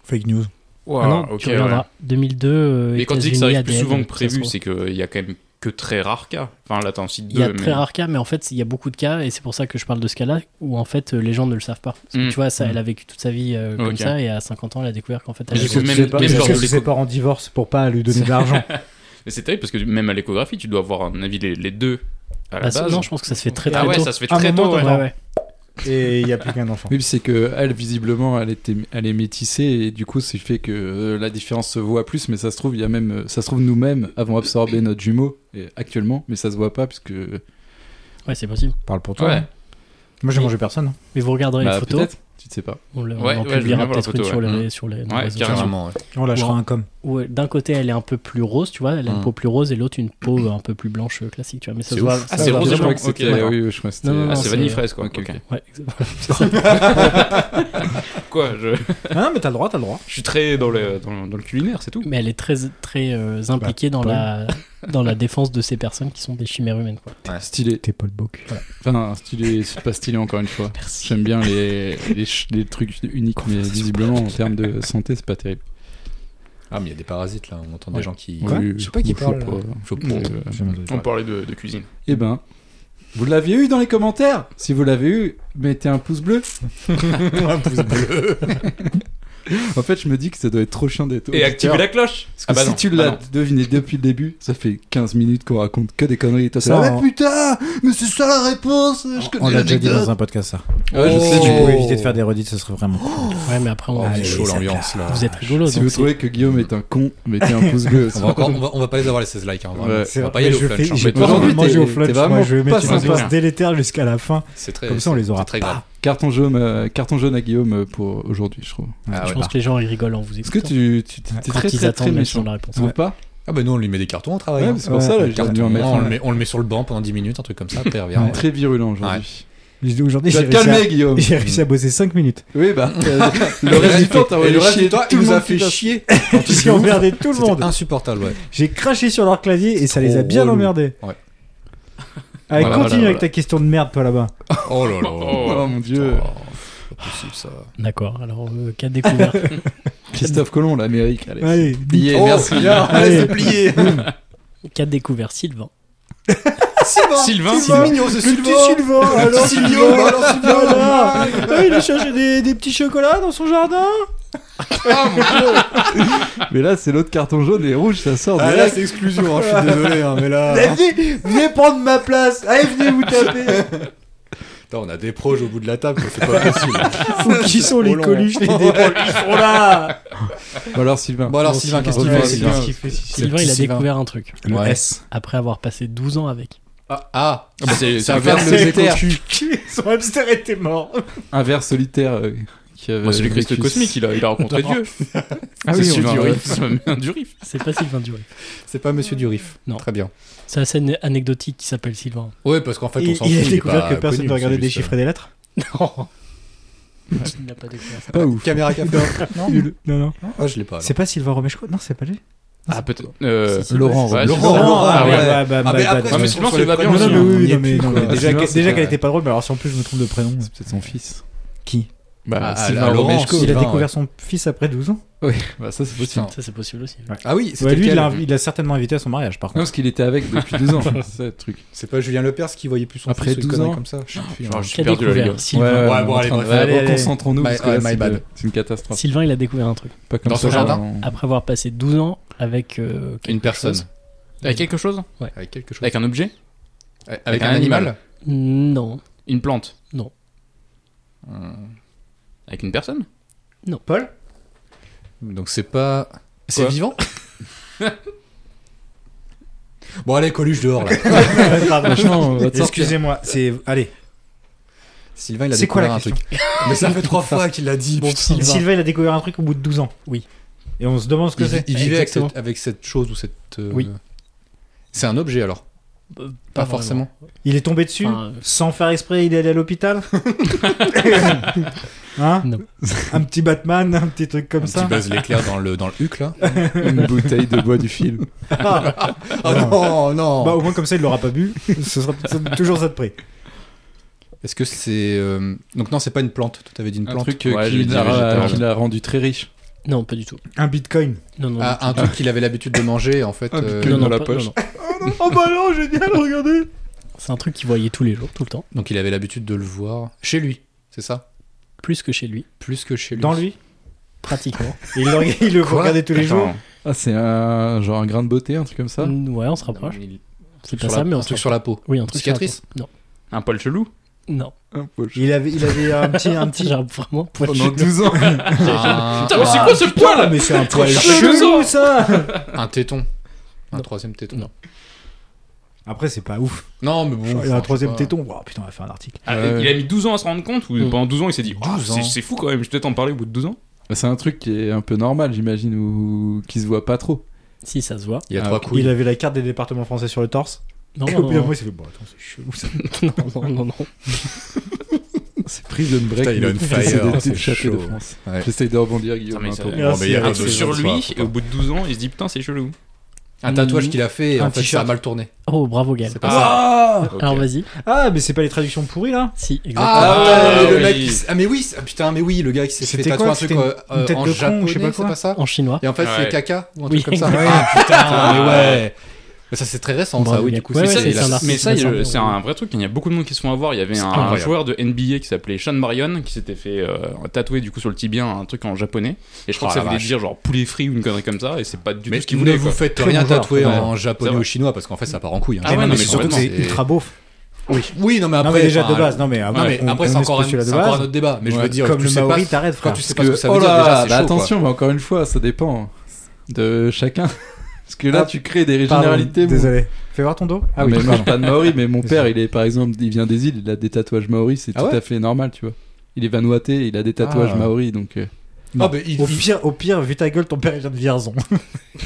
Fake news. Wow, Ah non, ok, tu reviendras. ouais. 2002. euh, Mais quand tu dis que ça États-Unis, arrive plus ADN, souvent que ça se prévu, trouve. c'est qu'il y a quand même que très rares cas. Enfin, là, t'as en cites Il y a deux, très mais- rares cas, mais en fait, il y a beaucoup de cas, et c'est pour ça que je parle de ce cas-là où en fait euh, les gens ne le savent pas. Parce que, Mm. Tu vois, ça, Mm. elle a vécu toute sa vie euh, comme Ok. ça, et à 50 ans, elle a découvert qu'en fait, Mais elle du avait- coup, même- sais pas, même je genre sais de l'écho- parents divorcent pour pas lui donner de l'argent. Mais c'est terrible parce que même à l'échographie, tu dois avoir, à mon avis, les, les deux à la Bah, base. non, je pense que ça se fait très très ah ouais, tôt. ça se fait Un très moment, tôt. ouais. t'en- Ouais, ouais. et il y a plus qu'un enfant. Oui, c'est que elle, visiblement, elle, était, elle est métissée et du coup, c'est fait que euh, la différence se voit plus, mais ça se trouve, il y a même, euh, ça se trouve, nous-mêmes avons absorbé notre jumeau et, actuellement, mais ça se voit pas puisque. Ouais, c'est possible. Parle pour hein. Ouais. Moi j'ai Oui. mangé personne. hein. Mais vous regarderez Bah, les photos. Ah, peut-être, tu ne sais pas. On, le- on Ouais, en ouais, je veux publiera bien voir la peut-être une photo, sur ouais. Mm. les, sur les, nos Ouais, réseaux carrément. sociaux. Carrément, ouais. On lâchera Ouais. un com. où euh, d'un côté elle est un peu plus rose, tu vois, elle a une Mm. peau plus rose et l'autre une peau euh, un peu plus blanche euh, classique, tu vois. Mais ça se voit. ça Ah, c'est va. rose Je et crois blanc, que ok, c'était- d'accord. oui, oui, je crois que c'était- Non, non, Ah, non, c'est c'est- vanille fraise, quoi. Ok, ok. Ok. Ouais, exactement. Quoi, je, Ah non mais t'as le droit, t'as le droit. je suis très dans le, dans, dans le culinaire, c'est tout. Mais elle est très très euh, impliquée dans Paul. la dans la défense de ces personnes qui sont des chimères humaines, quoi. Stylé. T'es pas le boc. Enfin, stylé, c'est pas stylé encore une fois. J'aime bien les, les, ch- les trucs uniques, mais visiblement, en termes de santé, c'est pas terrible. Ah, mais il y a des parasites là. On entend Ouais. des gens qui. Quoi Oui, Je sais pas qui ou parle, pas. Faut- Mais, euh, On parlait de, de cuisine. Eh ben, vous l'aviez eu dans les commentaires Si vous l'avez eu, mettez un pouce bleu. Un pouce bleu. En fait, je me dis que ça doit être trop chiant d'être Et auditeur. activer la cloche Parce que Ah bah si non, tu ah l'as non. deviné depuis le début, ça fait 15 minutes qu'on raconte que des conneries. Toi, t'es Ça, là, Ah, on- mais putain Mais c'est ça la réponse Je On connais l'a déjà dit l'anecdote. dans un podcast ça. Ouais, je sais, Si tu mais- pouvais éviter de faire des redites, ce serait vraiment cool. Ouais, mais après on- Oh, Allez, c'est chaud ça l'ambiance là. vous êtes rigolo. Ah, Si vous trouvez que Guillaume est un con, mettez un pouce bleu. On va, encore- on va- on va pas les avoir les 16 likes. Hein, vraiment. Ouais. On va pas y aller au hein. flunch. en J'ai fait. pas envie de Aujourd'hui, manger au t'es- flunch. t'es Moi, je vais vraiment mettre pas une sympa. séquence délétère jusqu'à la fin. C'est très. Comme ça, on les c'est aura Très pas. grave. Carton jaune, euh, carton jaune à Guillaume euh, pour aujourd'hui, je trouve. Ah Je ouais. pense que les gens ils rigolent en vous Parce bah. que écoutant. tu, tu t'es Quand très ils très, très attendent même si méchant. on a la réponse. Tu trouves pas Ah, bah nous, on lui met des cartons au travail. Ouais, hein. c'est pour ça, là, Ouais, j'ai dû en carton. mettre on, un. le met, on le met sur le banc pendant 10 minutes, un truc comme ça. Après, il revient. Ouais. Très virulent aujourd'hui. J'ai dit Aujourd'hui, Tu j'ai vas te réussi, calmer, à... Guillaume. j'ai réussi à bosser 5 minutes. Oui, bah. euh, Et le reste du temps, t'as et envoyé le reste chier du temps, tout il le nous a monde, fait putain. chier. J'ai emmerdé tout le C'était monde. Insupportable, ouais. J'ai craché sur leur clavier et ça les a trop bien relou. emmerdés. Ouais. Allez, Voilà, continue voilà, avec ta voilà. question de merde, toi là-bas. Oh là là. Oh. Oh mon dieu. Putain, c'est pas possible ça. Ah, D'accord. Alors euh, qu'a découvert Christophe Colomb, l'Amérique. Allez. Allez, Oh, Plié, merci. Allez. Oh, Allez, plier. Ah, qu'a découvert Sylvain. Sylvain, C'est mignon, c'est Le petit Sylvain. Sylvain, alors Sylvio, Sylvain, alors Sylvio. ah, voilà. Ah, Il a cherché des, des petits chocolats dans son jardin Mais là, c'est l'autre carton jaune et rouge, ça sort. Ah là, direct. c'est exclusion, hein, je suis désolé, hein, mais là. Mais venez, venez prendre ma place. Allez, venez vous taper. Attends, on a des proches au bout de la table, quoi, c'est pas possible. Faut qui sont les Trop long, coluches les débiles hein. Oh, Ils sont là. Bon, alors, Sylvain. Bon, alors, Sylvain, qu'est-ce qu'il Ouais, fait Sylvain. Sylvain Sylvain, il a découvert un truc. Le Ouais. S. Après avoir passé 12 ans avec. Ah, ah Ah bah, c'est- c'est un un verre verre. verset. solitaire. Son hamster était mort. Un verre solitaire. euh, qui avait- Moi, c'est le Christ qui- cosmique, il a, il a rencontré Non. Dieu. Ah c'est oui, Sylvain on- Durif. Sylvain Durif. C'est pas Sylvain Duré. C'est pas Monsieur Durif. Non. Très bien. C'est assez an- anecdotique qui s'appelle Sylvain. Ouais, parce qu'en fait, on il, s'en il fout, a est découvert pas que personne connu, ne regardait c'est des juste, euh, chiffres et des lettres. Non. Tu ne l'as pas découvert. ça. Pas euh, ouf. Caméra café. non, Nul. Non, non. Ah, je l'ai pas. alors. C'est pas Sylvain Romeshko Non, c'est pas lui. Ah, peut-être. euh, Si, si, Laurent. ouais, Roux. c'est Oh, Laurent, ça. Laurent, Ah, ouais. ouais. bah, bah, Ah, mais bah, après, bah, mais on Sylvain, se c'est voit pas sur bien les non, non, aussi, mais oui, oui, prénoms, on y non, est mais plus, non, quoi. mais Déjà, non, que- déjà qu'elle euh, était pas drôle, mais alors si en plus je me trompe de prénom. C'est son fils. Qui Bah, Ah, Sylvain la Laurent, Il Romeshko. a Sylvain, ouais. découvert son fils après 12 ans. Bah, ça, c'est Putain. possible. Ça, c'est possible aussi. Ah oui, c'était Ouais, lui, il lequel l'a, il l'a certainement invité à son mariage, par Non, contre. parce qu'il était avec depuis deux ans. C'est ça le truc. C'est pas Julien Lepers qui voyait plus son Après fils ou une 12 connerie ans. comme ça. Je sais plus, hein. Genre, je Qui suis a perdu là, les gars. découvert Sylvain ouais, bon, on est en allez, train de- bref, allez, allez. Concentrons-nous, My- parce que là, ouais, my c'est bad. de- c'est une catastrophe. Sylvain, il a découvert un truc. Pas comme Dans ça, son jardin on- Après avoir passé 12 ans avec. euh, quelque Une personne. chose. Avec quelque chose Avec quelque chose. Avec un objet Avec, un animal. Non. Une plante Non. Euh, Avec une personne Paul Donc c'est pas. C'est Quoi vivant Bon, allez, Coluche dehors là. Ah, Franchement, euh, on va te sortir. Excusez-moi, c'est. Allez. Sylvain, il a C'est quoi découvert la un truc. Mais ça fait trois fois qu'il l'a dit. Bon, putain. Sylvain. Sylvain, il a découvert un truc au bout de 12 ans. Oui. Et on se demande ce que Il, vi- c'est. il vivait avec Exactement. cette, avec cette chose ou cette. euh, Oui. C'est un objet alors Euh, Bah, Pas, vraiment. forcément. Il est tombé dessus Enfin, euh, Sans faire exprès, il est allé à l'hôpital Hein Non. Un petit Batman, un petit truc comme Un ça petit buzz l'éclair dans le, dans le huc là. Une bouteille de bois du film. Ah, Oh non, non Bah au moins comme ça, il l'aura pas bu. Ce sera peut-être toujours ça de près. Est-ce que c'est. euh, Donc non, c'est pas une plante. Tout avait dit une Un plante. truc euh, Ouais, je qui l'ai dit, l'a végétal. qui l'a rendu très riche. Non, pas du tout. Un bitcoin. Non, non. Ah, un truc qu'il avait l'habitude de manger en fait. Un euh, bitcoin. non, dans non, la pas- poche. non, Oh bah non, génial, regardez non. C'est un truc qu'il voyait tous les jours, tout le temps. Donc il avait l'habitude de le voir chez lui, c'est ça Plus que chez lui, Plus que chez lui. Dans lui pratiquement. Et Il le, il le Quoi regardait tous les jours. Attends, Ah, c'est un genre un grain de beauté, un truc comme ça. Mm, ouais, on se rapproche. il- C'est pas Sur ça, la- mais on un se truc rapproche. sur la peau. Oui, un truc sur la Cicatrice peau. Non. Un poil chelou Non. Il avait, il avait un petit, un petit. Genre vraiment. pour- Pendant 12 ans. Un, Putain, mais c'est quoi ce poil mais c'est un poil chelou, chelou ça un téton. Un Non. troisième téton. Non. Après c'est pas ouf. Non, mais Il bon. y a un troisième téton. Oh putain, on va faire un article. Ah, Ouais. Il a mis 12 ans à se rendre compte ou Mm. pendant 12 ans il s'est dit Ah, 12 c'est- ans. c'est fou quand même, je vais peut-être en parler au bout de 12 ans C'est un truc qui est un peu normal, j'imagine, ou qui se voit pas trop. Si, ça se voit. Il y a Ah, trois ok. couilles. Il avait la carte des départements français sur le torse. Non, Et non, au bout d'un non, moment, il s'est fait bon attends, c'est chelou ça. non, non, non, non. C'est prison break. Putain, il a une mais fire, c'est des c'est petites châteaux chaud. de France. Ouais. J'essaye de rebondir, Guillaume. Putain, mais un ça- peu. Merci. mais il y a Un Ah, truc deux sur ans, lui ça va, et au bout de 12 ans il se dit Putain, c'est chelou. Un tatouage qu'il a fait, et Un en fait, ça a t-shirt. mal tourné. Oh, bravo Gaël. C'est pas ça. Ah, Ok. Alors vas-y. ah mais c'est pas les traductions pourries là Si, exactement. Ah, Ah, ouais, le oui. mec qui s- ah, mais oui, c'est- ah, putain, mais oui, le gars qui s'est fait C'était tatouer quoi, un truc c'était une- euh, une tête en de con, japonais, je sais pas c'est quoi. pas ça En chinois. Et en fait, c'est Ouais. caca ou un Oui, truc comme ça. exactement. Ah, putain, mais ouais. Mais ça, c'est très récent, ça, Bravo, oui, Gaël. du coup. Ouais, c'est- ouais, c'est c'est un la- artiste. Mais ça, c'est il- ça. c'est un vrai truc, il y a beaucoup de monde qui se font avoir. Il y avait un, incroyable. joueur de NBA qui s'appelait Sean Marion qui s'était fait euh, tatouer du coup sur le tibia un truc en japonais. Et je Oh, crois que ça la voulait vache. dire genre poulet frit ou une connerie comme ça. Et c'est pas du Mais tout ce qu'il ne voulait. vous Quoi. faites Très rien bon joueur, tatouer ouais. en C'est japonais vrai. ou chinois parce qu'en fait ça part en couille. hein. Ah ouais, non, mais c'est surtout que complètement, c'est ultra beauf. Oui, oui, non mais non après mais déjà enfin, de base, non mais après, Non mais on- après on c'est est encore, un, postulé de c'est encore base. un autre débat. Mais je veux Ouais. dire, Comme tu le sais Maori, pas, t'arrêtes quand frère. tu sais pas Parce ce que- que ça oh veut dire là déjà, là, c'est bah chaud, quoi. attention, mais encore une fois, ça dépend de chacun. Parce que là, Ah, tu crées des Pardon, généralités. mon- Désolé. Fais voir ton dos. Ah oui, mais moi, pardon. je parle de Maori, mais mon père, il est par exemple, il vient des îles, il a des tatouages Maori, c'est Ah tout ouais à fait normal, tu vois. Il est Vanuaté, il a des tatouages Ah. Maori, donc euh, Ah, mais il, Au il- pire, au pire, vu ta gueule, ton père il vient de Vierzon.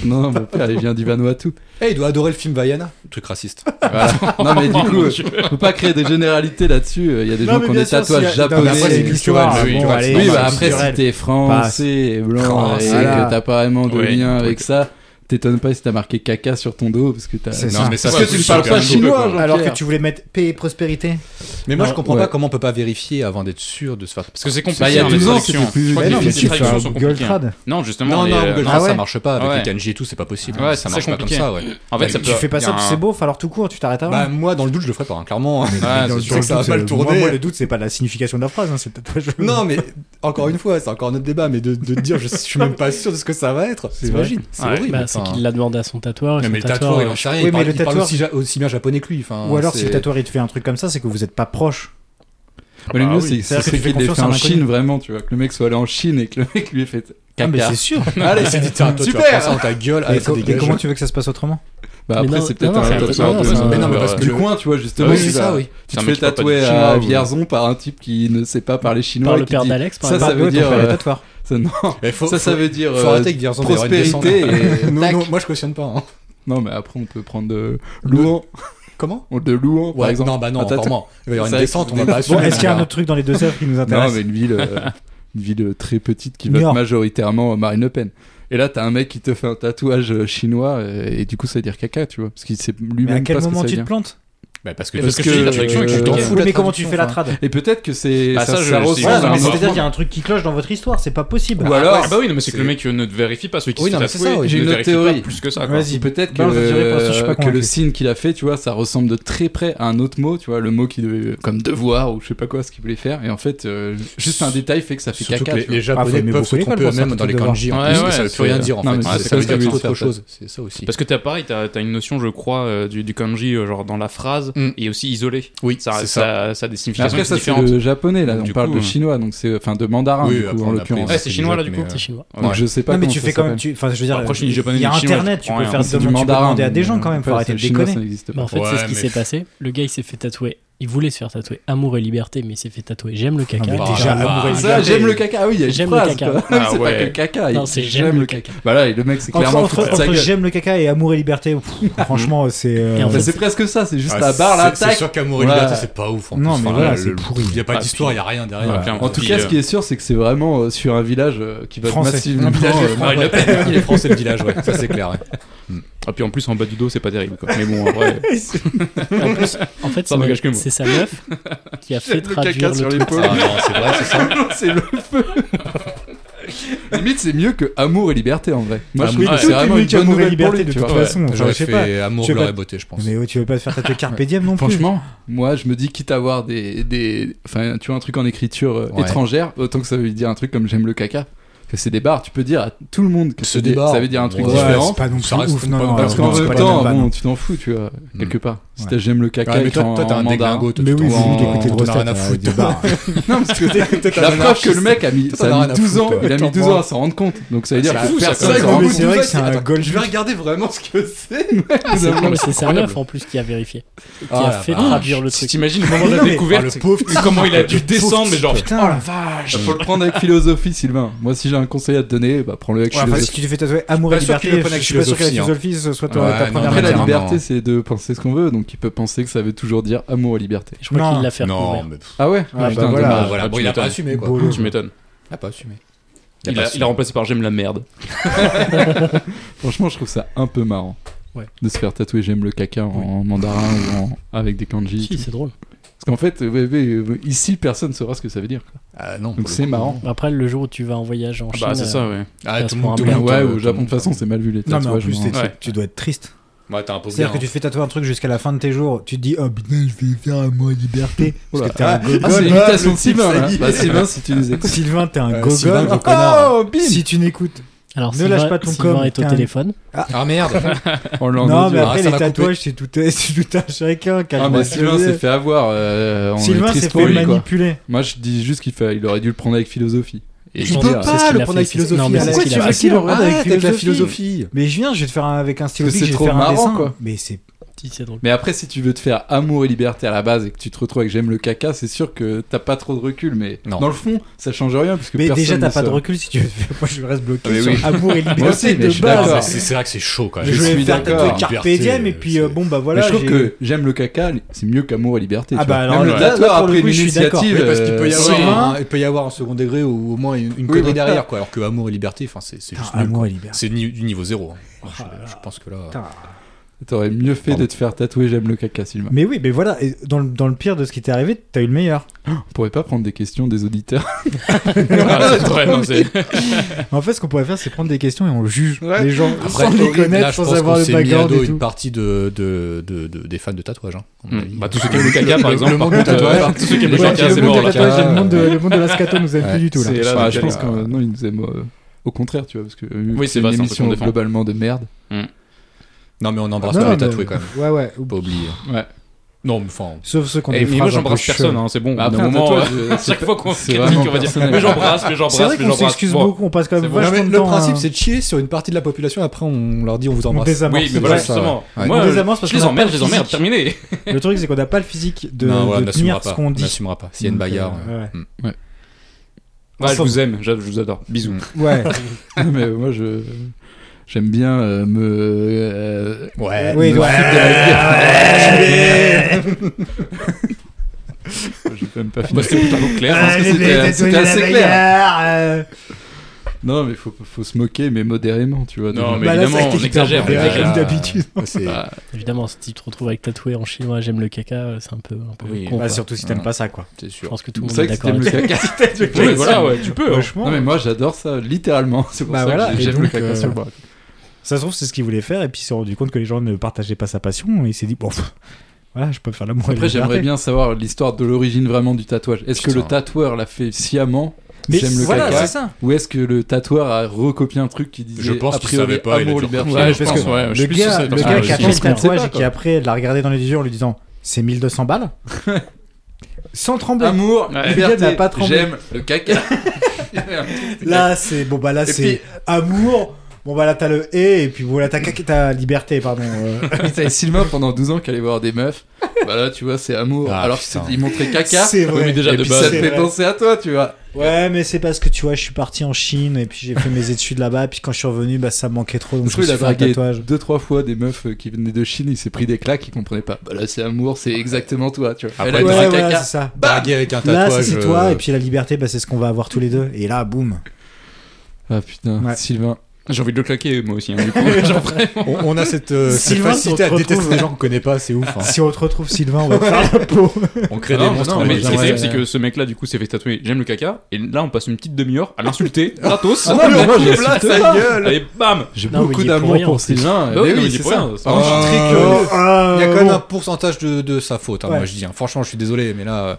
non, non, mon père, il vient du Vanuatu. Eh, il doit adorer le film Vaiana, truc raciste. Voilà. non mais du coup, Mon euh, Dieu. on peut pas créer des généralités là-dessus. euh, Il y a des Non, gens mais qui ont bien des sûr, tatouages si- non, mais après, japonais. c'est et- une culturel, histoire. mais oui, Bon, tu vois, allez, Oui, normal, bah c'est après, si culturel. t'es Passe. français, blanc, Français. et Voilà. que t'as pas vraiment de Ouais, lien truc. avec ça, t'étonnes pas si t'as marqué caca sur ton dos, parce que t'as. C'est Non ça. mais ça Parce c'est que tu super parles pas chaud. chinois, Jean-Pierre. Alors que tu voulais mettre paix et prospérité. Mais moi je Non, comprends ouais. pas comment on peut pas vérifier avant d'être sûr de se faire. Parce que c'est compliqué. Bah, il y a hein, 12 les ans, traductions. c'était plus. Je crois Mais que non, les mais les tu fais traductions un sont Google compliquées. hein. trad. Non, justement. Non les- non, Google Ah Trad, ça ouais. marche pas Ah avec ouais. Kanji et tout, c'est pas possible. Ouais, ça c'est marche très pas comme compliqué. ça, ouais. En fait, ça Tu peut. fais pas il y ça, a puis un- c'est beauf, alors tout court, tu t'arrêtes avant. Bah moi dans le doute je le ferai pas, hein, clairement. Dans Ah, c'est le sûr doute, ça a mal Moi, tourné. moi, le doute, c'est pas la signification de la phrase, hein, c'est le tatouage. Non mais Encore une fois, c'est encore notre débat, mais de, de dire je, je suis même pas sûr de ce que ça va être, vrai. t'imagines C'est Ouais. horrible. Bah, c'est enfin. qu'il l'a demandé à son tatoueur. et Non, son mais le tatoueur, tatoueur, il en sait rien. Oui, il mais parle, le il parle tatoueur- aussi, ja- aussi bien japonais que lui. Enfin, Ou alors si le c'est- tatoueur il te fait un truc comme ça, c'est que vous êtes pas proche. Mais le bah mieux, oui. c'est- C'est-à-dire c'est que tu fais qu'il l'ait fait confiance à un en inconnu. Chine, vraiment, tu vois. Que le mec soit allé en Chine et que le mec lui ait fait Bah, Ah mais caca. c'est sûr. Allez, c'est dit, Tiens, toi, tu vas super prendre ça dans ta gueule, Mais allez, Ah, ça co- mais dégage. comment tu veux que ça se passe autrement Bah Mais après, non, c'est peut-être non, non, un c'est un tatoueur tatoueur, de- c'est un- de- Mais non, mais de- parce du coin, tu vois, justement. Oui, tu c'est vas- ça, oui. Tu C'est Ah te un fais mec qui parle pas tatouer du à chinois, ou- Vierzon par un type qui ne sait pas parler chinois. Par et le qui père dit- d'Alex, par Ça, exemple. ça Bah, ouais, veut ton dire. père est euh, tatoueur. Ça, non. Eh, faut- Ça, ça veut dire. Faut euh, arrêter que Vierzon d'avoir une Prospérité descente. et. Non, tac. non, moi je cautionne pas. hein. Non, mais après, on peut prendre de Louan. Comment De Louan, par Ouais, exemple. Non, bah non, Attends, encore attends. moins. Il va y avoir C'est une vrai descente, que- on va pas Bon, assumer. est-ce qu'il y a un autre truc dans les deux sèvres qui nous Non, intéresse mais une ville, euh, une ville très petite qui Niort. vote majoritairement Marine Le Pen. Et là, t'as un mec qui te fait un tatouage euh, chinois euh, et, du coup, ça veut dire caca, tu vois. Parce qu'il sait Mais à lui-même quel pas ce que moment ça tu te veut dire. plantes Bah, parce que Parce que que, j'ai la traduction euh, avec t'en T'en Ouais. fous, fous le la mais comment tu fais la trad Et peut-être que c'est Bah, ça, ça, je- ça je- ressemble Voilà, à non, un mais rapport. c'est-à-dire il y a un truc qui cloche dans votre histoire, c'est pas possible. Ou alors, Ah bah oui, non, mais c'est que le mec euh, ne vérifie pas celui qui Oui, se non, fait mais c'est ça, tatouer, oui. il J'ai ne une autre vérifie pas théorie. plus que ça. quoi. Vas-y. ou peut-être que, Balance la durée, parce que je suis pas euh, que convaincu. le signe qu'il a fait, tu vois, ça ressemble de très près à un autre mot, tu vois, le mot qui devait euh, comme devoir ou je sais pas quoi ce qu'il voulait faire. Et en fait, euh, juste un détail fait que ça fait Surtout caca. que les, les tu vois. Ah, faut Japonais aimer peuvent beaucoup se l'école tromper pour ça, eux-mêmes tout dans les devoir. kanji. en Ouais, plus, parce ouais, que ça veut c'est- plus rien dire en Non, fait. mais c'est Ça veut parce dire que- tout autre ça, chose. C'est ça aussi. Parce que t'as pareil, t'as as une notion, je crois, euh, du, du kanji, euh, genre dans la phrase, Mm. et aussi isolé. Oui, ça, c'est ça. ça a des Mais significations après, ça c'est différentes. le japonais là, Donc, on du parle coup, de euh, chinois, donc c'est enfin de mandarin Oui, du coup après, en on a l'occurrence. pris- Ouais, c'est chinois, là, du japonais, coup. C'est chinois. Donc Ouais. je sais pas. Non mais comment tu ça fais quand s'appelle. même, tu- enfin je veux dire, Après, je suis ni japonais, il y a ni chinois, internet, je tu comprends peux rien. faire C'est du demander- tu peux mandarin, demander à des mais, gens quand euh, même, faut arrêter c'est de chinois, déconner. ça n'existe Bah, pas. en fait, Ouais, c'est ce qui mais- s'est passé. Le gars, il s'est fait tatouer. Il voulait se faire tatouer Amour et Liberté, mais il s'est fait tatouer J'aime le caca. Ah, mais Bah, déjà, bah, amoureux, ça, Ça, liberté. j'aime le caca, oui, il y a une J'aime le phrase, caca. quoi. Ah c'est pas ouais. que le caca. Non, il- c'est J'aime le caca. Voilà, et Bah le mec, c'est Entre, clairement foutu entre, de sa entre gueule. j'aime le caca et amour et liberté, pff, franchement c'est. euh, Et en Enfin, fait, c'est presque ça, c'est juste Ah, la barre, là, c'est- tac. C'est sûr qu'Amour et Voilà. Liberté, c'est pas ouf. en Non, plus. mais Enfin, voilà, le- c'est pourri. Il n'y a pas Ah, d'histoire, il puis- n'y a rien derrière. Voilà. puis un En coup, tout cas, puis, ce qui est sûr, c'est que c'est vraiment euh, sur un village euh, qui va être Français. massivement. Un village euh, Marine Le Pen. Il est français le village, ouais, ça c'est clair. ouais. Ah, puis en plus, en bas du dos, c'est pas terrible. quoi. Mais bon, en vrai, En plus, en fait, Ça c'est- n'engage que moi. c'est sa meuf qui a fait le traduire caca le sur truc. l'épaule. Ah, non, c'est vrai, c'est ça. C'est le feu. Limite, c'est mieux que amour et liberté en vrai. Moi, je Amour- trouve que Ah, c'est ouais. Tout est vraiment mieux une bonne qu'amour et nouvelle pour liberté, lui, de tu toute vois. façon. Ouais. J'aurais je sais pas. fait Amour, Tu veux gloire pas- et beauté, je pense. Mais ouais, tu veux pas te faire tatouer Carpe Diem non plus. Franchement, moi je me dis quitte à avoir des, des enfin tu vois un truc en écriture euh, Ouais. étrangère, autant que ça veut dire un truc comme j'aime le caca, que c'est des barres, tu peux dire à tout le monde que Ce c'est des- débat, ça veut dire un truc ouais, différent. c'est pas non Ça plus reste ouf, pas non, une non, bonne Parce non, non, qu'en c'est même pas la temps, même vanne. bon, tu t'en fous, tu vois, quelque part. Si Ouais. t'as j'aime le caca, Mm. Ouais, mais et toi, qu'en- toi, t'as en un mandarin. déglingo, toi, Mais tu oui, t'en- vous écoutez t'en as grosses rien à têtes, foutre. des barres. Non, parce que T'as la un preuve que le anarchiste. mec a mis, Toi, t'en as ça a rien mis à 12 ans, foutre, il a mis toi. 12 ans à s'en rendre compte. Donc ça veut dire C'est que fou, ça, personne quand s'en même. rend Mais compte. c'est vrai que c'est un gold. Je vais regarder vraiment ce que c'est. Ah, c'est- non, mais c'est sa incroyable. meuf en plus qui a vérifié. Qui Ah, a fait la vache. traduire le si truc. t'imagines le moment de la Non, mais- découverte, Ah, le pauvre petit comment il a dû Le pauvre descendre, mais genre, Putain, Oh la vache Faut le prendre avec philosophie, Sylvain. Moi, si j'ai un conseil à te donner, bah prends-le avec Ouais, enfin, si tu philosophie. te fais tatouer amour et Pas sûr liberté, qu'il le je prenne avec suis pas sûr que la philosophie, hein. philosophie ce soit ta, Ouais, ta non, première Après, mais la matière. clairement. liberté, c'est de penser ce qu'on veut, donc il peut penser que ça veut toujours dire amour et liberté. Je crois Non. qu'il l'a fait Non, recouvrir. mais Ah ouais Ah, bah, Putain, voilà. dommage. voilà, Ah, bon, tu il a pas m'étonnes. assumé quoi. Bolos. tu m'étonnes. Il a pas assumé. Il a, il a remplacé par j'aime la merde. Ah Franchement, je trouve ça un peu marrant. Ouais. De se faire tatouer j'aime le caca en, en mandarin ou en- avec des kanji. Si, c'est drôle. Parce qu'en fait, ouais, ouais, ouais, ici, personne ne saura ce que ça veut dire. quoi. Ah non. pour bah Donc le c'est coup. marrant. Bah, Après, le jour où tu vas en voyage en Ah Chine, bah, c'est euh, ça, ouais. Ah, Ça tout se le prend monde. un tout le bien. Ouais, monde, tout le au monde, Japon, de tout toute le façon, monde. c'est mal vu les Non, mais en tatouages, plus, hein. t'es- Ouais. tu dois être triste. Ouais, t'es un pauvre. C'est-à-dire que bien. tu te fais tatouer un truc jusqu'à la fin de tes jours, tu te dis oh putain, je vais faire amour et liberté. Parce Oula. que t'es un Ah, c'est gogol. l'imitation le de Sylvain, type, là. ça y est. Bah, Sylvain, si tu nous écoutes. Sylvain, t'es un Euh, Sylvain, gogol. Oh, gros connard. bim Si tu n'écoutes. alors Ne Sylvain- lâche pas ton Sylvain com, est au putain. téléphone. Ah merde. On l'a Non, entendu, mais hein. Ah, après, ça les va couper. tatouages, c'est tout euh, c'est tout un chacun. Ah, calme-toi. mais Sylvain s'est fait avoir. euh, on est Sylvain triste s'est pour fait lui, quoi. manipuler. Moi, je dis juste qu'il fait- il aurait dû le prendre avec philosophie. Et Je il pense dit, que ah, c'est ce qu'il a fait, c'est- Non, mais c'est ce Ah, Pourquoi qu'il tu a veux fait. qu'il en regarde Arrête avec la philosophie. Mais je viens, je vais te faire un- avec un stylo Parce que bic, je c'est vais te faire trop un marrant, dessin. quoi. Mais c'est Si, c'est drôle. Mais après, si tu veux te faire amour et liberté à la base et que tu te retrouves avec j'aime le caca, c'est sûr que t'as pas trop de recul. Mais Non. dans le fond, ça change rien puisque Mais personne déjà ne t'as pas de saura. recul si tu moi je reste bloqué Ah, mais sur oui. amour et liberté Moi aussi, mais je de suis base. d'accord. Ah, c'est- C'est vrai que c'est chaud quand Je même. Je vais suis faire tatouer d'accord. Carpe Liberté, Diem et puis c'est- euh, bon bah Mais voilà. je trouve j'ai- que j'aime le caca, c'est mieux qu'amour et liberté. Ah tu bah vois. alors Même là- le là, tatoueur pour le après coup, une je suis d'accord. initiative. Oui, parce qu'il peut y euh, c'est- avoir, un, il peut y avoir un second degré ou au moins une, une Oui, connerie voilà. derrière, quoi. Alors que Amour et Liberté, enfin, c'est c'est Putain, juste nul. amour quoi. et liberté. C'est ni- du niveau zéro. hein. Je, je pense que là. Putain. T'aurais mieux fait de te faire tatouer J'aime le caca, Sylvain. Mais oui, mais voilà, et dans, le, dans le pire de ce qui t'est arrivé, t'as eu le meilleur. On pourrait pas prendre des questions des auditeurs. Ah, c'est vrai, non, c'est- En fait, ce qu'on pourrait faire, c'est prendre des questions et on juge Ouais. les gens sans les connaître, là, je sans pense avoir qu'on le s'est mis à background dos et une tout. partie de, de, de- de- des fans de tatouage. hein, à mon Hmm. avis. Bah, tous ceux qui aiment le caca, par Le exemple. monde par du contre, euh, tatouage. Tous ceux qui aiment Ouais, le caca, le c'est monde mort, de là. tatouage et le monde de- Ouais. le monde de la scato nous aime Ouais. plus du tout là. C'est là, Bah, donc, je pense euh, que euh, non, ils nous aiment euh, au contraire, tu vois, parce que euh, Oui, c'est une vrai, c'est un peu Bah, émission qu'on défend. globalement de merde. Non, mais on embrasse Non, pas mais- les tatoués quand même. Ouais, ouais. Faut Pas oublier. Ouais. Non, mais enfin. Sauf ceux qu'on Et Eh, mais moi, j'embrasse personne, hein, c'est bon. Bah, Au bout après, d'un un moment, tatouage, euh, euh, à c'est chaque fois pas- qu'on se c'est critique, vraiment on va dire personnel. Mais j'embrasse, mais j'embrasse, C'est vrai mais qu'on j'embrasse. s'excuse Bon. beaucoup, on passe quand même C'est bon. vachement Non, mais de le temps principe, à- c'est de chier sur une partie de la population. Après, on leur dit on vous on embrasse. désamorce. Oui, mais voilà, c'est ça. justement. Ouais. Moi, On les je- amorce parce je les qu'on a emmerde, pas je le les emmerde, physique. terminé. Le truc, c'est qu'on n'a pas le physique de, non, ouais, on de tenir n'assumera ce pas. qu'on On dit. n'assumera pas. S'il y a une Donc, euh, bagarre. euh, ouais. Ouais, je Ensemble. vous aime, je je vous adore. Bisous. Ouais, mais euh, moi, je j'aime bien euh, me. euh, Ouais. oui, donc- j'ai quand même pas fini. Bah, C'était plutôt clair. Ah, hein, parce que les c'était- tatouages, C'était la assez clair. bagarre, euh. Non, mais faut, faut se moquer, mais modérément, tu vois. déjà. Non, Bah mais là, ça a évidemment, été on hyper exagère. on modéré, Ouais, exagère. comme d'habitude. ouais, c'est- Bah, Évidemment, si tu te retrouves avec tatoué en chinois, j'aime le caca, euh, c'est un peu, un peu Oui. con. Bah, quoi. surtout si t'aimes pas ça, quoi. C'est Je sûr. pense que tout le c'est monde vrai est que si d'accord. t'aimes le avec ça. caca. Ouais, Voilà, ouais, tu peux. hein. Franchement, euh, Non, mais moi, j'adore ça, littéralement. C'est pour Bah ça voilà, que et j'aime le donc, caca euh, sur le bras. ça se trouve, c'est ce qu'il voulait faire, et puis il s'est rendu compte que les gens ne partageaient pas sa passion, et il s'est dit, bon, pff, voilà, je peux faire l'amour. et la Après, j'aimerais liberté. bien savoir l'histoire de l'origine vraiment du tatouage. Est-ce que Putain. le tatoueur l'a fait sciemment Mais J'aime le voilà, caca. c'est ça. Ou est-ce que le tatoueur a recopié un truc qui disait Je pense a qu'il priori, savait pas, il a amour, dû liberté Ouais, je parce pense, que ouais. je Le suis plus sûr que gars, c'est le parce gars que qui a je fait pense le qu'on le sait tatouage pas, et quoi. qui après l'a regardé dans les yeux en lui disant, c'est 1200 balles Sans trembler. Amour, Ouais. Le gars n'a liberté, pas tremblé. j'aime le caca. Là, c'est bon, bah là, Et c'est amour. Bon, bah là, t'as le et, et puis voilà, t'as caca- t'as liberté, pardon. euh. T'avais Sylvain pendant 12 ans qui allait voir des meufs. Voilà, tu vois, c'est amour. Ah, Alors putain. bah, qu'il montrait caca. C'est vrai. Oui, mais déjà, Et de puis, base, ça c'est te fait vrai. penser à toi, tu vois. Ouais, mais c'est parce que tu vois, je suis parti en Chine et puis j'ai fait mes études là-bas. Puis quand je suis revenu, bah ça me manquait trop, donc je Je me trouve il suis a fait un dragué tatouage. deux trois fois des meufs euh, qui venaient de Chine, il s'est pris des claques, il comprenait pas. Bah là c'est amour, c'est exactement toi, tu vois. Après, Elle a Ouais, Ouais, dit voilà, caca. c'est ça. Baguer avec un Là, ça, tatouage. c'est toi, euh, et puis la liberté, bah, c'est ce qu'on va avoir tous les deux. Et là, boum. Ah putain, Ouais. Sylvain. J'ai envie de le claquer, moi aussi. hein, du coup. Genre, vraiment. On, on a cette, euh, cette Sylvain, facilité on à te détester retrouve, les gens qu'on connaît pas, c'est ouf. hein. Si on te retrouve, Sylvain, on va te faire la peau. On crée Ah des non, monstres. non, en mais mode, ce qui est ouais, terrible, ouais. c'est que ce mec-là, du coup, s'est fait tatouer J'aime le caca. Et là, on passe une petite demi-heure à l'insulter, gratos. Ah non, mais moi, Allez, j'insulte sa gueule. Allez, bam. J'ai Non, mais beaucoup il est pour d'amour rien, en pour plus. Sylvain. Bah mais oui, mais oui, il est c'est pour ça. rien. c'est Ah, pas- je suis très curieux. Oh, Euh, Il y a quand même bon. un pourcentage de, de sa faute, hein, Ouais. moi je dis. hein. Franchement, je suis désolé, mais là. euh,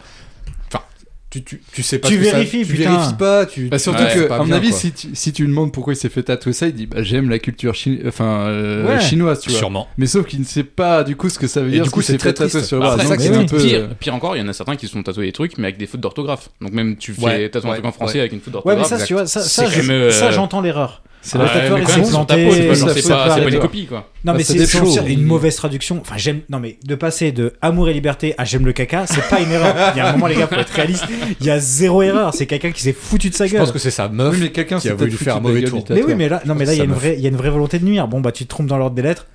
Enfin, tu, tu, tu sais pas. Tu ce que ça- vérifies, tu putain. vérifies pas. Tu, Bah surtout Ouais, que, c'est à pas mon bien, avis, quoi. si tu, si tu lui demandes pourquoi il s'est fait tatouer ça, il dit bah, j'aime la culture chinoise, enfin euh, Ouais. chinoise, tu vois. Sûrement. Mais sauf qu'il ne sait pas du coup ce que ça veut Et dire. du ce coup, qu'il c'est s'est très fait tatouer triste. sur le Bah, bras. c'est Donc, ça qui c'est est un triste. peu. Pire, pire encore, il y en a certains qui se sont tatoués des trucs, mais avec des fautes d'orthographe. Donc même tu fais Ouais, tatouer un truc ouais, en français ouais. avec une faute Ouais, mais Oh, d'orthographe. ça, tu vois, ça, ça, C'est quand je- même, euh, ça, j'entends l'erreur. C'est la Ouais, tatoueur, mais ils quand sont même, c'est sur ta plantés, peau, c'est pas, genre, ça c'est se pas, fait c'est pas pas, des toi. copies, quoi. Non, Bah, mais ça c'est dépend. sans dire une mauvaise traduction. Enfin, j'aime. Non, mais de passer de amour et liberté à j'aime le caca, c'est pas une erreur. Il y a un moment, les gars, faut être réaliste. Il y a zéro erreur. C'est quelqu'un qui s'est foutu de sa Je gueule. pense que c'est sa meuf. Oui, mais quelqu'un qui a s'est voulu peut-être faire un foutu de la mauvais gueule tour. du Mais tatoueur. oui, mais là, non, mais là, il y, a Ça une me- vraie- il y a une vraie volonté de nuire. Bon, bah, tu te trompes dans l'ordre des lettres.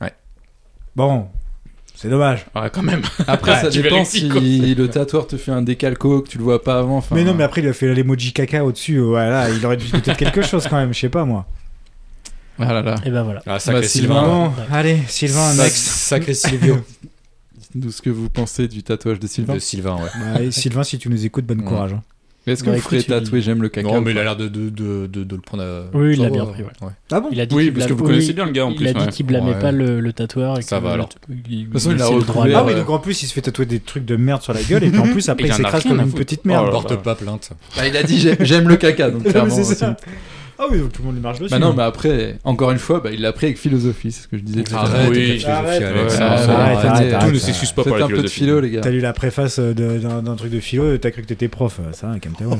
Ouais. Bon, c'est dommage. Ouais, quand même. Après, ça Tu dépend vérifies, si quoi. le tatoueur te fait un décalco, que tu le vois pas avant. enfin- mais non, mais après, il a fait l'emoji caca au-dessus. Voilà, il aurait dû peut-être quelque chose quand même. Je sais pas, moi. Ah là là. Et ben voilà. Ah, sacré Bah, Sylvain. Sylvain. Bon, allez, Sylvain, Sac- next. Sacré Silvio. Dites-nous ce que vous pensez du tatouage de Sylvain. De Sylvain, ouais. Bah, et Sylvain, si tu nous écoutes, bon Ouais. courage. hein. Mais Est-ce que Bah, vous écoute, ferez il- tatouer J'aime le caca Non, ou mais il pas a l'air de, de, de, de, de le prendre à. Oui, il Ça l'a va, bien pris, ouais. Ah bon Il a dit Oui, qu'il parce que blâme- vous connaissez oui, bien le gars en Il plus. a dit ouais. qu'il blâmait Ouais. pas le, le tatoueur. Et Ça que va, le- alors. il- toute façon, il l'a laissait le droit recouvert, Ah libre. oui, euh, donc en plus, il se fait tatouer des trucs de merde sur la gueule. Et puis en plus, après, Et il il en a s'écrase rien comme à une foutre. petite merde. Oh là là. Porte pas plainte. Bah, Il a dit j'ai- J'aime le caca, donc Non, mais clairement. euh, c'est c'est ça. une- Ah oui, donc tout le monde lui marche dessus. Bah non, mais après, encore une fois, bah, il l'a pris avec philosophie, c'est ce que je disais tout à l'heure. Ah, Arrête, oui. avec la philosophie, Arrête, Alex. Arrête, ouais. Arrête, arrête, Tout arrête. ne s'excuse pas pour Faites la un peu de philosophie. philo, les gars. T'as lu la préface euh, de- d'un d'un truc de philo, t'as cru que t'étais prof, euh, ça, calme-toi.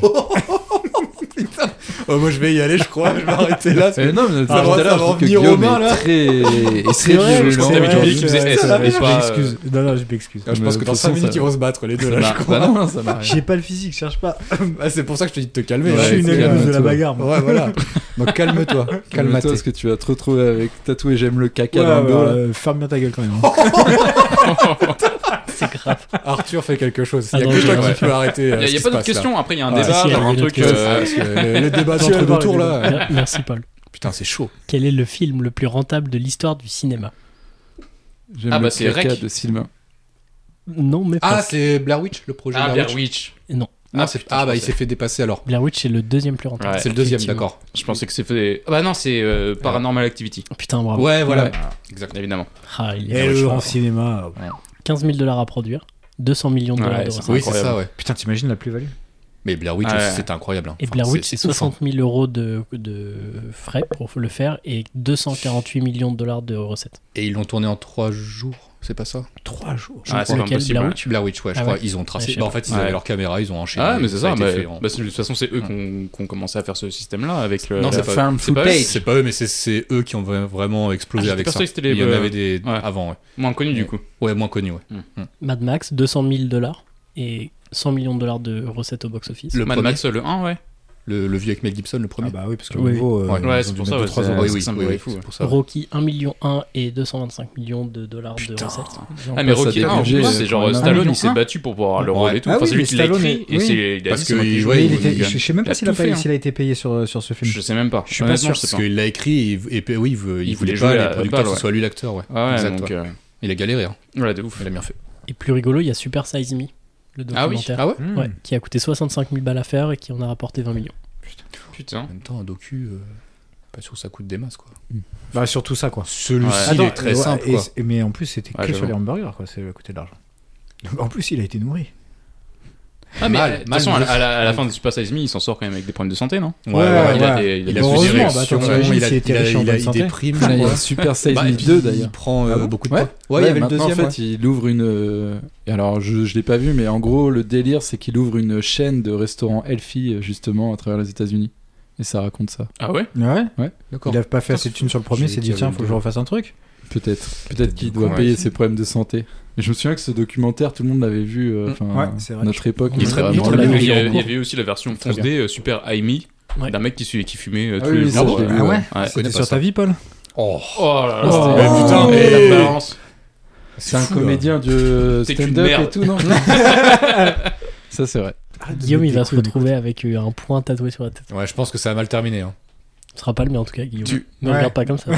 Oh, moi, je vais y aller, je crois. Je vais arrêter là. parce que- Euh, non, mais tout Ah, à l'heure, ça va je trouve que revenir au Guillaume bain, est là. très, est très vrai, violent. c'est T'avais vrai, oublié qu'il c'est faisait eh, vrai, S, c'est vrai, mais pas, Je m'excuse. Non, non, je m'excuse. Ah, Je pense que dans 5 Mais de toute façon, minutes, ça- ils vont se battre, les deux, là, Bah, je crois. bah non, ça marche. J'ai pas le physique, cherche pas. Ah, C'est pour ça que je te dis de te calmer. je Ouais, suis une c'est amuse calme, de la toi. bagarre. moi. Ouais, voilà. Donc calme-toi. Calme-toi Calme-toi. parce que tu vas te retrouver avec tatoué j'aime le caca Ouais, dans le ouais, dos. là. euh, ferme bien ta gueule quand même. C'est grave. Arthur fait quelque chose. Ah Il y a non, que je- toi ouais. qui peux arrêter. Il n'y a, pas d'autres questions. Après, il y a un Ouais, débat, si, il y a genre un une autre truc. question. euh, Le débat Tu vas voir d'entre deux les tours débats. là. Merci Paul. Putain, c'est chaud. Quel est le film le plus rentable de l'histoire du cinéma J'aime Ah, le bah, c'est caca Rec. de Sylvain. Non, mais pas. Ah, c'est Blair Witch, le projet Ah, Blair Blair Witch. Witch. Non. Ah, Ah, c'est- putain, ah, je bah il pensais. s'est fait dépasser alors. Blair Witch est le deuxième plus rentable. Ouais. C'est le deuxième, Effectivement. d'accord. Je pensais que c'était. Ah bah non, c'est euh, Paranormal Activity. Putain, bravo. Ouais, voilà. Ouais. Exactement. Évidemment. Ah, il est Et fort, le je crois. en cinéma. oh. 15 000 dollars à produire, 200 millions de dollars Ouais, de c'est recettes. Oui, c'est incroyable. ça, ouais. Putain, t'imagines la plus-value Mais Blair Witch, Ouais. aussi, c'était incroyable. hein. Et Enfin, Blair Witch, c'est c'est ouf, hein. 60 000 euros de, de frais pour le faire et 248 millions de dollars de recettes. Et ils l'ont tourné en 3 jours, c'est pas ça Trois jours. Ah, c'est pas Lequel, impossible. Blair ouais. Witch Blair Witch, ouais, je Ah crois. ouais. Ils ont tracé. Ouais, je sais bah, en pas. fait, ils avaient Ouais. leur caméra, ils ont enchaîné. Ah, mais c'est ça. a été bah, fait en- bah, c'est- de toute façon, c'est eux Mm. qui ont- qui ont commencé à faire ce système-là avec le. Non, la- c'est pas- c'est pas eux, C'est pas eux, mais c'est- c'est eux qui ont vra- vraiment Ah, explosé j'étais avec persuadé ça. que c'était les- Il y en euh, avait des ouais. avant, ouais. moins connu du coup. Ouais, moins connus, ouais. Mad Max, 200 000 dollars et 100 millions de dollars de recettes au box-office. Le Mad premier, Max, le 1, ouais. le, le vieux avec Mel Gibson, le Ah premier. bah oui, parce que Oui. le niveau. Ouais, Ouais, c'est pour ça. ouais, Ah, c'est- oui, c'est oui, simple, oui, ouais, oui, fou, ouais. c'est pour ça. Rocky, 1 million 1 et 225 millions de dollars de recettes. Ah, mais Ça, Rocky des 1, en budgets, plus, euh, c'est genre quand même. Stallone, Un il s'est battu pour pouvoir avoir le Ouais. rôle et tout. Ah Enfin, oui, c'est lui mais qui l'a Stallone écrit est- et oui. c'est. il a- Parce c'est moi que, qui joue, ouais, il il joue était- Logan. je sais même Il pas a s'il a, tout pas- fait, hein. s'il a été payé sur, euh, sur ce film. Je sais même pas. Je suis pas Honnêtement, sûr. je Parce sais qu'il l'a écrit, et, et- et oui, il, veut- il Il voulait voulait pas jouer les à la producteurs balle, que ouais. ce soit lui l'acteur, ouais. pas. Ouais, Exact, donc. ouais. euh, Il a galéré, hein. Ouais, de ouf. il a bien fait. Et plus rigolo, il y a Super Size Me, le Ah oui, documentaire. Ah ouais Hmm. Ouais, qui a coûté 65 000 balles à faire et qui en a rapporté 20 millions. Putain. En même temps, un docu, euh, pas sûr que ça coûte des masses, quoi. Bah, surtout ça, quoi. Celui-ci, Ouais. il est très ouais, simple, et- quoi. et- mais en plus, c'était Ouais, que j'avoue. sur les hamburgers, quoi. C'est à côté de l'argent. En plus, il a été nourri. Ah, mais Mal, de toute mal façon, à la- joué. à la à la fin de Super Size Me, il s'en sort quand même avec des problèmes de santé, non Ouais, Ouais, ouais, Il a ouais. des- il a Il des a Heureusement, suivi bah, attends, t'imagines il a, s'il était il a- riche en il a bonne eu santé. des primes, Là, je il y a crois. Super Size Bah, Me et puis, 2 Il d'ailleurs. prend euh, Ah bon beaucoup de Ouais, poids. Ouais, il y avait le maintenant, deuxième. en ouais. fait, il ouvre une. euh, Alors, je, je l'ai pas vu, mais en gros, le délire, c'est qu'il ouvre une chaîne de restaurants healthy, euh, justement, à travers les États-Unis. Et ça raconte ça. Ah ouais Ouais. D'accord. Il a pas fait assez de thunes sur le premier, il s'est J'ai dit dit qu'il y tiens, avait faut que deux. je refasse un truc. Peut-être. Peut-être Peut-être qu'il du doit coup, payer ouais. ses problèmes de santé. Et je me souviens que ce documentaire, tout le monde l'avait vu. euh, Mm. Enfin, Ouais, c'est vrai. notre époque. Il on serait- l'a il vraiment serait vu. bien. Il y avait- en il y cours. avait aussi la version Très fonce D euh, Super Amy Ouais. d'un mec qui, suivait- qui fumait euh, Ah tous oui, les ça, jours. je l'ai euh, vu, ouais. ouais. C'était pas sur ça. ta vie, Paul Oh, Oh là là, Oh. c'était- Eh, putain, putain, eh, eh. la balance. C'est un fou, là. comédien de T'es qu'une stand-up merde. et tout, non Ça, c'est vrai. Guillaume, il va se retrouver avec euh, un point tatoué sur la tête. Ouais, je pense que ça a mal terminé. hein. Ce sera pas le mien en tout cas, Guillaume. Tu- Ne Ouais. regarde pas comme ça.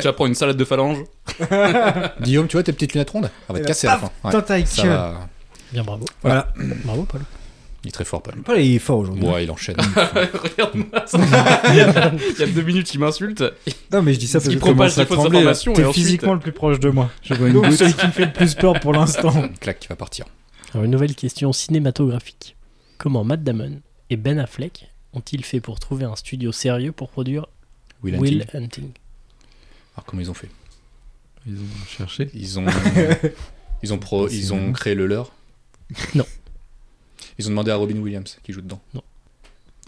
Tu apprends une salade de phalange. Guillaume, tu vois tes petites lunettes rondes On va Eh ben, te casser à la paf, fin. Ouais. Tentaille. Ça va. Bien, bravo. Voilà. Bravo, Paul. Il est très fort, Paul. Paul, il est fort aujourd'hui. Ouais, il enchaîne. Regarde-moi ça. Il y a- il y a deux minutes, il m'insulte. Non, mais je dis ça parce Il que propage des à fausses trembler, là. informations. et t'es ensuite- physiquement le plus proche de moi. Je vois une Donc, goutte. celui qui me fait le plus peur pour l'instant. Clac, qui va partir. Alors, une nouvelle question cinématographique. Comment Matt Damon et Ben Affleck ont-ils fait pour trouver un studio sérieux pour produire Will Will, Hunting. Hunting Alors, comment ils ont fait Ils ont cherché. Ils ont, ils ont, pro- ils ont créé le leur Non. Ils ont demandé à Robin Williams qui joue dedans.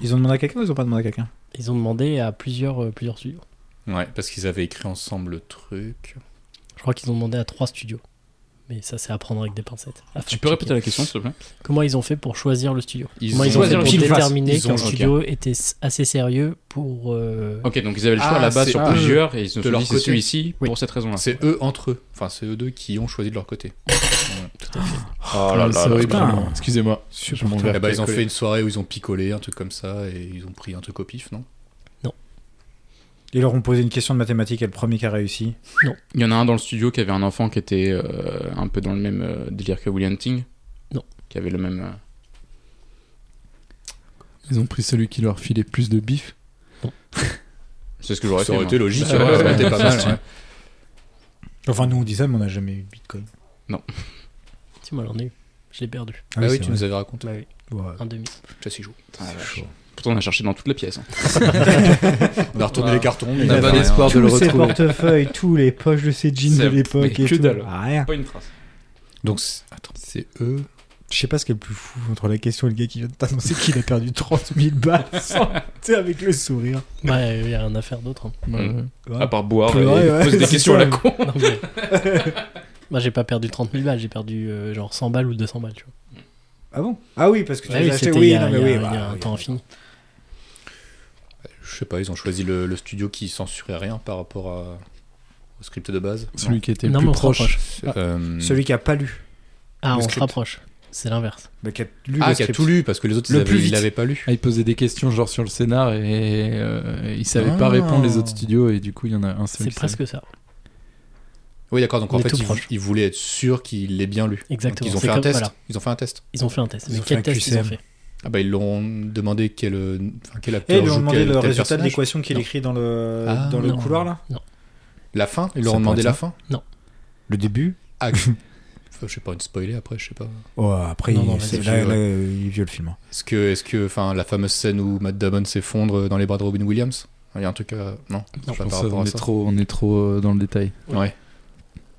Ils ont demandé à quelqu'un ou ils ont pas demandé à quelqu'un Ils ont demandé à plusieurs, euh, plusieurs studios. Ouais, parce qu'ils avaient écrit ensemble le truc. Je crois qu'ils ont demandé à trois studios. Mais ça, c'est à prendre avec des pincettes. Afin Tu de checker. peux répéter la question, s'il te plaît Comment ils ont fait pour choisir le studio Ils Comment ont ils ont fait choisir pour le studio. déterminer Ils ont- qu'un ok. studio était s- assez sérieux pour. euh, Ok, donc ils avaient le choix Ah, à la base c'est sur eux. plusieurs et ils se De sont leur dit c'est côté. celui-ci Oui. pour cette raison-là. C'est eux entre eux. Enfin, c'est eux deux qui ont choisi de leur côté. Oh là là Ah, C'est là. horrible. putain. Excusez-moi. Je m'en vais. Eh ben, ils ont fait une soirée où ils ont picolé, un truc comme ça, et ils ont pris un truc au pif, non Ils leur ont posé une question de mathématiques et le premier qui a réussi. Il y en a un dans le studio qui avait un enfant qui était euh, un peu dans le même euh, délire que William Ting. Non. Qui avait le même. euh, Ils ont pris celui qui leur filait plus de bif. C'est ce que j'aurais Ça fait. aurait moi. été logique, Ouais, ouais, ouais, ça aurait été pas mal. Ah ouais. Enfin, nous on dit ça, mais on n'a jamais eu de bitcoin. Tu m'en l'en ai eu. Je l'ai perdu. Ah oui, tu nous avais raconté. Ouais. Un demi. Ça s'y joue. Pourtant, on a cherché dans toute la pièce. hein. On a retourné les cartons. mais On il Ah, a n'a pas bah, fait rien. d'espoir de le Tous ses retrouver. portefeuilles, tous les poches de ses jeans C'est- de l'époque mais et que tout. dalle. Ah, rien. Pas une trace. Donc, c'est- attends, c'est eux. Je sais pas ce qui est le plus fou entre la question et le gars qui vient de t'annoncer qu'il a perdu 30 000 balles sans- tu sais, avec le sourire. Ouais, Bah, il y a rien à faire d'autre. hein. Ouais, ouais. Ouais. À part boire Ouais, et ouais, poser des c'est questions ça. à la con. Non, mais- Moi, j'ai pas perdu 30 000 balles, j'ai perdu euh, genre 100 balles ou 200 balles, tu vois. Ah bon Ah oui, parce que tu Ah oui, l'as acheté. c'était il y Oui, a, non, mais il y a- oui. il y a bah, un oui. temps infini. Je sais pas, ils ont choisi le, le studio qui censurait rien par rapport à- au script de base. Celui qui était le Non, mais plus on se proche. rapproche. Euh, Celui qui a pas lu. Ah, on se script. rapproche. C'est l'inverse. Bah, qui a lu ah, le qui a script. tout lu parce que les autres Le ils plus avaient- ils vite. l'avaient pas lu. Ah, il posait des questions genre sur le scénar et euh, il savait Ah. pas répondre les autres studios et du coup il y en a un seul. C'est qui presque ça. Oui, d'accord. Donc On en est fait, tout ils, proche. ils voulaient être sûrs qu'il l'ait bien lu. Exactement. Donc, ils ont C'est fait un comme- test. voilà. Ils ont fait un test. Ils ont fait un test. Ils mais ont quel fait un test ils ont QCM. fait Ah bah ils l'ont demandé quel, euh, enfin, quel acteur Et ils lui ont joue demandé quel, le tel résultat de personnage. l'équation qu'il Non. écrit dans le, Ah, dans le non. couloir là La fin Ils leur Ça ont demandé pourrait la être fin Le début Ah, enfin, je sais pas, une spoiler après, je sais pas. Oh, après, Non, non, il- vas-y, c'est- je- là, là, ouais. il viole le film. hein. Est-ce que, est-ce que, enfin, la fameuse scène où Matt Damon s'effondre dans les bras de Robin Williams Il y a un truc, à... non, Non. pas par Pour ça, rapport on à est ça. trop, on est trop euh, dans le détail. Ouais.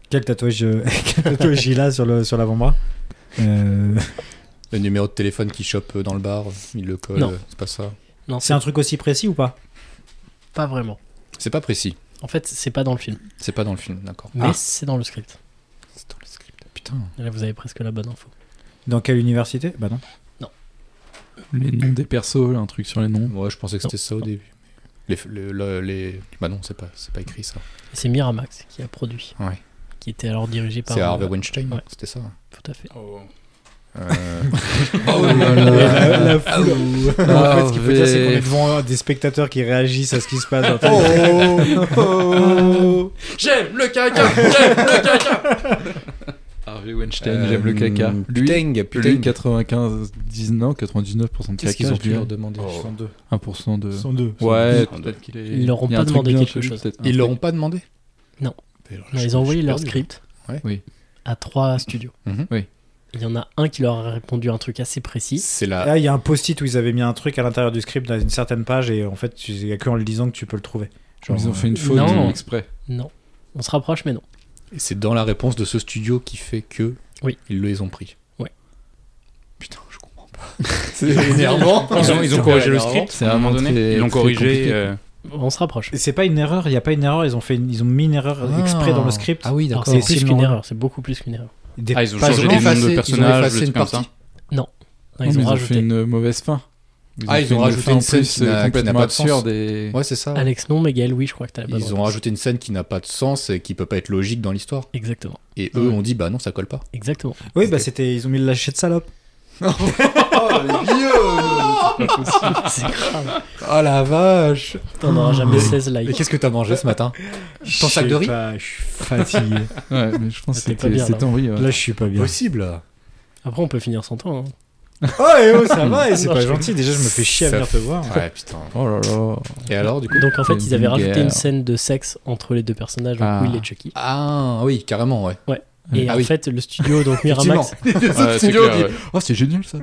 Quel tatouage, euh, quel tatouage il a sur le- sur l'avant-bras Euh, Le numéro de téléphone qu'il chope dans le bar, il le colle. Non. euh, C'est pas ça. Non, C'est c'est un truc aussi précis ou pas pas vraiment. C'est pas précis. En fait, c'est pas dans le film, C'est pas dans le film, d'accord. mais c'est dans le script. c'est dans le script. Putain. Là, vous avez presque la bonne info. Dans quelle université Bah non. Les noms des persos, un truc sur les noms. Moi, je pensais que c'était ça au début. Les, le- le- les... Bah non, c'est pas, c'est pas écrit ça. Et C'est Miramax qui a produit. Ouais. Qui était alors dirigé par. C'est Harvey euh, Weinstein, ouais. c'était ça. Tout à fait. Oh. Euh, Oh là là. La, la foule. en Ah, fait, ce qu'il faut dire, c'est qu'on est mais- devant des spectateurs qui réagissent à ce qui se passe. dans le film. Oh, oh. J'aime le caca J'aime le caca Harvey euh, Weinstein, Euh, j'aime le caca. Lui, Putain, lui putain. 95, 19, 99% de caca. Qu'est-ce qu'ils ont je pu dirais. leur demander Oh. 1% de. Ils sont deux. Ouais, Ils sont peut-être qu'il est. Ils leur ont il y a pas un truc demandé bien quelque chez lui, chose. peut-être. Ils Un l'auront truc. pas demandé Non. Mais alors, Non, je- ils ont je envoyé suis leur perdu. script Ouais. Oui. à trois studios. Mhm. Oui. Il y en a un qui leur a répondu un truc assez précis. C'est la. Là, il y a un post-it où ils avaient mis un truc à l'intérieur du script dans une certaine page et en fait, tu- il n'y a que en le lisant que tu peux le trouver. Genre, Ils ont fait une faute Non. euh, exprès. Non. On se rapproche, mais non. Et c'est dans la réponse de ce studio qui fait que. Oui. Ils les ont pris. Ouais. Putain, je comprends pas. C'est énervant. Ils ont, ils ont corrigé le énervant. script C'est à un moment vraiment donné. très- Ils l'ont très corrigé. compliqué. euh, On se rapproche. Et C'est pas une erreur, il n'y a pas une erreur, ils ont, fait une- ils ont mis une erreur exprès dans le script. Ah oui, Alors, d'accord. C'est Et plus sinon- qu'une erreur. C'est beaucoup plus qu'une erreur. Des Ah, ils ont pages- changé ont les noms effacé- ils de ont personnages, effacé des une trucs comme ça. partie. Non, ils ont fait rajouté. une mauvaise fin. Ah, ils ont fait une rajouté fin une en scène plus qui euh, n'a- qui n'a complètement pas de sens. absurde. Et... Ouais, c'est ça. ouais. Alex, non, mais Gaël, oui, je crois que Eh ben, t'as la bonne Ils ont réponse. rajouté une scène qui n'a pas de sens et qui peut pas être logique dans l'histoire. Exactement. Et eux ont dit bah non, ça colle pas. Exactement. Oui, bah c'était, ils ont mis le lâcher de salope. C'est grave. Oh la vache T'en auras jamais Mais- 16 likes. Mais qu'est-ce que t'as mangé ce matin Ton sac de riz Je suis fatigué. Ouais, mais je pense que T'es pas c'était bien, c'était là. en riz, ouais. Là, je suis pas bien. Possible Après, on peut finir sans toi. hein. Oh, et oh, ça va, et c'est Non, pas je- gentil. Déjà, je me fais chier à Ça venir te voir. Ouais, putain. Oh là là. Et alors, du coup Donc en fait, C'est ils avaient rajouté vulgaire. une scène de sexe entre les deux personnages, donc Ah. Will et Chucky. Ah oui, carrément, ouais. Et Ah en oui. fait, le studio, donc Miramax, Ouais, c'est clair, ouais. Oh, c'est génial ça.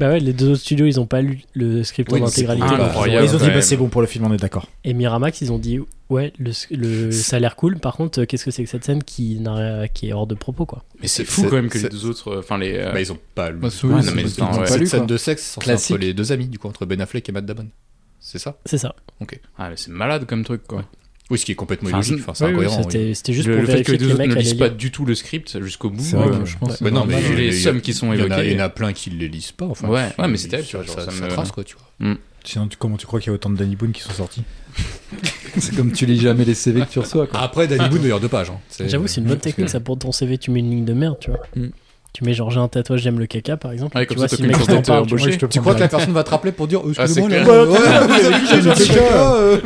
bah ouais, les deux autres studios, ils ont pas lu le script Oui, en mais c'est intégralité. incroyable. donc ils ont- Incroyable. Ils ont dit, Ouais, bah c'est mais- bon pour le film, on est d'accord. Et Miramax, ils ont dit, ouais, le, le- ça a l'air cool. Par contre, euh, qu'est-ce que c'est que cette scène qui, n'a- qui est hors de propos, quoi Mais C'est fou quand même que les deux autres. euh, Enfin, les. euh, Bah ils ont pas lu. Bah, Cette celui-là, Ouais, c'est non, mais parce qu'ils attends, l'ont ouais. pas lu, quoi. scène de sexe c'est Classique. entre les deux amis, du coup, entre Ben Affleck et Matt Damon. C'est ça C'est ça. Ah, mais c'est malade comme truc, quoi. Oui, ce qui est complètement Enfin, illogique, enfin c'est Ouais, ouais, incohérent. oui. C'était c'était juste le, pour le fait que vérifier les que deux les autres mecs ne allaient lisent pas lire. du tout le script jusqu'au bout. C'est vrai euh, que je pense. que Ouais, non, c'est mais vu il y les a- sommes qui sont Il y, en a, il évoquées. y en a plein qui les lisent pas, enfin. Ouais, qui- ouais, mais c'est terrible, Ça, tu vois, genre, ça, ça me- trace, quoi, tu vois. Sinon, tu- comment tu crois qu'il y a autant de Danny Boone qui sont sortis C'est comme tu lis jamais les CV que tu reçois, quoi. Après, Danny Boone, d'ailleurs, deux pages. hein. C'est- J'avoue, c'est une bonne Parce que- technique, ça. Pour ton CV, tu mets une ligne de merde, tu vois. Mm. Tu mets genre, j'ai un tatouage, j'aime le caca, par exemple. Ouais, tu comme vois, ça, si t'as le aucune mec chance d'être t'en parle, tu vois, embauché. je te prends Tu crois que dans la- la personne va te rappeler pour dire, oh, Ah, c'est excusez-moi, là, ouais, clair. ouais, j'ai J'aime le le check, caca. euh.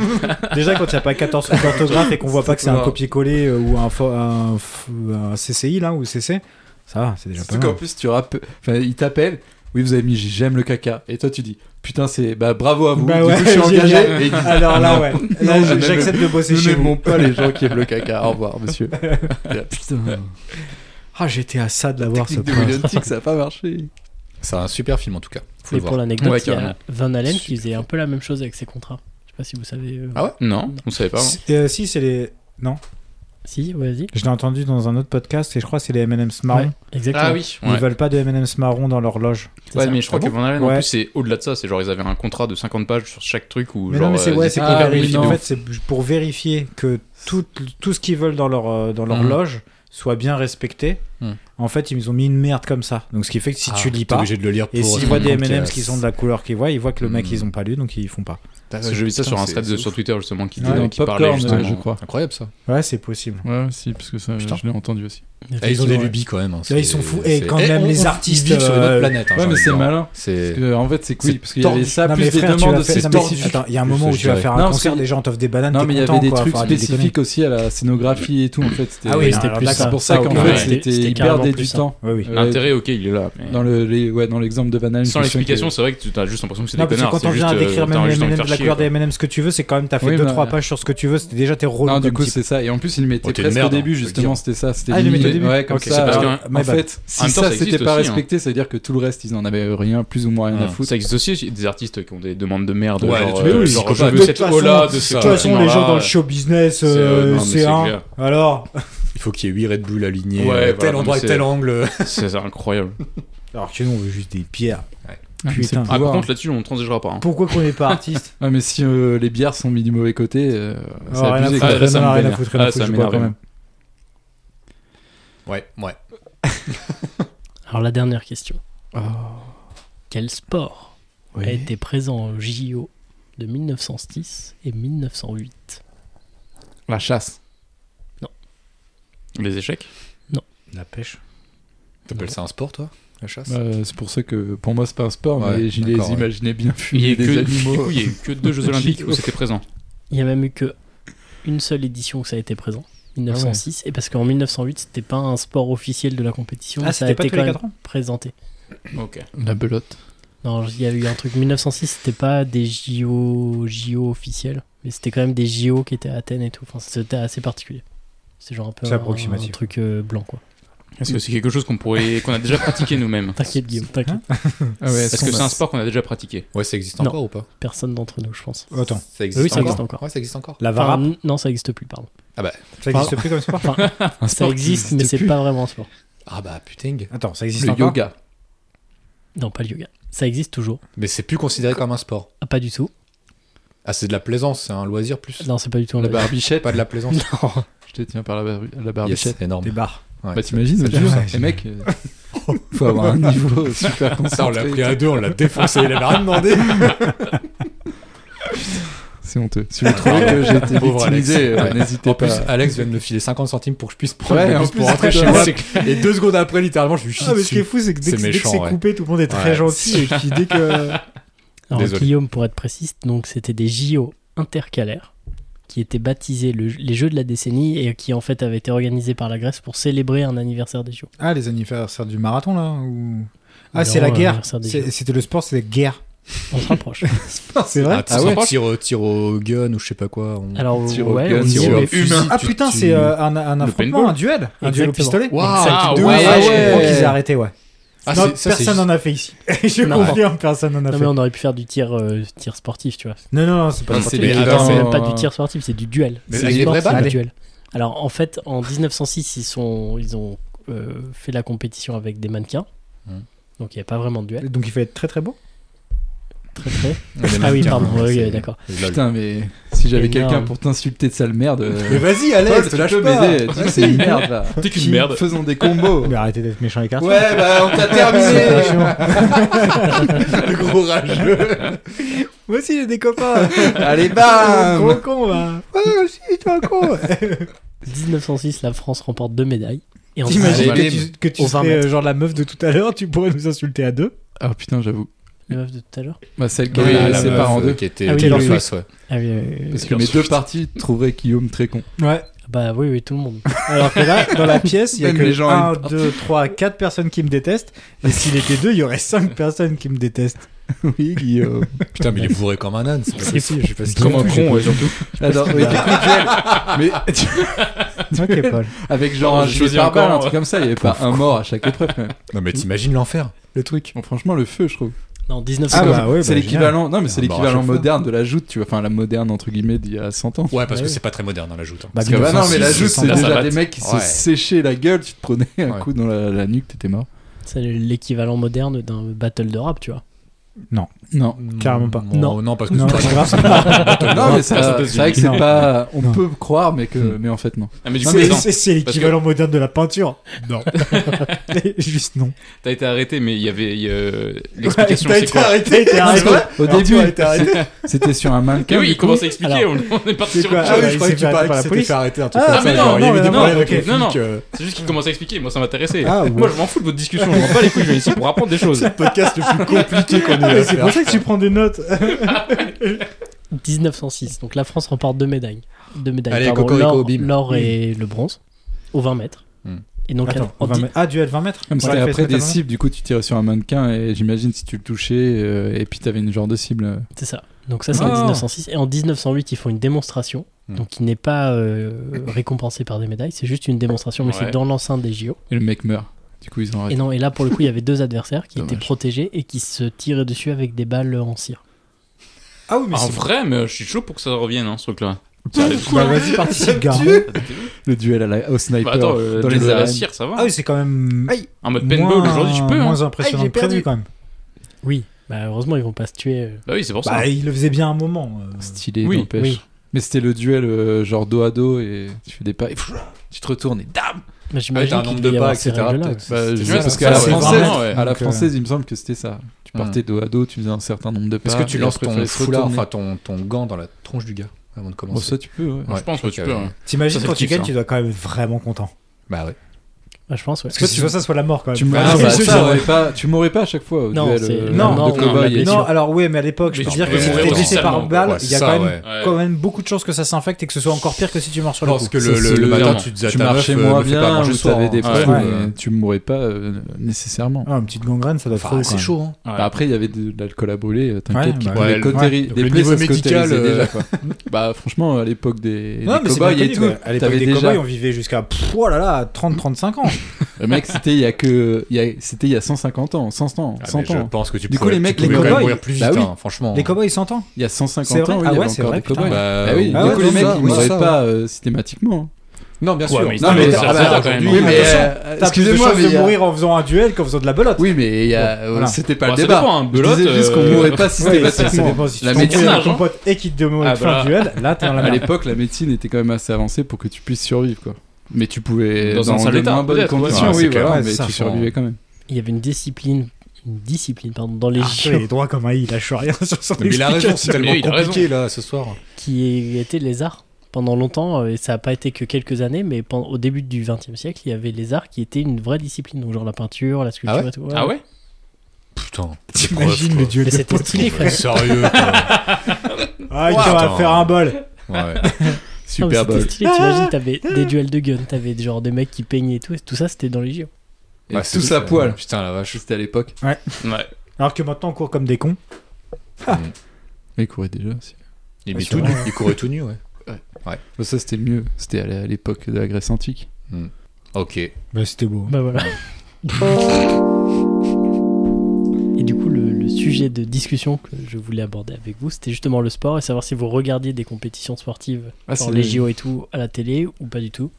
Déjà, quand il n'y a pas 14 fautes d'orthographe et qu'on voit pas que c'est un Voilà. copier-coller euh, ou un, fo- un f- un CCI là, ou CC, ça va, c'est déjà pas Surtout qu'en mal. plus, tu rappes. Enfin, il t'appelle. Oui, vous avez mis j'aime le caca. Et toi, tu dis putain, c'est. Bah, bravo à vous. Bah du ouais, coup, je suis génial. engagé. Et ils disent, Alors là, non, ouais, là, Non, je- mais- j'accepte de bosser Nous chez vous. n'aimons pas les gens qui aiment le caca. Au revoir, monsieur. Et là, putain, Ah, j'étais à ça de l'avoir ce technique de point. William Tick, ça a pas marché. C'est un super film en tout cas. Faut Et le pour voir. l'anecdote, Ouais, il y a carrément. Van Allen qui Super. faisait un peu la même chose avec ses contrats. Je sais pas si vous savez. euh, Ah ouais Non, on savait pas. hein. Si- euh, si, c'est les. Non, Si, vas-y. je l'ai entendu dans un autre podcast et je crois que c'est les M&M's marrons. Ouais, exactement. Ah oui, Ils ouais. veulent pas de M&M's marron dans leur loge. C'est Ouais, ça. mais je crois Ah que Van Halen, en Ouais. plus, c'est au-delà de ça. C'est genre, ils avaient un contrat de 50 pages sur chaque truc ou Mais genre. non, mais c'est euh, ouais, ils c'est étaient pour, Ah, hyper oui, vérifier- non. en rigides. fait, c'est pour vérifier que tout, tout ce qu'ils veulent dans leur, euh, dans leur Mhm. loge soit bien respecté. Mhm. En fait, ils nous ont mis une merde comme ça. Donc, ce qui fait que si Ah, tu lis t'es pas, obligé de le lire et pour s'ils te voient rendre des compte M&M's que- qui sont de la couleur qu'ils voient, ils voient que le mec, Mhm. ils ont pas lu, donc ils font pas. Parce que J'ai vu ça sur Putain, un thread c'est- de- c'est sur ouf. Twitter justement qui, Ouais, disait- Dans qui parlait Popcorn, euh, justement. je crois. Incroyable ça. Ouais, c'est possible. Ouais, si, parce que ça, Putain. je l'ai entendu aussi. Ah, ils ont des Ouais. lubies quand même. hein, Là, ils c'est- sont fous. Et c'est- quand Eh, même, on- les on- artistes, Ils vivent sur une euh, autre planète. hein, j'ai Ouais, mais envie de c'est dire. malin. C'est. Parce que, en fait, c'est cool. C'est Parce qu'il y avait tordu. ça, Non, plus mais des frère, tu demandes vas aussi faire. non, mais si- spécifiques. attends, Il y a un moment où Je tu vas dirais. faire Non, un parce concert, que- les gens t'offrent des bananes. Non, t'es mais il y content, avait des quoi. trucs Enfin, arrêtez de spécifiques déconner. aussi à la scénographie et tout, en fait. C'était- Ah oui, c'était alors plus là, ça. C'est pour ça Ah, qu'en ok. fait, Ouais, c'était c'était il carrément perdait plus du ça. temps. Oui, oui. Euh, L'intérêt, ok, il est là. mais Dans le- les- ouais, dans l'exemple de Banane. je Sans me souviens l'explication, que- c'est vrai que tu as juste l'impression que c'est Non, des parce que connards. quand c'est on vient à juste, euh, décrire t'as même les juste M&M envie de de la faire couleur des chier, M&M ce que tu veux, c'est quand même t'as Oui, fait 2 bah, trois ouais. pages sur ce que tu veux, c'était déjà tes rôles. Non, du comme coup, type. c'est ça. Et en plus, il le mettait Oh, t'es une presque au merde, hein, début, faut le justement, dire. c'était ça. C'était Ah, il le mettait au début limité. Ouais, comme Ok. ça. C'est parce euh, que- my bad. En fait, En si même temps, ça ça existe c'était pas aussi, hein. respecté, ça veut dire que tout le reste, ils n'en avaient rien, plus ou moins rien à Ah, foutre. Ça existe aussi des artistes qui ont des demandes de merde. Ouais, genre, tu- mais euh, oui, genre, c'est je comme veux ça. cette Ola de De ça. toute façon, les gens dans le show business, Euh, c'est, euh, euh, non, mais c'est c'est un. clair. Alors, Il faut qu'il y ait 8 Red Bull alignés, Ouais, euh, voilà, tel non, endroit mais et tel c'est- angle. C'est incroyable. alors que nous, on veut juste des pierres. Ah, mais c'est Putain. le Ah, par pouvoir. contre, là-dessus, on ne transigera pas. hein. Pourquoi qu'on n'est pas artiste Ah, mais si euh, les bières sont mises du mauvais côté, euh, c'est Oh, rien à abusé. foutre, quoi. Ah, là, ça rien me à vénère. foutre, rien à Ah, foutre, ça je bois m'énerve. quand même. Ouais, ouais. Alors la dernière question. Oh, Quel sport a ouais. été présent au JO de 1906 et 1908 La chasse. Les échecs La pêche. T'appelles ça un sport, toi La chasse Euh, c'est pour ça que pour moi, c'est pas un sport, Ouais, mais je les d'accord, ouais. imaginais bien Il y a fumer eu des que- animaux. du coup, il y a eu que deux Jeux Olympiques où c'était présent. Il n'y a même eu que une seule édition où ça a été présent. 1906 Ah et parce qu'en 1908 c'était pas un sport officiel de la compétition mais Ah, ça a c'était pas été tous quand les même 4 ans présenté Ok. La belote. non il y a eu un truc 1906 c'était pas des JO JO officiels mais c'était quand même des JO qui étaient à Athènes et tout enfin c'était assez particulier c'est genre un peu C'est un, approximatif. un truc euh, blanc quoi Est-ce que c'est quelque chose qu'on pourrait, qu'on a déjà pratiqué nous-mêmes t'inquiète Guillaume t'inquiète Ah ouais, Est-ce que c'est un sport qu'on a déjà pratiqué Ouais, ça existe Non. encore ou pas personne d'entre nous je Oh, pense Attends, Ça Oui, ça existe encore. Ouais, ça existe encore. la Enfin, varap, n- non ça existe plus pardon ça existe plus comme sport un ça sport qui existe mais n'existe c'est plus. pas vraiment un sport Ah bah putain. Attends, ça existe Le encore yoga. non pas le yoga ça existe toujours Mais c'est plus considéré comme un sport. Ah, pas du tout Ah, c'est de la plaisance, c'est un loisir plus. non c'est pas du tout un La loisir. barbichette. Pas de la plaisance. non Je te tiens par la, barbi- la Yes, barbichette. c'est énorme. Des bars. Ouais, Bah t'imagines, ça- le ça- jeu, ça- les mecs, euh, faut avoir un niveau super concentré. Ça, on l'a pris à deux, on l'a défoncé, il avait rien demandé. C'est honteux. Si vous trouvez que j'ai été Pauvre Alex. victimisé, euh, Ouais. n'hésitez En plus, pas. Alex vient de me filer 50 centimes pour que je puisse prendre Ouais, le en bus plus, pour rentrer c'est chez clair. moi. Et deux secondes après, littéralement, je lui chie Ah, mais ce qui est dessus. fou, c'est que dès C'est que dès que méchant, c'est ouais. coupé, tout le monde est très Ouais. gentil. Et puis dès que. Alors, Désolé. Guillaume, pour être précise, donc c'était des JO intercalaires qui étaient baptisés le- les Jeux de la décennie et qui en fait avaient été organisés par la Grèce pour célébrer un anniversaire des JO. Ah, les anniversaires du marathon, là ou... Non, Ah, c'est la guerre. euh, l'anniversaire des C'est- Jeux. C'était le sport, c'est la guerre. On se rapproche. C'est Ah, vrai tu sais, Ah ouais. un tir, au- tir au gun ou je sais pas quoi. on- Alors Tir au ouais, gun, on y tir est, au mais- fusil, Ah tu- putain, tu- c'est euh, un, un Le affrontement, paintball. un duel. Un duel au Exactement. pistolet. Waouh. Ah, De ouais, ouf, ouais. je suis content qu'ils aient arrêté, ouais. Ah, non, c'est- ça, c'est personne n'en juste- a fait ici. je Non. confirme, hein, personne n'en a Non fait. mais on aurait pu faire du tir, euh, tir sportif, tu vois. Non, non, non, c'est pas Ah, ça. c'est Mais C'est attends, même euh, pas du tir sportif, c'est du duel. Mais C'est avec du des sport, vraies c'est balles. du duel. Alors en fait, en 1906, ils, sont, ils ont euh, fait la compétition avec des mannequins. Hum. Donc il n'y a pas vraiment de duel. Donc il fallait être très très beau. Très très. On est Ah oui, mannequin, pardon, hein, oui, c'est- d'accord. Putain. Putain, mais si j'avais Énorme. quelqu'un pour t'insulter de sale merde, Mais euh, vas-y, Paul, Alex, tu te lâche peux pas. m'aider. Dis que c'est une merde là. T'es qu'une merde. Faisons des combos. Mais arrêtez d'être méchant avec Carter. Ouais, bah on t'a terminé. Le gros rageux. Moi aussi j'ai des copains. Ah, Allez, Gros bam con, là. Ouais, aussi, t'es un con. 1906, la France remporte deux médailles. Et en T'imagines Allez, que tu, que tu Au 20 serais mètres. euh, genre la meuf de tout à l'heure, tu pourrais nous insulter à deux. Ah putain, j'avoue. Le meuf de tout à l'heure Bah, celle qui Oui, avait la ses meuf, parents en euh, deux. Qui était Ah oui, qui était Taylor en face, ouais. Ah oui, oui, oui. Parce que mes deux parties trouveraient Guillaume très con. Ouais. Bah oui, oui, tout le monde. Alors que là, dans la pièce, il y a Même que les gens 1, aiment pas. 2, 3, 4 personnes qui me détestent. Et s'il était deux, il y aurait 5 personnes qui me détestent. Oui, Guillaume. Putain, mais il est bourré comme un âne. C'est pas possible. Je sais pas ce qu'il Comme un fout, con, ouais, surtout. Alors, oui, duel. Mais Ok, Paul. Ah, avec genre un J'ai jeu choisi par un camp, balle, un ouais. hein. truc comme ça, il y avait pas un mort à chaque épreuve quand même. Non, mais t'imagines l'enfer, le truc. Bon, franchement, le feu, je trouve. Non, C'est 1900. Ah comme- bah ouais, c'est bah l'équivalent. Non, mais c'est Ah bah, l'équivalent Rachel Ford. moderne de la joute, tu vois. Enfin, la moderne entre guillemets d'il y a 100 ans. Ouais, parce Ouais. que c'est pas très moderne, on l'ajoute. hein. Bah, Parce que, bah, non, mais la 1906, joute, c'est ça déjà date. des mecs qui se Ouais. séchaient la gueule, tu te prenais un Ouais. coup dans la, la nuque, t'étais mort. C'est l'équivalent moderne d'un battle de rap, tu vois. Non. Carrément pas. Non. Non, non, parce que Non, c'est pas- c'est grave. Non, mais ça- États-Unis. c'est vrai que c'est Non. pas. On Non. peut croire, mais que, mais en fait non. Ah, mais du C'est- coup, non. c'est c'est l'équivalent moderne de la peinture. Non. Juste non. T'as été arrêté, mais il y avait il y a- l'explication. c'est quoi arrêté, t'es Parce arrêté. que Au Alors, tu début, as été arrêté c'était sur un Eh mannequin. oui, du il coup. commence à expliquer. Alors, on- on est parti c'est sur. quoi autre Ah Ah chose. ouais, oui, il je croyais s'est que tu fait parlais arrêter par que la c'était police. fait arrêter un truc Ah, comme ça. mais genre, non, il y non, avait des mais problèmes non, avec les non, non. flics. euh, C'est juste qu'il commence à expliquer. Moi, ça m'intéressait. Ah, ouais. Moi, je m'en fous de votre discussion. Je m'en bats les couilles. Je viens ici pour apprendre des choses. Podcast le plus compliqué qu'on Ah, ait mais à C'est pour faire. ça que tu prends des notes. 1906. Donc la France remporte deux médailles. Deux médailles. Allez, pardon, cocorico, l'or, bim. l'or et le bronze. Au 20 mètres. Hmm. Et donc, Attends, en 20 dix- mètres. Ah, duel 20 mètres Comme c'était Ouais, fais après ce que des t'as cibles, du coup tu tirais sur un mannequin et j'imagine si tu le touchais euh, et puis t'avais une genre de cible. euh, c'est ça. Donc ça, c'est en Non. 1906. Et en 1908, ils font une démonstration. Oh. Hmm. Donc qui n'est pas euh, récompensé par des médailles. C'est juste une démonstration, mais Ouais. c'est dans l'enceinte des JO. et le mec meurt. Du coup ils ont Et arrêté. non, et là pour le coup, il y avait deux adversaires qui étaient Dommage. protégés et qui se tiraient dessus avec des balles en cire. Ah oui, mais En c'est vrai, mais je suis chaud pour que ça revienne, hein, ce truc-là. Bah, vas-y, participe, gars. Le duel à la- au sniper. Bah, attends, euh, dans les les à la arènes. cire, ça va. Ah oui, c'est quand même. En mode paintball, moins- aujourd'hui, je peux. hein. Moins impressionnant Ah, que j'ai prévu perdu. quand même. Oui. Bah, heureusement, ils vont pas se tuer. euh. Bah oui, c'est pour ça. Bah, il le faisait bien à un moment. euh. Stylé, Oui, n'empêche. oui. Mais c'était le duel euh, genre dos à dos et tu fais des pas et pfff, tu te retournes et dame. Mais Avec j'imagine Ah un qu'il nombre devait y de avoir pas, ces etc. règles-là. peut-être. Bah, C'était je- ça, parce ça, qu'à la c'est vraiment, française, ouais. à la Donc, euh, française, il me semble que c'était ça. Tu Hmm. partais dos à dos, tu faisais un certain nombre de pas. Est-ce que tu et lances après, ton fallait se foulard, retourner. enfin ton ton gant dans la tronche du gars avant de Bon, ça commencer tu peux. ouais. Ouais, je pense que tu ok, peux. ouais. hein. Ça, T'imagines c'est quand le tu kiff, gagnes, ça. tu dois quand même être vraiment content. Bah ouais. Bah, je pense, ouais. Parce que tu- si soit ça, soit la mort quand même. Tu m'aurais Ah, bah, ça, c'est tu ça, m'aurais pas, tu m'aurais pas à chaque fois au Non, duel, c'est- euh, non, de non, combat, mais- il y a- mais Non, alors oui, mais à l'époque, je Mais peux tu dire pouvais que si mourir t'es dans blessé un par salon, balle, ouais, il y a ça, quand ouais. même, quand même beaucoup de chances que ça s'infecte et que ce soit encore pire que si tu meurs sur le coup. Lorsque le, Ça, le, c'est le matin, évidemment. tu disais à tu ta marchais meuf, euh, moins me fais pas bien, manger ou le soir. t'avais des hein. problèmes, ouais. mais tu mourrais pas euh, nécessairement. Ah, une petite gangrène, ça doit être Enfin, relou, c'est quand même. chaud. hein. Ouais. Bah, après, il y avait de, de l'alcool à brûler, euh, t'inquiète, Ouais, qui bah, pouvait ouais, cautéri- donc des le plaies, niveau ça se médical, cautérisait euh, déjà, quoi. bah, franchement, à l'époque des, Non, des mais c'est bien cow-boys et connu, tout, quoi. À l'époque t'avais des déjà. cow-boys, on vivait jusqu'à pff, oh là là, 30-35 ans. Le mec, c'était il y a que. il y a- C'était il y a 150 ans, 100 ans, Ah, mais 100 Je ans. pense que tu Du coup, pouvais- les tu mecs, pouvais les quand même cow-boys- mourir plus vite, Bah oui. hein, franchement. Les cow-boys, ils s'entendent Il y a 150 C'est vrai ans, oui, Ah il y ouais, avait c'est encore vrai, des cow-boys. putain. Bah Bah, oui, Ah du ouais, coup, non, les mecs, ça, ils oui, mourraient ça, pas euh, systématiquement. Non, bien Ouais, sûr. mais Non, mais- ça- ah, ça- bah, ça- quand même. Oui, mais. Attention, euh, T'as plus de Excusez-moi, chances mais. il de y a- mourir en faisant un duel qu'en faisant de la belote. Oui, mais il y a- euh, voilà. c'était pas Bah, le ça débat. dépend, hein, Je disais belote, juste qu'on euh, mourait pas Ouais, ça, ça systématiquement. dépend si tu La t'embrouilles médecine, avec ton hein. pote et qu'il te demande Ah, de faire un voilà. duel, là t'es dans la à merde. l'époque, la médecine était quand même assez avancée pour que tu puisses survivre, quoi. Mais tu pouvais Dans un sale de état, moins bonnes peut-être, ouais. conditions, Ouais, oui, c'est clair. voilà, Ouais, mais c'est ça, tu survivais quand même. Il y avait une discipline, une discipline, pardon, dans les Ah, JO. il est droit comme un i, il lâche rien sur son Mais il a raison, c'est explication. Mais tellement il a raison. compliqué là ce soir. qui était les arts pendant longtemps, euh, et ça n'a pas été que quelques années, mais pendant- au début du XXe siècle, il y avait les arts qui étaient une vraie discipline, donc genre la peinture, la sculpture Ah ouais et tout. Ah ouais Putain. T'imagines le duel Mais de c'était potes. stylé, frère. Sérieux quoi. Ah, il Wow. va Attends. faire un bol. Ouais. Non, mais Super c'était Bowl. stylé, t'imagines, t'avais des duels de gun, t'avais genre des mecs qui peignaient et tout, et tout ça c'était dans les JO. Et Ouais, Bah, c'est Tous ça. à poil. Putain, la vache. C'était à l'époque. Ouais. Alors que maintenant on court comme des cons. Ah. Mais ils couraient déjà aussi. Il, Ah, met sûrement, tout nu. il courait tout nu, ouais. Bon, ça, c'était mieux. C'était à la- à l'époque de la Grèce antique. Ok. Bah c'était beau. Bah voilà. et du coup, le, le sujet de discussion que je voulais aborder avec vous, c'était justement le sport et savoir si vous regardiez des compétitions sportives, Ah, genre c'est- les JO et tout, à la télé ou pas du tout.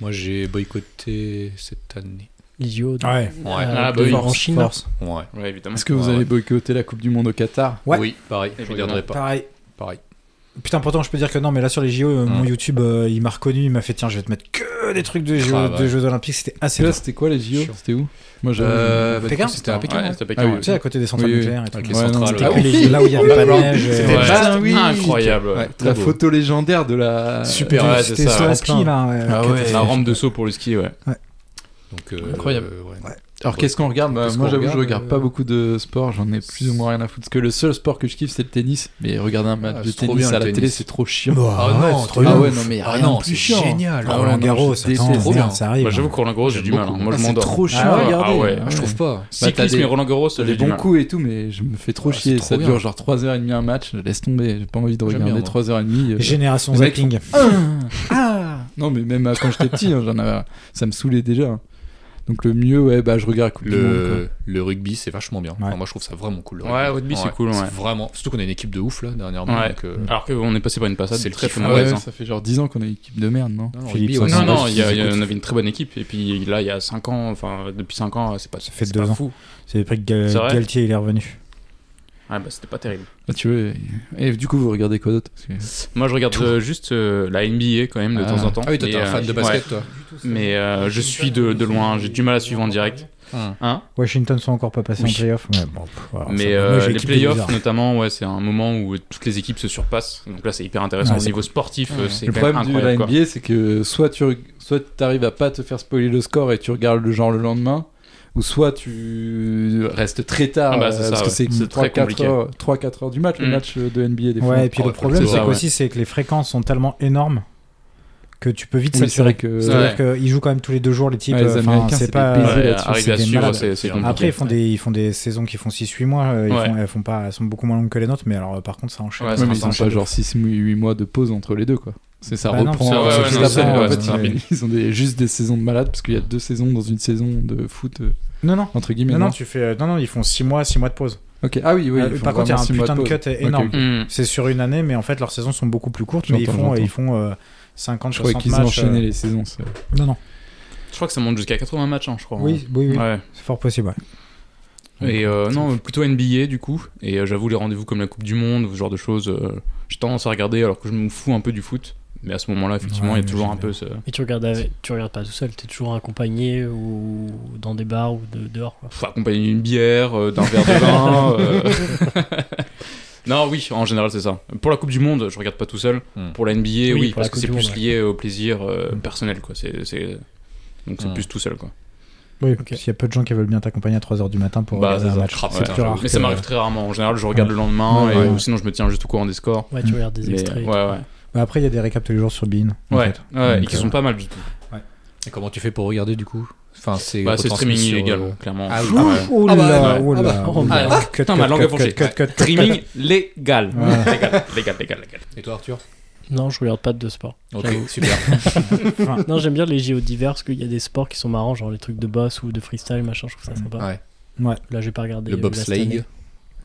Moi j'ai boycotté cette année. Les JO, de- Ouais. Ouais. euh, Ah, de bah oui. voir en Chine. Force. Ouais. Ouais, évidemment. Est-ce que vous Ouais, avez ouais. boycotté la Coupe du Monde au Qatar Ouais. Oui, pareil. Je Évidemment. regarderai pas. Pareil. Pareil. Putain, pourtant je peux dire que non, mais là sur les JO, euh, Hmm. mon YouTube euh, il m'a reconnu, il m'a fait tiens, je vais te mettre que des trucs de, JO, Ah, de ouais. Jeux Olympiques, c'était assez Là, dur. c'était quoi les JO Chiant. C'était où Moi, j'avais. Euh, bah, Pékin du coup, C'était à Pékin. Ouais, ouais. c'était pas Ah oui. Tu sais, à côté des centrales Oui, oui. nucléaires et tout. Avec Ouais, les non, centrales. c'était ouais. que les- Là Ah, où il y avait pas de neige. C'était euh, Ouais. ouais. Ah, oui. Incroyable. Ouais, La très beau. photo légendaire de la. Super. Ouais, c'est C'était ça. sur en la ski plein. là. euh, Ah ouais, la catastrophe. rampe de saut pour le ski, ouais. Donc, euh, Incroyable. euh, ouais. Alors qu'est-ce qu'on regarde Bah, Qu'est-ce Moi qu'on j'avoue je regarde, regarde euh, pas beaucoup de sports, j'en ai plus ou moins rien à foutre. Parce que le seul sport que je kiffe c'est le tennis. Mais regarder un match Ah, de c'est trop tennis bien, à le la tennis. télé c'est trop chiant. Bah, Ah ouais, non, c'est trop trop ah bien. ouais non mais Ah rien non, de c'est plus chiant. génial. Oh Ah ouais, Roland non, Garros, je attends, déteste. merde, trop bien. ça arrive. Bah, j'avoue qu'au Roland Garros, j'ai J'aime du mal. hein. beaucoup. Moi, Ah, je c'est m'endors. trop chiant Ah à ouais. regarder. Ah ouais, Ah Ah, Je ouais. trouve pas. Cyclisme des- et Roland Garros, T'as j'ai des du bons mal. coups et tout mais je me fais trop Ah, c'est chier. trop Ça bien. dure genre 3h30 un match, je laisse tomber, j'ai pas envie de J'aime regarder bien, moi. 3h30. euh, Génération Les mecs zapping. Non mais même euh, quand j'étais petit, hein, j'en avais... ça me saoulait déjà. hein. Donc le mieux ouais bah je regarde Coupe du Monde, quoi. Le, le rugby, c'est vachement bien. Enfin, moi, je trouve ça vraiment cool. le Ouais, rugby, c'est cool, ouais. Vraiment. Surtout qu'on a une équipe de ouf là dernièrement. Ouais. donc, euh, Alors qu'on est passé par une passade C'est le très kiff, très Ah mauvaise. ouais, hein. ça fait genre 10 ans qu'on a une équipe de merde, non non, le Philippe, rugby, ouais, ouais, c'est Non, vrai, non, il y, a- c'est il y a- cool. on avait une très bonne équipe. Et puis là, il y a 5 ans, enfin, depuis 5 ans, c'est pas, Ça fait c'est deux pas ans. fou. C'est après que Gal- C'est vrai. Galtier il est revenu. Ah bah c'était pas terrible. Ah, tu veux. Et, et du coup, vous regardez quoi d'autre Parce que- Moi je regarde euh, juste euh, la NBA quand même de Ah. temps en temps. Ah oui, toi, t'es Mais, un euh, fan de ouais. basket, toi. Mais euh, je suis de, de loin, j'ai du mal à suivre en direct. Hum. Hein Ah. Washington sont encore pas passés Oui. en playoff. Mais, bon, pff, voilà, ça Mais va. euh, Moi, j'ai les l'équipe de playoffs Wizards. notamment, ouais, c'est un moment où toutes les équipes se surpassent. Donc là c'est hyper intéressant. Ouais, Au c'est niveau sportif, euh, c'est Le quand même problème de la incroyable. quoi. NBA, c'est que soit tu reg- soit t'arrives à pas te faire spoiler le score et tu regardes le genre le lendemain, ou soit tu restes très tard Ah bah, c'est euh, ça, parce ouais. que c'est C'est très 3-4 compliqué. heures, 3-4 heures du match, le Mm. match euh, de NBA des fois. Ouais, et puis Oh, le problème, c'est c'est ça, qu'aussi, c'est que les fréquences sont tellement énormes que tu peux vite Oui, c'est vrai saturer. que C'est-à-dire qu'ils jouent quand même tous les deux jours, les types. Ouais, les enfin, Américains, c'est c'est pas. des baisers. euh, Ouais, là-dessus, arriver c'est à des suivre, malades. c'est c'est compliqué. Après, ils font, des, ils font des saisons qui font 6-8 mois. euh, ils Ouais. font- elles, font pas, elles sont beaucoup moins longues que les nôtres, mais alors euh, par contre, ça enchaîne. Ouais, Ouais, ça mais ils ressemble ont pas genre 6 8 mois de pause entre les deux quoi. C'est ça Bah non, reprend. c'est- ouais, euh, ouais, juste non, après, c'est- en ouais, fait, c'est rapide. ils, ils ont des, juste des saisons de malades parce qu'il y a deux saisons dans une saison de foot euh, Non, non. entre guillemets. Non, non non, tu fais, euh, non, non, ils font 6 mois, 6 mois de pause. Ok. Ah oui oui. Ah, ils font par contre, il y a vraiment un six mois putain de pause. cut Ok, énorme. ok. Mm. C'est sur une année, mais en fait, leurs saisons sont beaucoup plus courtes. Mais ils J'entends, font, j'entends. ils font euh, 50, Je croyais 60 qu'ils matchs. enchaînaient euh, les saisons. c'est- Non, non. Je crois que ça monte jusqu'à 80 matchs, hein, je crois. Oui, oui, oui. Ouais. C'est fort possible, ouais. Et euh, non, plutôt NBA du coup. Et euh, j'avoue, les rendez-vous comme la Coupe du Monde, ou ce genre de choses, euh, j'ai tendance à regarder alors que je me fous un peu du foot. Mais à ce moment-là, effectivement, Ouais, il y a toujours j'aime un peu ce. Mais tu regardes, avec- tu regardes pas tout seul, t'es toujours accompagné ou dans des bars ou de- dehors. Quoi. Faut accompagner d'une bière, euh, d'un verre de vin. euh. non, oui, en général, c'est ça. Pour la Coupe du Monde, je regarde pas tout seul. Hmm. Pour la NBA, oui, Oui, pour parce la que Coupe c'est du plus Monde, ouais. lié au plaisir euh, Hmm. personnel, quoi. C'est, c'est- Donc c'est Hmm. plus tout seul, quoi. Oui, Ok. s'il y a peu de gens qui veulent bien t'accompagner à 3h du matin pour Bah, regarder c'est un ça. match, Crap, c'est ouais. plus rare Mais ça que- Hmm. m'arrive très rarement. En général, je regarde le lendemain, Ouais, et, ouais. ou sinon je me tiens juste au courant des scores. Hmm. Ouais, tu regardes des Mais- extraits. et ouais, ouais. Bah, après, il y a des récaps tous les jours sur Bean. en Ouais, fait. ouais, Donc, et qui euh, sont pas mal du tout. Et comment tu fais pour regarder du coup Enfin, c'est Bah, c'est retransmis streaming sur, illégal, euh, clairement. Ah oui. Ouais. Ouf, oula, Ah bah, oula, ouais. oula, Ah bah, oh, oula. ah, Cut, putain, cut, ma langue cut, enfoncée. cut, cut, cut, cut. Streaming légal. Ouais. Légal, légal, légal, légal. Et toi, Arthur tout. Non, je regarde pas de sport. Ok, J'avoue. super. Non, j'aime bien les JO divers parce qu'il y a des sports qui sont marrants, genre les trucs de boss ou de freestyle, machin, je trouve ça sympa. Hmm. Ouais. Ouais. Là, j'ai pas regardé. Le euh, la bobsleigh, cette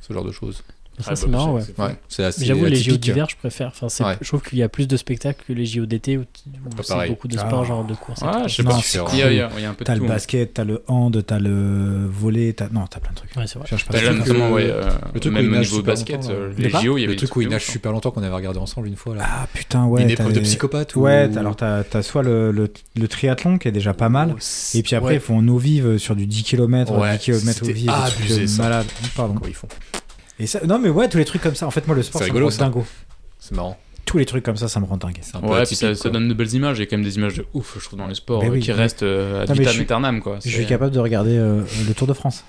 ce genre de choses. année. Ça, Ah, c'est bah, marrant, ouais. c'est- Ouais, c'est assez Mais J'avoue, les JO atypique. hein. d'hiver, je préfère. Enfin, c'est- Ouais. Je trouve qu'il y a plus de spectacles que les JO d'été où, t- où Pas c'est pareil. beaucoup de Ah. sports, genre de course. et Ah, tout. je sais Non, pas. c'est Il y, a, il y cool. a- il y a un peu de T'as tout. hein. le basket, t'as le hand, t'as le volet, t'as. Non, t'as plein de trucs. Ouais, c'est vrai. Cherche pas Bah, ça. là, notamment, que- ouais, euh, le truc où il même au nage niveau super basket, longtemps, là. euh, les Le JO, il y avait Le des truc trucs où de il nage ouf, hein. super longtemps qu'on avait regardé ensemble une fois là. Ah putain, ouais. une t'as épreuve de les- psychopathe ou- Ouais, t'as- alors t'as t'as soit le, le, le triathlon qui est déjà pas mal, et puis après ils font en eau vive sur du 10 km, Ouais, 10 km c'était eau vive, des trucs abusé, de ça. malade. Pardon. Comment ils font Et ça, non mais ouais, tous les trucs comme ça. En fait, moi le sport, C'est ça rigolo, me rend ça. dingo. C'est marrant. Tous les trucs comme ça, ça me rend dingue. C'est un peu hein. Ouais, puis atypique, ça, ça quoi. donne de belles images. Il y a quand même des images de ouf, je trouve, dans les sports Mais euh, oui, qui mais- restent euh, ad mais vitam je suis- aeternam, quoi. Je C'est- suis capable de regarder euh, le Tour de France.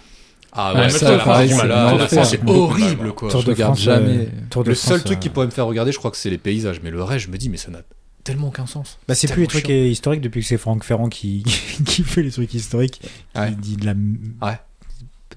Ah Ouais, ouais, mais ça, le Tour de par France, exemple, c'est là, un le Tour de enfer. France, c'est horrible quoi. Tour je de regarde France, jamais. Tour de Le seul France, truc qui euh, pourrait me faire regarder, je crois que c'est les paysages, mais le reste, je me dis, mais ça n'a tellement aucun sens. Bah, c'est plus les tellement trucs historiques depuis que c'est Franck Ferrand qui, qui fait les trucs historiques. Ouais. Il dit de la. Ouais.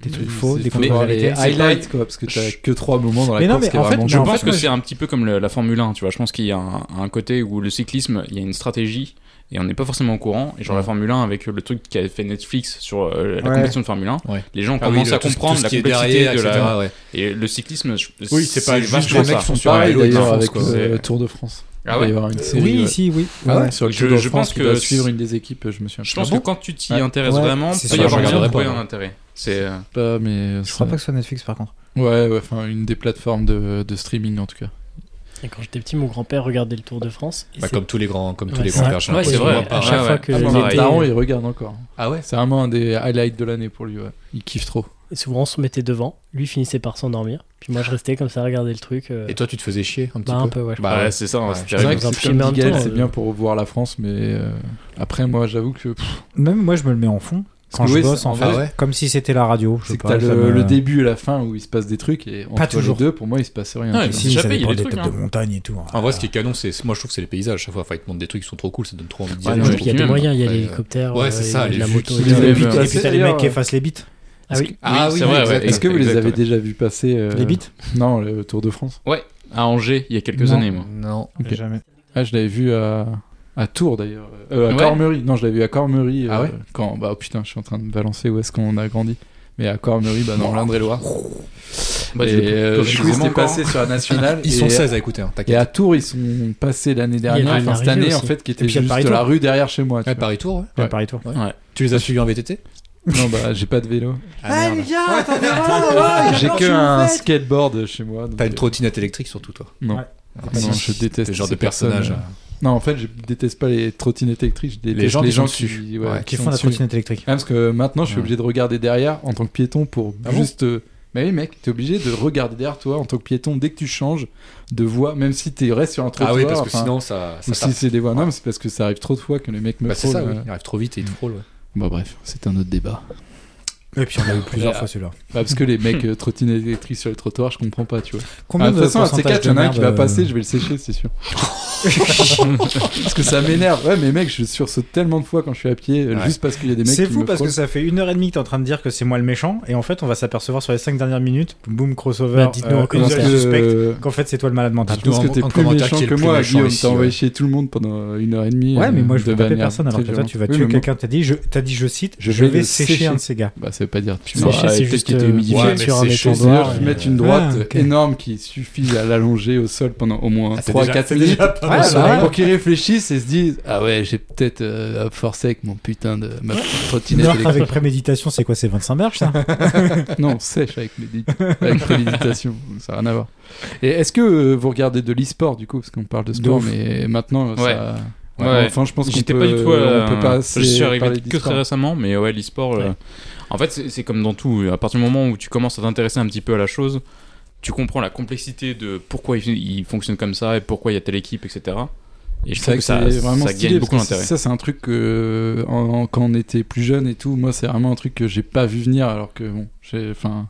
Des trucs C'est- faux, des faut voir les contre-vérités. c'est highlights quoi, parce que t'as que 3 moments dans la Mais non, course mais qui est en fait, vraiment mais Je Bah, en cool. pense fait, que moi, c'est un petit peu comme le- la Formule 1, tu vois. Je pense qu'il y a un, un côté où le cyclisme, il y a une stratégie et on n'est pas forcément au courant. Et genre la Formule 1, avec euh, le truc qu'a fait Netflix sur euh, la Ouais. compétition de Formule 1, Ouais. les gens Ah oui, commencent le- à tout ce- comprendre tout la ce qui est complexité derrière, de la. etc., ouais. Et le cyclisme, je- Oui, c'est pas juste vachement les mecs ça. qui euh, sont sur un Pareil vélo et qui d'ailleurs foncent, avec quoi. le C'est- Tour de France. Ah Il va y ouais. avoir une série. Oui, ouais. si, oui. Ah Ouais. ouais, sur le Je- Tour de je France, pense tu que dois c'est- suivre une des équipes, euh, je me souviens. Je pense que quand tu t'y Ouais. intéresses Ouais, vraiment, c'est peut y sûr, avoir je un regarderai trouver pas, un ouais. intérêt. C'est euh, pas, mais Je crois ça- pas que ce soit Netflix par contre. ouais, ouais, enfin une des plateformes de, de streaming en tout cas. Et quand j'étais petit, mon grand-père regardait le Tour de France. et Bah, c'est- comme tous les grands, comme tous Ouais, les c'est grands vrai. pères, j'ai Ouais, l'impression c'est vrai. de À voir Ah, pas. chaque ouais. fois que Ah, l'été, bon, Mon pareil. Daron, il regarde encore. Ah ouais. C'est vraiment un des highlights de l'année pour lui. ouais. Il kiffe trop. et souvent on se mettait devant, lui finissait par s'endormir, puis moi je restais comme ça à regarder le truc. euh, Et toi, tu te faisais chier un petit bah, un peu, peu ouais. je Bah ouais, ouais. c'est ça, hein, c'est C'est vrai terrible. que dans c'est le comme film en Miguel, même temps, c'est euh, bien pour voir la France, mais euh, après moi j'avoue que pff, Même moi, je me le mets en fond Parce quand que je oui, bosse c'est- en ah fait. ouais. Comme si c'était la radio. je sais c'est que pas, t'as ça le, me- le début et la fin où il se passe des trucs et entre Pas toujours. les deux, pour moi, il se passe rien. Ouais, tu vois. Si, J'ai ça payé dépend des des trucs, têtes hein. de montagne et tout. hein. En vrai, ce qui est canon, c'est moi je trouve que c'est les paysages. Chaque fois, enfin, ils te montrent des trucs qui sont trop cool, ça donne trop envie d'y Ouais, aller. non, Ouais, mais puis il y a des même, moyens, il y a ouais. l'hélicoptère, Ouais, euh, c'est il y ça, a de les la vues moto. qui- et les tout. vues. Et puis Ouais, et c'est puis t'as les mecs d'ailleurs, qui euh, effacent les bites. Ah oui, Ah oui, c'est vrai, exact. ouais. Est-ce que vous les Exact, avez ouais. déjà vus passer euh, Les bites Non, le Tour de France. À Angers, il y a quelques Non. années, moi. Non. Ok. Jamais. Ah, je l'avais vu à, à Tours d'ailleurs. Euh, à Ouais. Cormery. Non, je l'avais vu à Cormery. euh, Ah ouais quand, bah oh, putain, je suis en train de balancer où est-ce qu'on a grandi. Mais à Cormery, bah dans l'Indre-et-Loire. Bah, et je- euh, du coup, excusez-moi c'était encore. passé sur la nationale. Ils et- sont 16 à écouter, hein, Et à t'inquiète. Tours, ils sont passés l'année Il y dernière, avait enfin une cette arrivée année en aussi. fait, qui Et était puis il y a juste Ah, Paris-Tours. la rue derrière chez moi. tu Ouais, vois. Paris Tour, ouais. Paris-Tour. Tu les as suivis en VTT Non, bah, j'ai pas de vélo. Ah, merde. gars, attendez J'ai que un skateboard chez moi. donc, T'as une euh, trottinette électrique surtout toi. Non. Ouais. Ah, Non, si. je déteste Le genre ces de personnage. personnes, Non, en fait, je déteste pas les trottinettes électriques. Je déteste Les gens qui sont qui, ouais, Ouais, Qui font la dessus. trottinette électrique. Ah, parce que maintenant, je suis Ouais. obligé de regarder derrière en tant que piéton pour Ah bon juste. euh, Bah oui, mec, t'es obligé de regarder derrière toi en tant que piéton dès que tu changes de voie, même si t'es restes sur un trottoir. Ah oui, parce que enfin, sinon ça. ça Ou tape. si c'est des voies. Non, mais c'est parce que ça arrive trop de fois que les mecs me Bah, c'est frôlent. ça, oui. euh. il arrive trop vite et il te frôle. ouais. Bon, bref, c'est un autre débat. Et puis on l'a eu plusieurs Ouais. fois celui-là. Bah, parce que les mecs euh, trottinettes électriques sur le trottoir, je comprends pas, tu vois. Combien Ah, de toute façon, un de ces pourcentage quatre, il y en a un qui va merde, passer, euh, je vais le sécher, c'est sûr. parce que ça m'énerve. Ouais, mais mec, je sursaute tellement de fois quand je suis à pied, euh, Ouais. juste parce qu'il y a des mecs C'est qui fou me parce que frôlent. ça fait une heure et demie que t'es en train de dire que c'est moi le méchant et en fait on va s'apercevoir sur les cinq dernières minutes, boom crossover, Bah, dites-nous en euh, commentaire. une seule suspecte, Euh, qu'en fait c'est toi le malade mental. Je pense que Dites-nous t'es en- en plus commentaire méchant qui est que le plus moi, méchant Guillaume. ici, T'as envoyé ouais. chier tout le monde pendant une heure et demie. Ouais, euh, mais moi je de veux taper manière personne alors très que toi tu vas violente. tuer Oui, mais quelqu'un, t'as dit, je- t'as dit je cite, je, Je vais vais le sécher sécher. un de ces gars. Bah, ça veut pas dire tu Sécher, vas- c'est peut-être juste qu'il était euh, humidifié. ouais, mais sur un euh, c'est méchant chaud, C'est-à-dire, noir. je et- vais mettre une droite Ah, ok. énorme qui suffit à l'allonger au sol pendant au moins Ah, c'est 3 déjà- 4 c'est minutes déjà mal, pour- ouais. pour qu'ils réfléchissent et se disent ah ouais, j'ai peut-être euh, forcé avec mon putain de ma petite trottinette Noir électrique. avec préméditation, c'est quoi C'est 25 berges ça Non, sèche avec médit- avec préméditation, ça n'a rien à voir. Et est-ce que euh, vous regardez de l'e-sport du coup parce qu'on parle de De sport ouf. mais maintenant Ouais. ça Ouais. Enfin, je pense qu'on J'étais peut- pas du tout. euh, on peut pas assez je suis parler arrivé que d'e-sport. très récemment, mais ouais, l'e-sport. euh, Ouais. en fait, c'est c'est comme dans tout. À partir du moment où tu commences à t'intéresser un petit peu à la chose, tu comprends la complexité de pourquoi il, il fonctionne comme ça et pourquoi il y a telle équipe, etc. Et je C'est trouve vrai que que ça, c'est vraiment ça stylé gagne parce beaucoup que c'est- d'intérêt. ça c'est un truc que en- en- quand on était plus jeune et tout moi c'est vraiment un truc que j'ai pas vu venir alors que bon j'ai enfin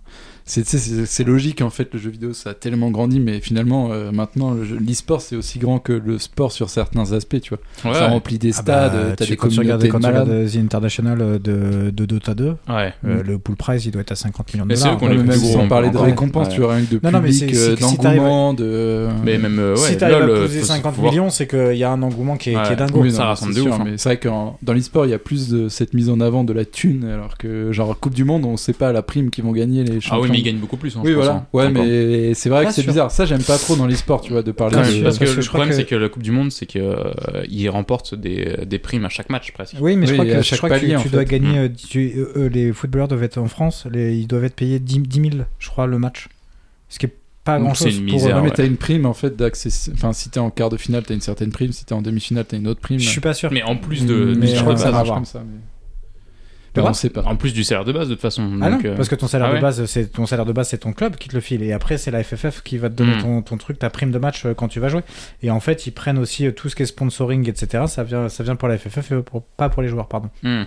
c'est tu sais, c'est c'est logique en fait le jeu vidéo ça a tellement grandi mais finalement euh, maintenant le jeu- l'e-sport c'est aussi grand que le sport sur certains aspects tu vois Ouais, ça remplit des stades Ah bah, t'as tu- des quand tu regardes, communautés quand de tu malades regardes The International euh, de, de Dota 2, ouais. euh, le pool prize il doit être à 50 millions de Mais c'est dollars. eux qu'on hein. les Ouais, plus même gros, sans on parler de parle. récompense Ouais. tu vois rien que de Non, non, mais c'est- public c'est euh, que si t'arrives- d'engouement de Mais même euh, ouais, si t'arrives à LOL, poser faut- faut 50 voir- millions, c'est qu'il y a un engouement qui est, qui est Ouais. dingo. Oui, ça non, rassemble c'est de sûr, ouf, hein. Mais c'est vrai que dans l'e-sport, il y a plus de cette mise en avant de la thune, alors que, genre, Coupe du Monde, on sait pas la prime qu'ils vont gagner les champions. Ah oui, mais ils gagnent beaucoup plus. hein, Oui, je pense, voilà. hein, Ouais, encore. mais c'est vrai que c'est sûr. bizarre. Ça, j'aime pas trop dans l'e-sport, tu vois, de parler Pas de. sûr. parce que parce que le je crois problème, que- c'est que la Coupe du Monde, c'est qu'ils remportent des, des primes à chaque match presque. Oui, mais je Oui, crois à que, je chaque crois que palier, tu, en tu fait. dois Mm. gagner. euh, tu- euh, euh, les footballeurs doivent être en France, les- ils doivent être payés 10, 10 000, je crois, le match. Ce qui est pas Donc grand c'est chose. une pour- Ouais, misère. mais ouais. t'as une prime en fait d'accès. Enfin, si t'es en quart de finale, t'as une certaine prime. Si t'es en demi-finale, t'as une autre prime. Je suis pas sûr. Mais en Mm, plus de, Mais du- je crois que ça va marche avoir. comme ça. Mais... De Bah, on quoi sait pas. en plus du salaire de base de toute façon. Ah non, donc, euh, parce que ton salaire ah de ouais. base, c'est ton salaire de base, c'est ton club qui te le file, et après c'est la FFF qui va te donner Mm. ton, ton truc, ta prime de match euh, quand tu vas jouer. Et en fait, ils prennent aussi euh, tout ce qui est sponsoring, etc. Ça vient, ça vient pour la FFF et pour- pas pour les joueurs, pardon. hmm.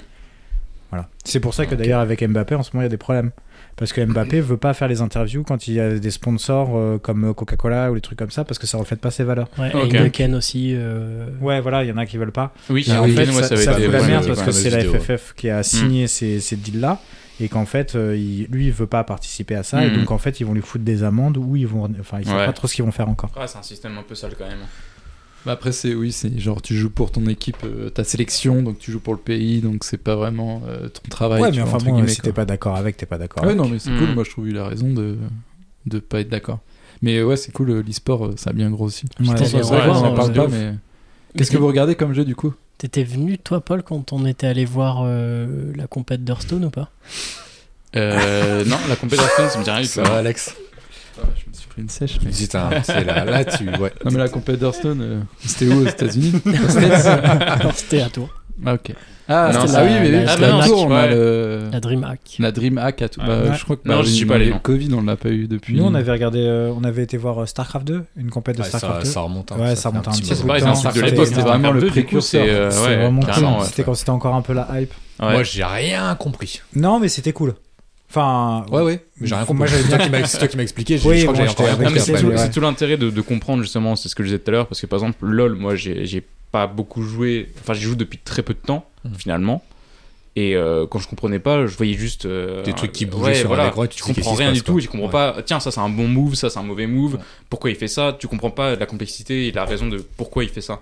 Voilà. C'est pour ça que d'ailleurs avec Mbappé, en ce moment, il y a des problèmes. Parce que Mbappé veut pas faire les interviews quand il y a des sponsors euh, comme Coca-Cola ou des trucs comme ça, parce que ça reflète pas ses valeurs. Ouais, Ok. et Heineken aussi. euh, Ouais, voilà, il y en a qui veulent pas. Oui, Et en fait, moi, Ah ça, ça, avait ça été fout la vraiment merde le- parce que problème c'est la vidéo, FFF qui a signé Hmm. ces, ces deals-là et qu'en fait, euh, il- lui, il veut pas participer à ça et Mm. donc en fait, ils vont lui foutre des amendes ou ils vont, enfin, ils savent Ouais. pas trop ce qu'ils vont faire encore. Ouais, Ah, c'est un système un peu sale quand même. Bah, après, c'est oui, c'est genre tu joues pour ton équipe, euh, ta sélection, donc tu joues pour le pays, donc c'est pas vraiment euh, ton travail. Ouais, tu mais vois, enfin entre bon, euh, guillemets, si quoi. t'es pas d'accord avec, t'es pas d'accord. Ouais, non, mais c'est Mhm. cool. Moi, je trouve qu'il a raison de de pas être d'accord. Mais euh, ouais, c'est cool. euh, L'e-sport, euh, ça a bien grossi. Ouais. C'est vrai Ouais, qu'on en ouais, parle ouais. pas, mais qu'est-ce que vous regardez comme jeu du coup T'étais venu, toi, Paul, quand on était allé voir euh, la compète d'Hearthstone ou pas Euh, non, la compétition, ça me dit rien du tout. Ça va, Alex Ah, Je me suis pris une sèche. Mais c'est un- c'est là, là tu. Ouais. Non, mais la compète d'Hearthstone, euh, c'était où aux États-Unis Non, C'était à toi. Ah, ok. Ah, Non, c'était- la- ah oui, mais la- oui, la parce qu'à Dreamhack, Tours, on a ouais. le- La DreamHack. la Dreamhack à Tours. Ouais. Bah, Je crois que Non, bah, j'y suis on pas allé, avait non. Le Covid, on l'a pas eu depuis. Nous, on avait regardé, euh, on avait été voir euh, StarCraft 2, une compète de Ouais, StarCraft ça, 2. ça remonte. hein, Ouais, ça fait remonte un petit Ça, c'est peu. pareil, c'est un truc de C'était- l'époque. c'était vraiment le Starcraft 2, du coup, c'est, précurseur. euh, C'est ouais, vraiment carrément, cool. ouais. C'était quand c'était encore un peu la hype. Ouais. Moi, j'ai rien compris. Non, mais c'était cool. Enfin, Ouais, ouais. mais J'ai rien Moi, compris. j'avais- C'est toi qui m'as- c'est toi qui m'as expliqué. j'ai- Oui, je crois que moi, j'ai j'étais encore rien Ah, avec mais compris c'est Ouais, après. tout, ouais. c'est tout l'intérêt de, de comprendre justement, c'est ce que je disais tout à l'heure, parce que par exemple, LOL, moi j'ai j'ai pas beaucoup joué, enfin j'y joue depuis très peu de temps Mhm. finalement, et euh, quand je comprenais pas, je voyais juste euh, Des trucs qui euh, bougeaient ouais, sur un voilà, écran et tu tu sais qu'est-ce comprends qui se rien passe, du tout, quoi. et tu comprends Ouais. pas, tiens ça c'est un bon move, ça c'est un mauvais move, Ouais. pourquoi il fait ça, tu comprends pas la complexité et la raison de pourquoi il fait ça.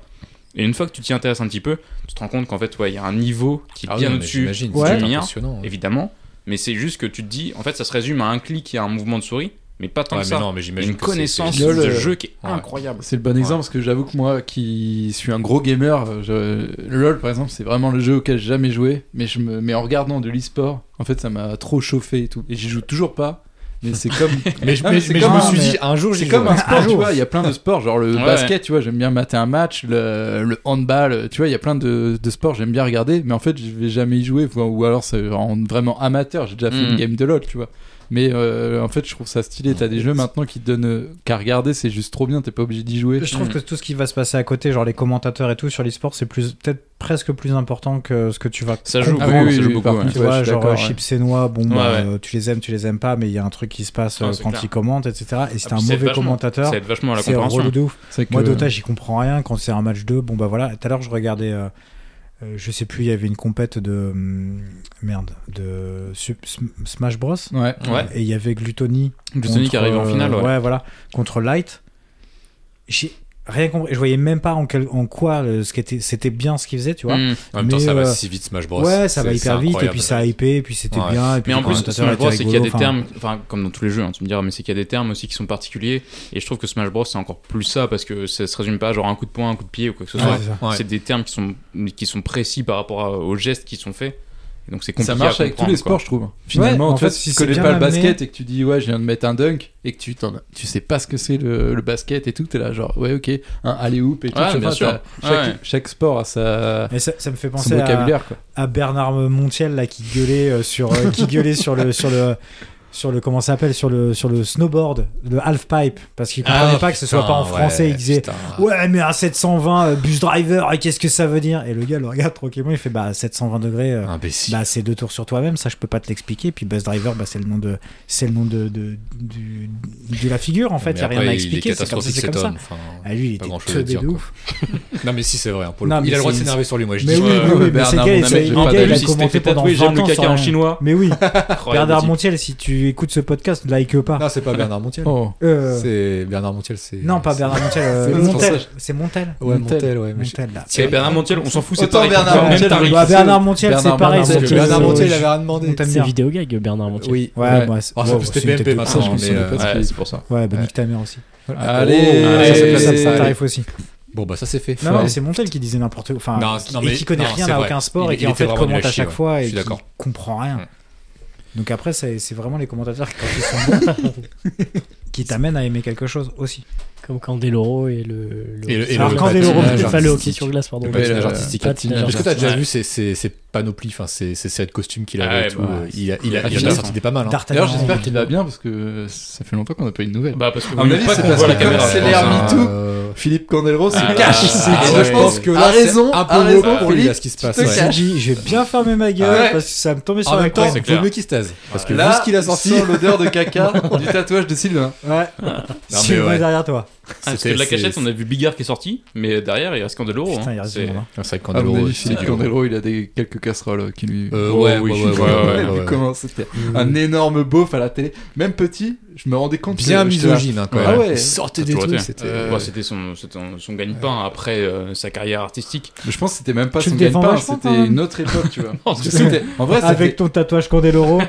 Et une fois que tu t'y intéresses un petit peu, tu te rends compte qu'en fait, ouais, il y a un niveau qui est Ah oui, bien non, mais au-dessus j'imagine, Ouais. c'est du mien impressionnant. hein. évidemment. Mais c'est juste que tu te dis, en fait, ça se résume à un clic et à un mouvement de souris. mais pas tant Ouais, que mais ça. non, mais Il y a j'imagine une que c'est- connaissance c'est- Lol, de euh, jeu qui est ouais. incroyable. C'est le bon exemple parce que j'avoue que moi qui suis un gros gamer, je- LOL par exemple, c'est vraiment le jeu auquel j'ai jamais joué, mais je me mais en regardant de l'e-sport, en fait ça m'a trop chauffé et tout et j'y joue toujours pas. Mais c'est comme Mais je Non, mais- mais c'est mais je comme me un- suis dit, un jour, c'est comme un sport, tu jour. vois, il y a plein de sports, genre le Ouais, basket, tu vois, j'aime bien mater un match, le, le handball, euh, tu vois, il y a plein de, de sports, j'aime bien regarder, mais en fait, je vais jamais y jouer, ou, ou alors c'est en vraiment amateur, j'ai déjà fait Mm. une game de LoL, tu vois. Mais euh, en fait, je trouve ça stylé, t'as des jeux maintenant qui te donnent euh, qu'à regarder, c'est juste trop bien, t'es pas obligé d'y jouer. Je Mm. trouve que tout ce qui va se passer à côté, genre les commentateurs et tout sur l'e-sport, c'est plus peut-être presque plus important que ce que tu vas. Ça joue Ah beaucoup, oui, oui, ça oui, joue beaucoup. par ouais. contre, Tu Ouais, je vois, suis genre d'accord, euh, ouais. chips et noix, bon, bah, Ouais, ouais. euh, tu les aimes, tu les aimes pas, mais il y a un truc qui se passe euh, Ah, c'est quand clair. ils commentent, etc. Et c'est Ah, un puis c'est mauvais vachement- commentateur. Ça aide vachement à la C'est compréhension. hein, relou de ouf. C'est que- Moi, Dota, j'y comprends rien. Quand c'est un match 2, bon bah voilà. Tout à l'heure, je regardais, euh, euh, je sais plus, il y avait une compète de. hum, merde, de Sup- Sm- Smash Bros. Ouais. Ouais. Et il y avait Gluttony. Gluttony qui contre, arrive en euh, finale, ouais. voilà. Contre Light. J'ai rien compris. Je voyais même pas en, quel- en quoi euh, ce qui était- c'était bien ce qu'ils faisaient, tu vois. Mm. En même temps, Mais, ça va euh, si vite Smash Bros. ouais, ça va C'est- hyper c'est vite, et incroyable. puis ça a hypé, et puis c'était Ouais. bien. Et puis Mais en le plus, commentateur Smash était Bros, c'est qu'il y a des rigolo, enfin, termes, enfin, comme dans tous les jeux, hein, tu me diras, mais c'est qu'il y a des termes aussi qui sont particuliers. Et je trouve que Smash Bros, c'est encore plus ça, parce que ça se résume pas à genre un coup de poing, un coup de pied ou quoi que ce Ouais, soit. c'est ça. Ouais. C'est des termes qui sont, qui sont précis par rapport à- aux gestes qui sont faits. Et donc c'est compliqué. Ça marche à avec tous les sports, comprendre, je trouve. Finalement, en tu vois, fait, si si tu c'est connais bien pas le amené- basket et que tu dis, ouais, je viens de mettre un dunk, et que tu t'en, tu sais pas ce que c'est le, le basket et tout, t'es là, genre, ouais, ok, un alley-oop et tout. Ouais, tu vois, bien t'as- sûr. Chaque, Ouais. chaque sport a sa, Et ça, ça me fait son penser à, vocabulaire, quoi. à Bernard Montiel là qui gueulait euh, sur euh, qui gueulait sur le sur le sur le comment ça s'appelle sur le sur le snowboard, le half pipe parce qu'il comprenait Ah, pas que ce soit putain, pas en français, ouais, il disait putain. Ouais, mais un 720 euh, bus driver, et qu'est-ce que ça veut dire Et le gars le regarde tranquillement, il fait bah 720 degrés, euh, Imbécile. bah c'est deux tours sur toi-même, ça je peux pas te l'expliquer. Puis bus driver, bah c'est le nom de c'est le nom de, de, du- de la figure en fait, Mais y a rien après, à il est expliquer, c'est comme ça, catastrophique, c'est cet comme ça. homme, enfin. Ah, lui, il Pas était grand-chose à teubé dire, de quoi. ouf. Non, mais si, c'est vrai. hein, pour le Non, coup. mais Il a le droit de c'est- s'énerver sur lui, moi. Je Mais dis, oui, ouais, oui, oui, mais Bernard c'est Montiel, quel- j'ai c'est pas quel- il de- a Lui, il s'était commenté fait pendant tatouer, j'aime 20 le ans caca sans en rien. chinois. Mais oui, Incroyable, Bernard le type. Montiel, si tu écoutes ce podcast, like pas. Non, c'est pas Bernard Montiel. Oh. Euh, Ah. C'est Bernard Montiel, c'est. non, pas Bernard Montiel, euh, C'est l'autre Montel. personnage. C'est Montel. Ouais, Montiel, ouais. mais je- Montel, là. C'est Bernard Montiel, on s'en fout, c'est Autant pareil. Bernard Même Montiel, tarif. bah, Bernard Montiel, euh, c'est Bernard pareil. Montiel, c'est que- Bernard Montiel, il Ouais, avait rien demandé. C'est vidéo gag, Bernard Montier. Oui. Ouais, Ouais. moi, c'est- Ah, wow, c'était c'est une PMP tête de maintenant, con. je mais. connais pas euh, ce Ouais, c'est pour ça. Ouais, bah Ouais. nique ta mère aussi. Allez, Ah, ça, c'est allez. comme ça, ça t'arrive aussi. Bon, bah, ça, c'est fait. Non, non, Ouais. mais c'est Montel qui disait n'importe quoi. Enfin, Non, qui- non, mais- et qui connaît non, rien c'est à vrai. aucun sport Il- et qui il en était fait vraiment nul à commente à chier, chaque ouais. fois Je et suis qui d'accord. comprend rien. Mm. Donc après, c'est c'est vraiment les commentateurs qui, quand ils sont bons, qui t'amènent à aimer quelque chose aussi. Comme Candeloro et le. le- Et le- et Alors, le Candeloro, patinage pas le hockey artistique. sur glace, pardon. Le Ouais, patinage le- artistique. patinage Est-ce que t'as déjà Ouais. vu ces, ces, ces panoplies, enfin, ces, ces sets de costumes qu'il Ah avait ouais, et tout bah, euh, Il, a, il, a, c'est il en a affilé. sorti des pas mal. Hein. D'Artagnan. D'ailleurs, j'espère qu'il va bien parce que ça fait longtemps qu'on n'a pas eu de nouvelles. Bah, parce que À vous mon voulez avis, pas c'est qu'on parce voit la que caméra. comme c'est je l'air pense, hein. Me Too. Euh, Philippe Candeloro se Ah, cache ah, ici. ah, Et ouais. je pense que là, à raison, c'est un à peu raison lourd pour lui, là, ce qui se tu passe, te ouais. J'ai caches. dit, je vais bien fermer ma Ah gueule ouais. parce que ça me tombait sur En la même temps, colle. c'est vaut clair. mieux qu'il se taise. Parce que Là, vu ce qu'il a sorti, sent l'odeur de caca du tatouage de Sylvain. Ouais. mais Si ouais. derrière toi. Parce que de la c'était- cachette, c'est- on a vu Bigard qui est sorti, mais derrière, il reste Candeloro. Putain, hein. il reste C'est- du monde, hein. Ah, Oh, C'est vrai que À mon Candeloro, avis, c'est Philippe dur. Candeloro, il a des quelques casseroles qui lui. Euh, Oh, ouais, oui, ouais, je ouais, suis- ouais, ouais, ouais, Vu ouais, ouais. comment c'était un énorme beauf à la télé. Même petit, je me rendais compte. Bien que j'étais là, misogyne, hein, quand Ah même. ouais. Il sortait Ça a des toujours trucs, été. c'était. Euh, Bon, c'était son, c'était son gagne-pain après euh, sa carrière artistique. Mais je pense que c'était même pas Tu son le défends gagne-pain, vachement, quand même. c'était une autre époque, tu vois. Parce que C'était- en vrai, Avec c'était- ton tatouage Candeloro.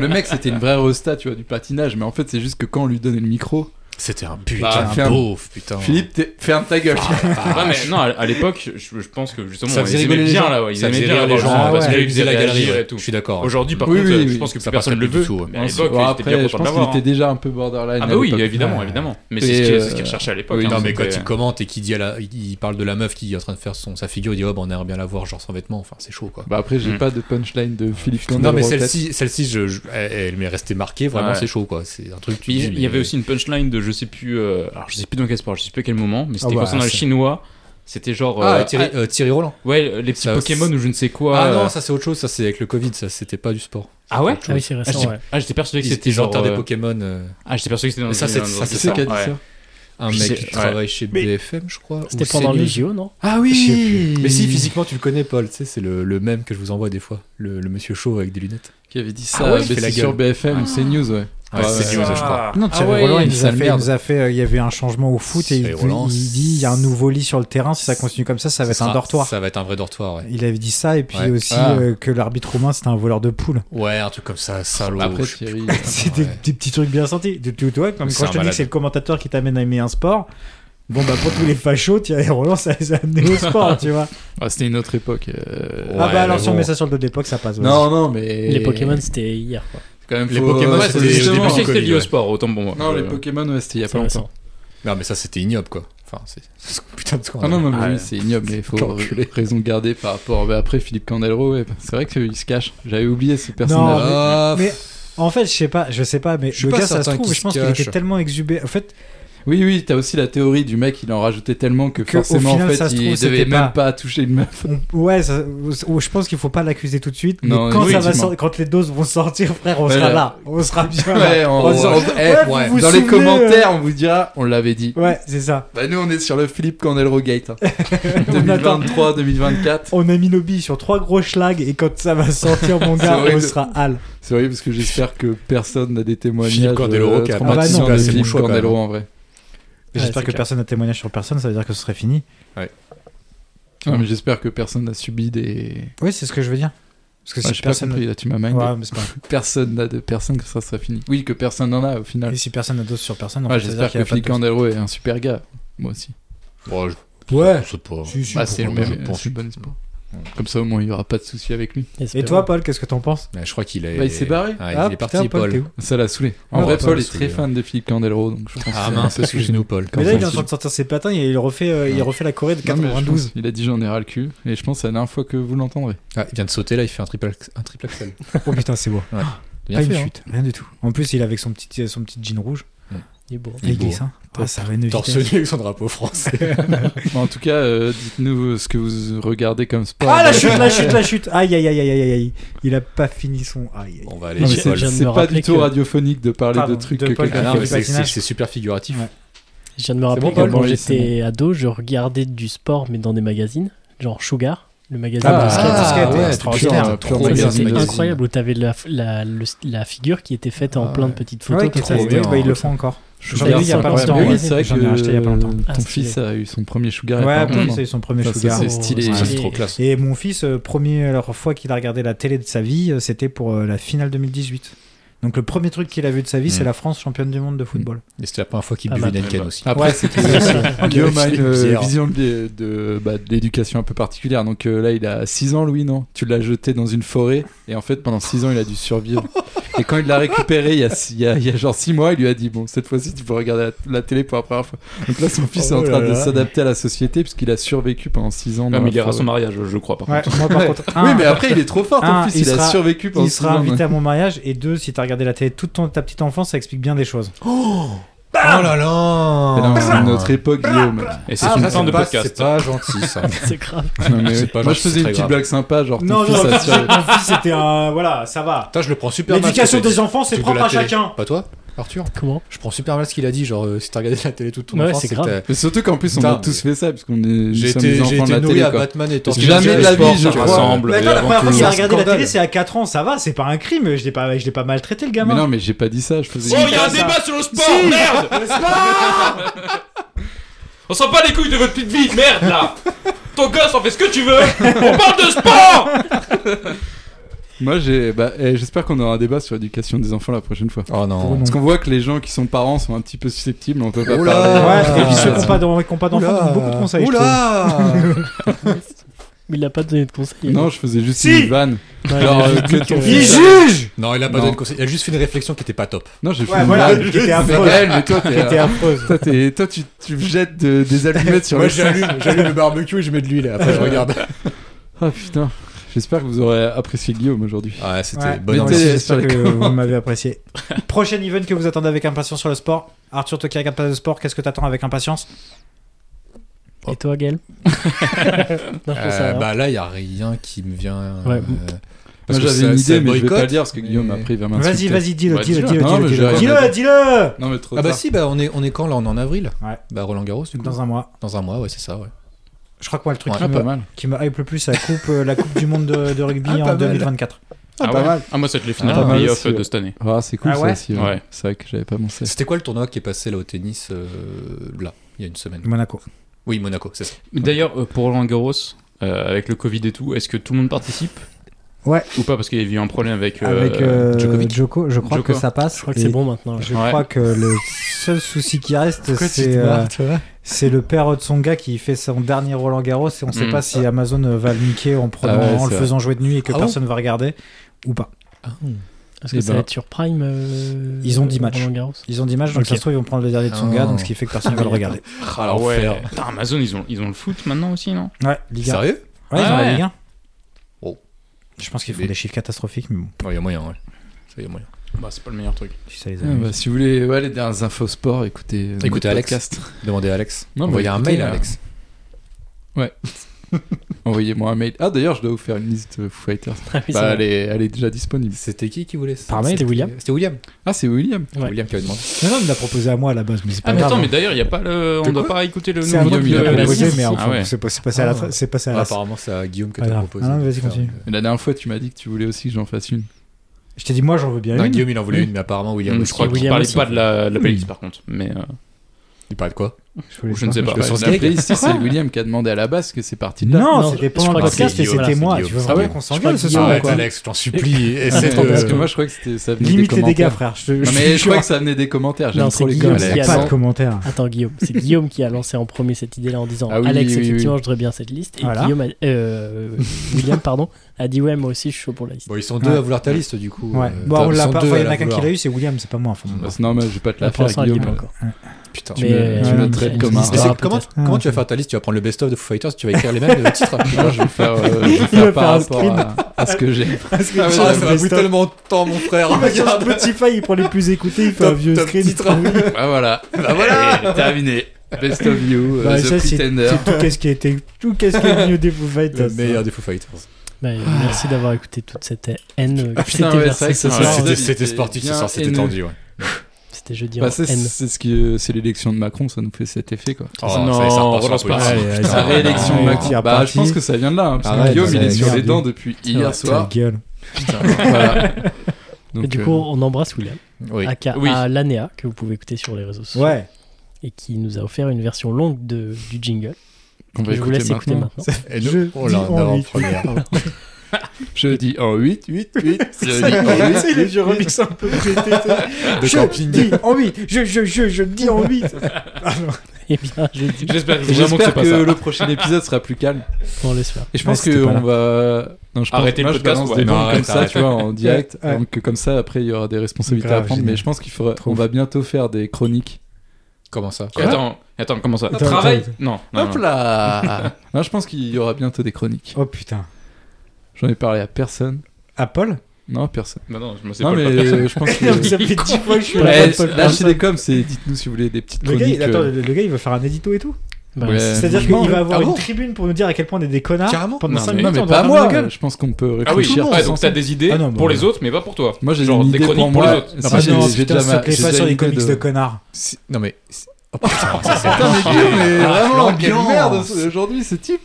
le mec, c'était une vraie resta, tu vois, du patinage. Mais en fait, c'est juste que quand on lui donnait le micro, C'était un Bah, putain ferme. de beauf, putain. Philippe, t'es- ferme ta Ah, gueule. Ouais, mais non, à, à l'époque, je, je pense que justement, ça faisait ils aimaient rigoler les bien gens. là, ouais, ils ça aimaient faisait bien rire les gens Ah parce ouais. qu'il faisait la galerie et ouais. tout. Je suis d'accord. Aujourd'hui, par Oui, contre, oui, euh, oui. je pense que Ça plus personne ne le partage plus veut. du tout, ouais. Mais à Bon, l'époque, il était bien après, je content de pense qu'il l'avoir. était hein. déjà un peu borderline. Ah, à bah oui, l'époque. évidemment, Ouais. évidemment. Mais Et, c'est ce qui- c'est ce euh, qu'il recherchait à l'époque. oui, hein, Non, mais quand c'était- il commente et qu'il dit à la- il parle de la meuf qui est en train de faire son, sa figure, il dit Oh, bah, on aimerait bien la voir, genre sans vêtements. Enfin, c'est chaud, quoi. Bah après, j'ai Mm. pas de punchline de Philippe non, Candeloro. mais en tête. celle-ci, celle-ci je, je- elle, elle m'est restée marquée, vraiment, Ouais. c'est chaud, quoi. C'est un truc. tu Puis, dis, il mais- y avait aussi une punchline de je sais plus, euh, alors je sais plus dans quel sport, je sais plus à quel moment, mais c'était Ah bah, concernant les c'est- chinois. C'était genre Ah, euh, Thierry, euh, Thierry Roland. ah, ouais les petits ça- Pokémon ou je ne sais quoi. ah euh, non, ça c'est autre chose, ça c'est avec le Covid, ça c'était pas du sport. ah ouais. Ah oui, c'est Ah, récent, j'étais- ouais. ah, j'étais persuadé que Ils c'était étaient genre. genre des euh, Pokémon. euh, Ah j'étais persuadé que c'était dans. Mais ça, c'est- dans- ça, dans- Qui c'est qui a dit Ouais. ça un Je mec sais- qui ouais. travaille chez BFM, je crois. C'était ou pendant CNews. les JO, non Ah Je oui Mais si, physiquement, tu le connais, Paul. Tu sais, c'est le, le même que je vous envoie des fois. Le, le monsieur chaud avec des lunettes. Qui avait dit Ah ça ouais, mais il fait la c'est sur gueule. Ah. BFM ou CNews, ouais. Ouais, c'est ouais, dur, ouais. ça, je crois. Non, Ah Thierry ouais, Roland, il une nous, a sale fait, il merde. nous a fait, euh, il y avait un changement au foot et il, Thierry Roland, il dit il y a un nouveau lit sur le terrain, si ça continue comme ça, ça va être sera- un dortoir. Ça va être un vrai dortoir, ouais. Il avait dit ça et puis Ouais. aussi Ah. euh, que l'arbitre roumain c'était un voleur de poules. Ouais, un truc comme ça, salaud. Après, je- Thierry. C'est des, bah Ouais. des petits trucs bien sentis. Des petits- ouais, comme C'est quand un je te dis malade. que c'est le commentateur qui t'amène à aimer un sport. Bon, bah, pour tous les fachos, Thierry Roland, ça les a amenés au sport, tu vois. Ah, C'était une autre époque. euh, Ouais, ah, bah, alors, mais si on bon. met ça sur le dos de l'époque, ça passe. ouais. Non, non, mais. Les Pokémon, c'était hier. Quoi. Quand même, Les faut- Pokémon, ouais, c'était- c'est justement- justement- Je pensais que c'était lié au ouais. sport, autant pour moi. Non, les Euh, Pokémon, ouais, c'était il y a C'est pas longtemps. récent. Non, mais ça, c'était ignoble, quoi. Enfin, c'est. c'est- Putain de Ah scandale. non, non, mais Ah, oui, ouais. c'est ignoble, mais il faut L'enculé. raison garder par rapport. Mais après, Philippe Candelro, ouais, c'est vrai qu'il se cache. J'avais oublié ce personnage. mais- Ah, mais- En fait, je sais pas, je sais pas, mais Je suis le pas gars, ça se certain trouve, qu'il je se pense qu'il cache. était tellement exubé. En fait, Oui, oui, t'as aussi la théorie du mec, il en rajoutait tellement que, Que au forcément, en final, fait, ça se trouve, il c'était devait pas- même pas toucher une meuf. on- ouais, ça- ou- je pense qu'il faut pas l'accuser tout de suite. Mais Non, quand, oui, ça va effectivement. sor- quand les doses vont sortir, frère, on Ouais, sera là. là. On sera bien Ouais, là. on- En Oh, disant, on- eh, vous ouais, vous Dans les souvenez, commentaires, on vous dira, on l'avait dit. euh, Ouais, c'est ça. Bah, nous, on est sur le Philippe Candelro Gate. hein. On attend. 2023, 2024. On a mis nos billes sur trois gros schlags et quand ça va sortir, mon C'est gars, horrible. on sera hal. C'est vrai parce que j'espère que personne n'a des témoignages. Philippe Candeloro euh, qui a traumatisants Ah bah non, de là, c'est mon Philippe choix, quand Candeloro même. en vrai. Ouais, J'espère c'est que clair. personne n'a témoignage sur personne, ça veut dire que ce serait fini. Non, mais j'espère que personne n'a subi des. Oui, c'est ce que je veux dire. Parce que Ouais, si j'ai pas personne. compris, là, tu m'as mindé. Ouais, mais c'est pas grave. Personne n'a de personne que ça serait fini. Oui, que personne n'en a au final. Et si personne n'a dose sur personne, en Ouais, fait, ça veut dire j'espère qu'il y que a pas de Philippe Candelro est un super gars. Moi aussi. Bon, Oh, je dose. Ouais. je sais pas. Si, si, Ah, c'est le pourquoi même. pas. C'est le bon espoir. Comme ça, au moins, il n'y aura pas de souci avec lui. pas. Et Espérons. toi, Paul, qu'est-ce que t'en penses Mais je crois qu'il est. Bah, il s'est barré. Ah, il Ah, est putain, parti, Paul, Paul. t'es où Ça l'a saoulé. En Ouais, vrai, ça Paul l'a est saoulé, très hein. fan de Philippe Candelro, donc je pense. Ah mince, parce que chez nous, Paul. Mais là, il est en Consensus. train de sortir ses patins et il refait, euh, il Non. refait la Corée de Non, mais je 92. pense- Il a dit j'en ai ras le cul, et je pense que c'est la dernière fois que vous l'entendrez. Ah, il vient de sauter là, il fait un triple, un triple axel. Oh putain, c'est beau. Bien Pas une fait. hein. chute, rien du tout. En plus, il est avec son petit, euh, son petit jean rouge. Il est beau. Il est Et beau, glisse, hein. Ah, ça aurait une Torse vitesse. nu avec son drapeau français. Bon, en tout cas, euh, dites-nous ce que vous regardez comme sport. Ah, la Bah, chute, la chute, la chute. Aïe, aïe, aïe, aïe, aïe, aïe. Il a pas fini son. Aïe, aïe. On va Non, aller mais Je- chez je c'est viens Paul. de me c'est pas rappeler du tout que- radiophonique de parler Pardon, de trucs de que Paul Ah quelqu'un non, fait mais du c'est- c'est patinage. c'est super figuratif. Ouais. Je viens de me C'est rappeler bon, que quand Paul j'étais ado, je regardais du sport, mais dans des magazines, genre Sugar, le magazine Ah, de basket. ah, Basket. ouais, extraordinaire. trop Ouais, bien, C'était magazine. Ah, incroyable où t'avais la, la, le- la figure qui était faite en Ah plein de ouais. petites photos. Ouais, qui ça, trop oui, étaient- bien. bah, ils le font encore. Je J'en ai regarde vu il y a ça pas incroyable. longtemps, Ah, Oui, ouais. c'est vrai J'en ai acheté il y a pas que longtemps. Ah, ton stylé. fils a eu son premier sugar. il y a Ouais, pas bon, longtemps. ça, c'est son premier Ça, ça, sugar. c'est stylé. Ça, Ah, c'est Et- trop classe. Et mon fils, euh, première fois qu'il a regardé la télé de sa vie, euh, c'était pour euh, la finale 2018. Donc le premier truc qu'il a vu de sa vie, Mm. c'est la France championne du monde de football. Et c'était la première fois qu'il Ah, buvait bah, une Henken aussi. Après, c'est que Guillaume a Je une l'ai euh, bière. vision de, de- bah, de l'éducation un peu particulière. Donc euh, là, il a 6 ans, Louis, non Tu l'as jeté dans une forêt et en fait, pendant 6 ans, il a dû survivre. et quand il l'a récupéré il y, a, six- il, y a, il y a genre 6 mois, il lui a dit Bon, cette fois-ci, tu peux regarder la, la télé pour la première fois. Donc là, son fils est en Oh là train de là. s'adapter à la société puisqu'il a survécu pendant 6 ans. Ah, dans la mais il ira à forêt. son mariage, je crois, par contre. Ouais, moi par Ouais. contre, Oui, un, mais après, il est trop fort, ton Un, fils. il Ah. Il, a sera- survécu pendant il 6 sera ans. invité à mon mariage. Et deux, si t'as regardé la télé toute ton- ta petite enfance, ça explique bien des choses. Oh là là Ah, Mais non, C'est notre époque, Guillaume. Et c'est une ça, fin de c'est pas- podcast. C'est pas gentil ça. C'est grave. Non, mais C'est oui. pas Moi, genre, je faisais c'est une très petite grave. blague sympa, genre, Non, ton non, fils a survécu. mon fils c'était un. Voilà, ça va. Putain, je le prends super mal. L'éducation ce que t'as des dit. enfants, c'est Truc de propre la à télé. chacun. Pas toi, Arthur Comment Je prends super mal ce qu'il a dit. Genre, euh, si t'as regardé la télé toute ton Ouais, enfance, c'est grave. c'était- Mais surtout qu'en plus, on Putain, a tous fait ça, parce qu'on est nous J'ai sommes été, des j'ai enfants de été la nourri télé. à quoi. Batman et Parce Tortue. que jamais de la vie, je ça crois. rassemble. Mais attends, et la avant première tout- fois qu'il a C'est un regardé la scandale. télé, c'est à 4 ans, ça va, c'est pas un crime, je l'ai pas, je l'ai pas maltraité le gamin. Mais non, mais j'ai pas dit ça, je faisais. Oh, une- il y a un Ça. débat sur le sport, Si. merde On sent pas les couilles de votre petite vie, merde, là Ton gosse, en fait ce que tu veux On parle de sport Moi, j'ai. Bah, eh, j'espère qu'on aura un débat sur l'éducation des enfants la prochaine fois. Oh Oh, non. non. Parce qu'on voit que les gens qui sont parents sont un petit peu susceptibles, on peut pas Oula. parler. Ouais, et puis ceux qui Ah. n'ont pas d'en- qui ont pas d'enfants Oula. donnent beaucoup de conseils. je trouve. Oula Mais il a pas donné de conseils. Non, je faisais juste Si. une vanne. Ouais, Genre, il a euh, juste dit que ton que- fils- Il juge Non, il a pas Non. donné de conseil. Il a juste fait une réflexion qui était pas top. Non, j'ai fait Ouais, une voilà, vanne. qui était Mais affreuse. Gaël, mais toi, Qui était t'es. affreuse. Toi, t'es- toi, tu, tu jettes de- des allumettes sur Moi, le sang. j'allume, j'allume le barbecue et je mets de l'huile. et Après, je regarde. Ah putain, j'espère que vous aurez apprécié Guillaume aujourd'hui. Ouais, c'était Ouais. bonne Mais Non, t'es- mais ambiance. J'espère sur les que vous m'avez apprécié. Prochain event que vous attendez avec impatience sur le sport. Arthur, toi qui regardes pas de sport, qu'est-ce que t'attends avec impatience Et toi, Gaël Non, je pense Euh, à- Bah là, il y a rien qui me vient. Ouais. euh, Moi parce que j'avais ça- une ça idée, mais je vais pas le boycotte, dire parce que mais- Guillaume après il va Vas-y, m'insulter. vas-y, dis-le, Bah, dis-le, dis-le. Non, dis-le, mais dis-le, j'ai dis-le, rien. dis-le Non, mais trop Ah bah tard. si, bah on est, on est quand là On est en avril Ouais. Bah Roland Garros du coup. Dans un mois. Dans un mois, ouais, c'est ça, ouais. Je crois que moi, le truc Ouais, qui, Ah, pas me, mal. qui me hype le plus, c'est la coupe, euh, la coupe du monde de, de rugby Ah, pas en mal. 2024. Ah, pas ouais mal. Ah, moi, c'était les finales Ah, de pas mal playoff aussi, ouais. de cette année. Ah, c'est cool Ah ça ouais aussi. Ouais. C'est vrai que j'avais pas pensé. C'était quoi le tournoi qui est passé là au tennis euh, là il y a une semaine Monaco. Oui, Monaco, c'est ça. Mais D'ailleurs, euh, pour Roland Garros, euh, avec le Covid et tout, est-ce que tout le monde participe Ouais. Ou pas Parce qu'il y a eu un problème avec, euh, Avec euh, Djokovic. Djoko, je crois Djoko. que ça passe. Je crois que et c'est bon maintenant. Je Ouais. crois que le seul souci qui reste, c'est euh, c'est le père de son gars qui fait son dernier Roland Garros et on sait Mm. pas si Amazon va le niquer en, prenant- Ah ouais, en c'est le vrai. faisant jouer de nuit et que Ah bon personne va regarder ou pas. Parce que Eh ça ben. va être sur Prime. euh, Ils ont dix matchs. Roland Garros. Ils ont des matchs, donc Ok. ça se trouve, ils vont prendre le dernier de son Ah. gars, donc ce qui fait que personne va le regarder. Ah ouais. Putain, Amazon, ils ont, ils ont le foot maintenant aussi, non Ouais, Ligue 1. Sérieux Ouais, ils ont la Ouais. Ligue 1. Oh. Je pense qu'ils font Mais- des chiffres catastrophiques, mais bon, Ouais, Il y a moyen, ouais. Ça, il y a moyen. Bah, c'est pas le meilleur truc. si ça les Ah, amuse. bah, si vous voulez ouais, les dernières infos sport, écoutez, euh, Écoutez notre Alex. podcast. Demandez à Alex. Non, mais Envoyez un écoutez, mail à euh, Alex. Envoyez-moi un mail. Ah d'ailleurs, je dois vous faire une liste euh, Foo Fighters. Ah oui, c'est Bah, vrai. elle, est, elle est déjà disponible. C'était qui qui voulait Par mail C'était William. C'était William. Ah, c'est William. Ouais. William qui avait demandé. Non, non, il me l'a proposé à moi à la base, mais c'est pas Ah, mais grave. hein. attends, mais d'ailleurs, il y a pas le... on De doit quoi pas écouter le C'est à moi nouveau qui William, l'a il de a proposé, Lassie. mais Ah enfin, ouais. c'est pas- c'est passé à la. tra- C'est passé à la. apparemment, c'est à Guillaume que Pas t'as grave. proposé. Ah non, de vas-y, faire- continue. La dernière fois, tu m'as dit que tu voulais aussi que j'en fasse une. Je t'ai dit, moi, j'en veux bien Non, une. Guillaume, il en voulait une, mais apparemment, William. Hum, aussi. Je crois qu'il William parlait aussi. pas de la, de la playlist par contre, mais euh, Il parlait de quoi Je voulais je ne sais pas. Je sens La gay. playlist- Ici, c'est William qui a demandé à la base que c'est parti de là. Non, Non, c'était je pendant le crois que podcast c'est et c'était Guillaume, moi. c'est Tu veux Guillaume. vraiment Ah ouais qu'on crois s'engueule que ce Guillaume, soir Arrête, quoi. Alex, je t'en supplie. Essaie Attends, parce que de. moi, je crois que c'était ça venait Limite des les dégâts, commentaires. frère. Je, Non, mais je crois que ça venait des commentaires. J'aime Non, trop c'est les Guillaume commentaires. qui Alex. a pas lancé- de commentaires. Attends Guillaume, c'est Guillaume qui a lancé en premier cette idée-là en disant Ah oui, Alex, oui, oui, effectivement, oui. je voudrais bien cette liste. Et Voilà. Guillaume, a- euh, William, pardon, a dit ouais, moi aussi, je suis chaud pour la liste. Bon, ils sont deux Ouais. à vouloir ta liste, du coup. Ouais. Euh, Bon, on ils l'a sont pas. deux enfin, à Il y en a la qu'un qui vouloir. l'a eu, c'est William, c'est pas moi. enfin, bon. Bah, c'est normal, je vais pas te la Là, pour faire, l'instant, elle dit Guillaume. pas encore. Putain. Tu Mais, me, tu euh, me elle- traites elle- comme elle- un Mais elle- rat. Ah, c'est- comment, peut-être. comment tu vas faire ta liste Tu vas prendre le best-of de Foo Fighters, tu vas écrire les mêmes euh, titres. Moi, je vais faire, euh, je vais Il va faire faire par un rapport à, à ce que j'ai. Ah, ouais, ça le va bout tellement de temps, mon frère. Il va sur Regarde. Spotify, il prend les plus écoutés, il fait un Top- vieux top screen. titre. Ah voilà. Bah Eh, voilà. terminé. Best of you, euh, Bah, The ça, c'est Pretender. c'est tout qu'est-ce qui a été tout qu'est-ce qui est venu des Foo Fighters. Le meilleur des Foo Fighters. Ben, merci d'avoir écouté toute cette haine euh, qui Ah, putain, s'était ouais, versée c'est ce vrai soir. que ça, c'est- Ah, C'était Ouais. c'était sportif ce Bien soir, c'était haineux. tendu. ouais. C'était jeudi Bah, en c'est haine. c'est ce que c'est l'élection de Macron, ça nous fait cet effet quoi. Oh, ça y est, Non, ça repart sur relance la pas. politique. Allez, allez, Putain, la Ah, réélection non. de Macron. Qui est Bah, je reparti. pense que ça vient de là, hein, parce que Arrête, Guillaume il ça est sur vient les de- dents depuis hier Ta soir. gueule. Voilà. Et Donc, Du euh, coup, on embrasse William, Oui. aka Oui. l'ANEA, que vous pouvez écouter sur les réseaux sociaux, Ouais. et qui nous a offert une version longue de, du jingle. on va je vous laisse écouter Bah, maintenant. maintenant. Et Je nous, oh on l'a dis en en avant-première. Je dis en 8, 8, 8. Je dis en 8. C'est les vieux remix un peu pétés. De Je camping. dis en 8, je, je, je, je dis en 8. Eh bien, je dis, J'espère vraiment que c'est J'espère que, pas ça. le prochain épisode sera plus calme. on laisse faire. Et je pense Ouais, c'était pas là. qu'on va. Non, je pense Arrêter moi, le je podcast, balance des ouais. Non, noms arrête, comme ça, arrête. tu vois, en direct. Ouais. Donc, comme ça, après, il y aura des responsabilités Grave, à prendre. génial. Mais je pense qu'on Trop. va bientôt faire des chroniques. Comment ça Attends, attends, comment ça Attends, Travail attends. Non, non, Hop Hein? non. là Non, je pense qu'il y aura bientôt des chroniques. Oh putain. J'en ai parlé à personne. Apple Non, personne. Bah non, je me sais Non, pas mais le podcast. euh, je pense que. Ça fait 10 fois que je suis Ouais, Apple. Lâchez des coms et dites-nous si vous voulez des petites Le gars, chroniques. il, attends, euh, le gars, il va faire un édito et tout. Ben, Ouais. c'est- C'est-à-dire franchement, qu'il va avoir ah une bon tribune pour nous dire à quel point on est des connards Carrément pendant Non, 5 mais- minutes. Non, mais on pas doit faire moi nos gueules. Je pense qu'on peut Ah oui, réfléchir. ouais, donc t'as des idées Ah non, bah pour ouais. les autres, mais pas pour toi. Moi, j'ai Genre une des idée chroniques pour pour moi. les autres. bah Non, Ah j'ai- non, j'ai putain, déjà se ma- plaît j'ai pas déjà sur les une euh. idée comics de, Ah, de- connards. Si- Non mais. si- Oh putain, ça, c'est- Putain, mais Guillaume, mais vraiment, quelle l'ambiance. merde aujourd'hui, ce type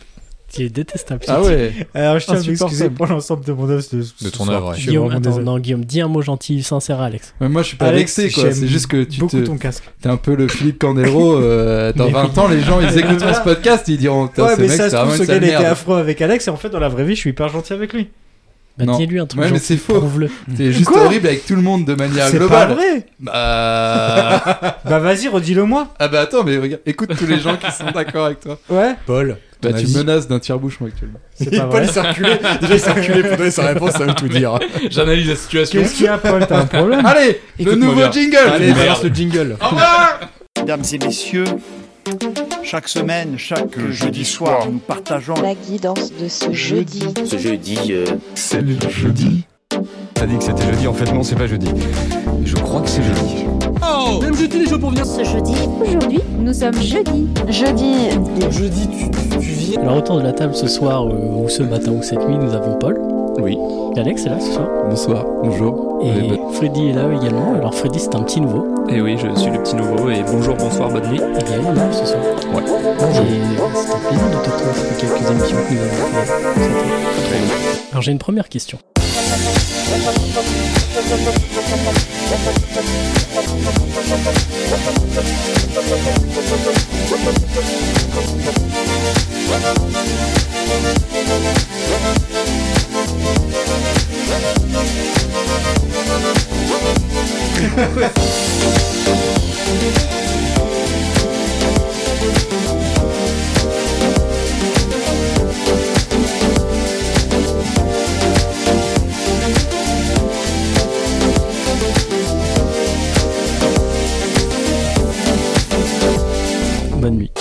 qui est détestable. ce Ah type. ouais Euh, Alors, je tiens à m'excuser Insupportable. pour l'ensemble de mon œuvre de, De ton œuvre, ouais. Je suis Guillaume, vraiment attends, désolé. non, Guillaume, dis un mot gentil, sincère à Alex. Mais moi, je suis pas Alex, vexé, quoi. j'aime C'est juste que tu Beaucoup te... ton casque. t'es un peu le Philippe Candelo. euh, dans 20 ans, les gens, ils écouteront ce podcast, ils diront Putain, Ouais, ce mais ça mec, c'est se trouve, vraiment ce une gars sale il était merde. affreux avec Alex et en fait, dans la vraie vie, je suis hyper gentil avec lui. Ben, Non. dis-lui un truc Ouais, mais gentil. c'est faux. Prouve-le. T'es juste Quoi horrible avec tout le monde de manière C'est pas globale. vrai Bah. Bah, vas-y, redis-le moi. ah bah attends, mais regarde, écoute tous les gens qui sont d'accord avec toi. Ouais, Paul. Bah, ton tu avis menaces d'un tire-bouchon actuellement. c'est pas Et Paul vrai. il s'est reculé. Déjà, il s'est reculé pour donner sa réponse, ça veut tout dire. J'analyse la situation. Qu'est-ce qu'il y a, Paul T'as un hein. problème Allez, le Écoute-moi nouveau bien. jingle Allez, Merde. balance le jingle. Mesdames et messieurs, chaque semaine, chaque jeudi soir, nous partageons La guidance de ce jeudi. Ce jeudi, euh, C'est le jeudi T'as dit que c'était jeudi, en fait non, c'est pas jeudi. Je crois que c'est jeudi. Ce jeudi. Aujourd'hui, nous sommes jeudi. Jeudi. Alors autour de la table ce soir, euh, ou ce matin, ou cette nuit, nous avons Paul. Oui. Et Alex est là ce soir. Bonsoir, bonjour. Et Eh Freddy est là également. Alors Freddy, c'est un petit nouveau. Et oui, je suis le petit nouveau et bonjour, bonsoir, bonne nuit. Il est là ce soir. Ouais. Bonjour. C'est un plaisir de te retrouver. Ça fait quelques émissions que nous avons fait. Alors j'ai une première question. Bonne nuit.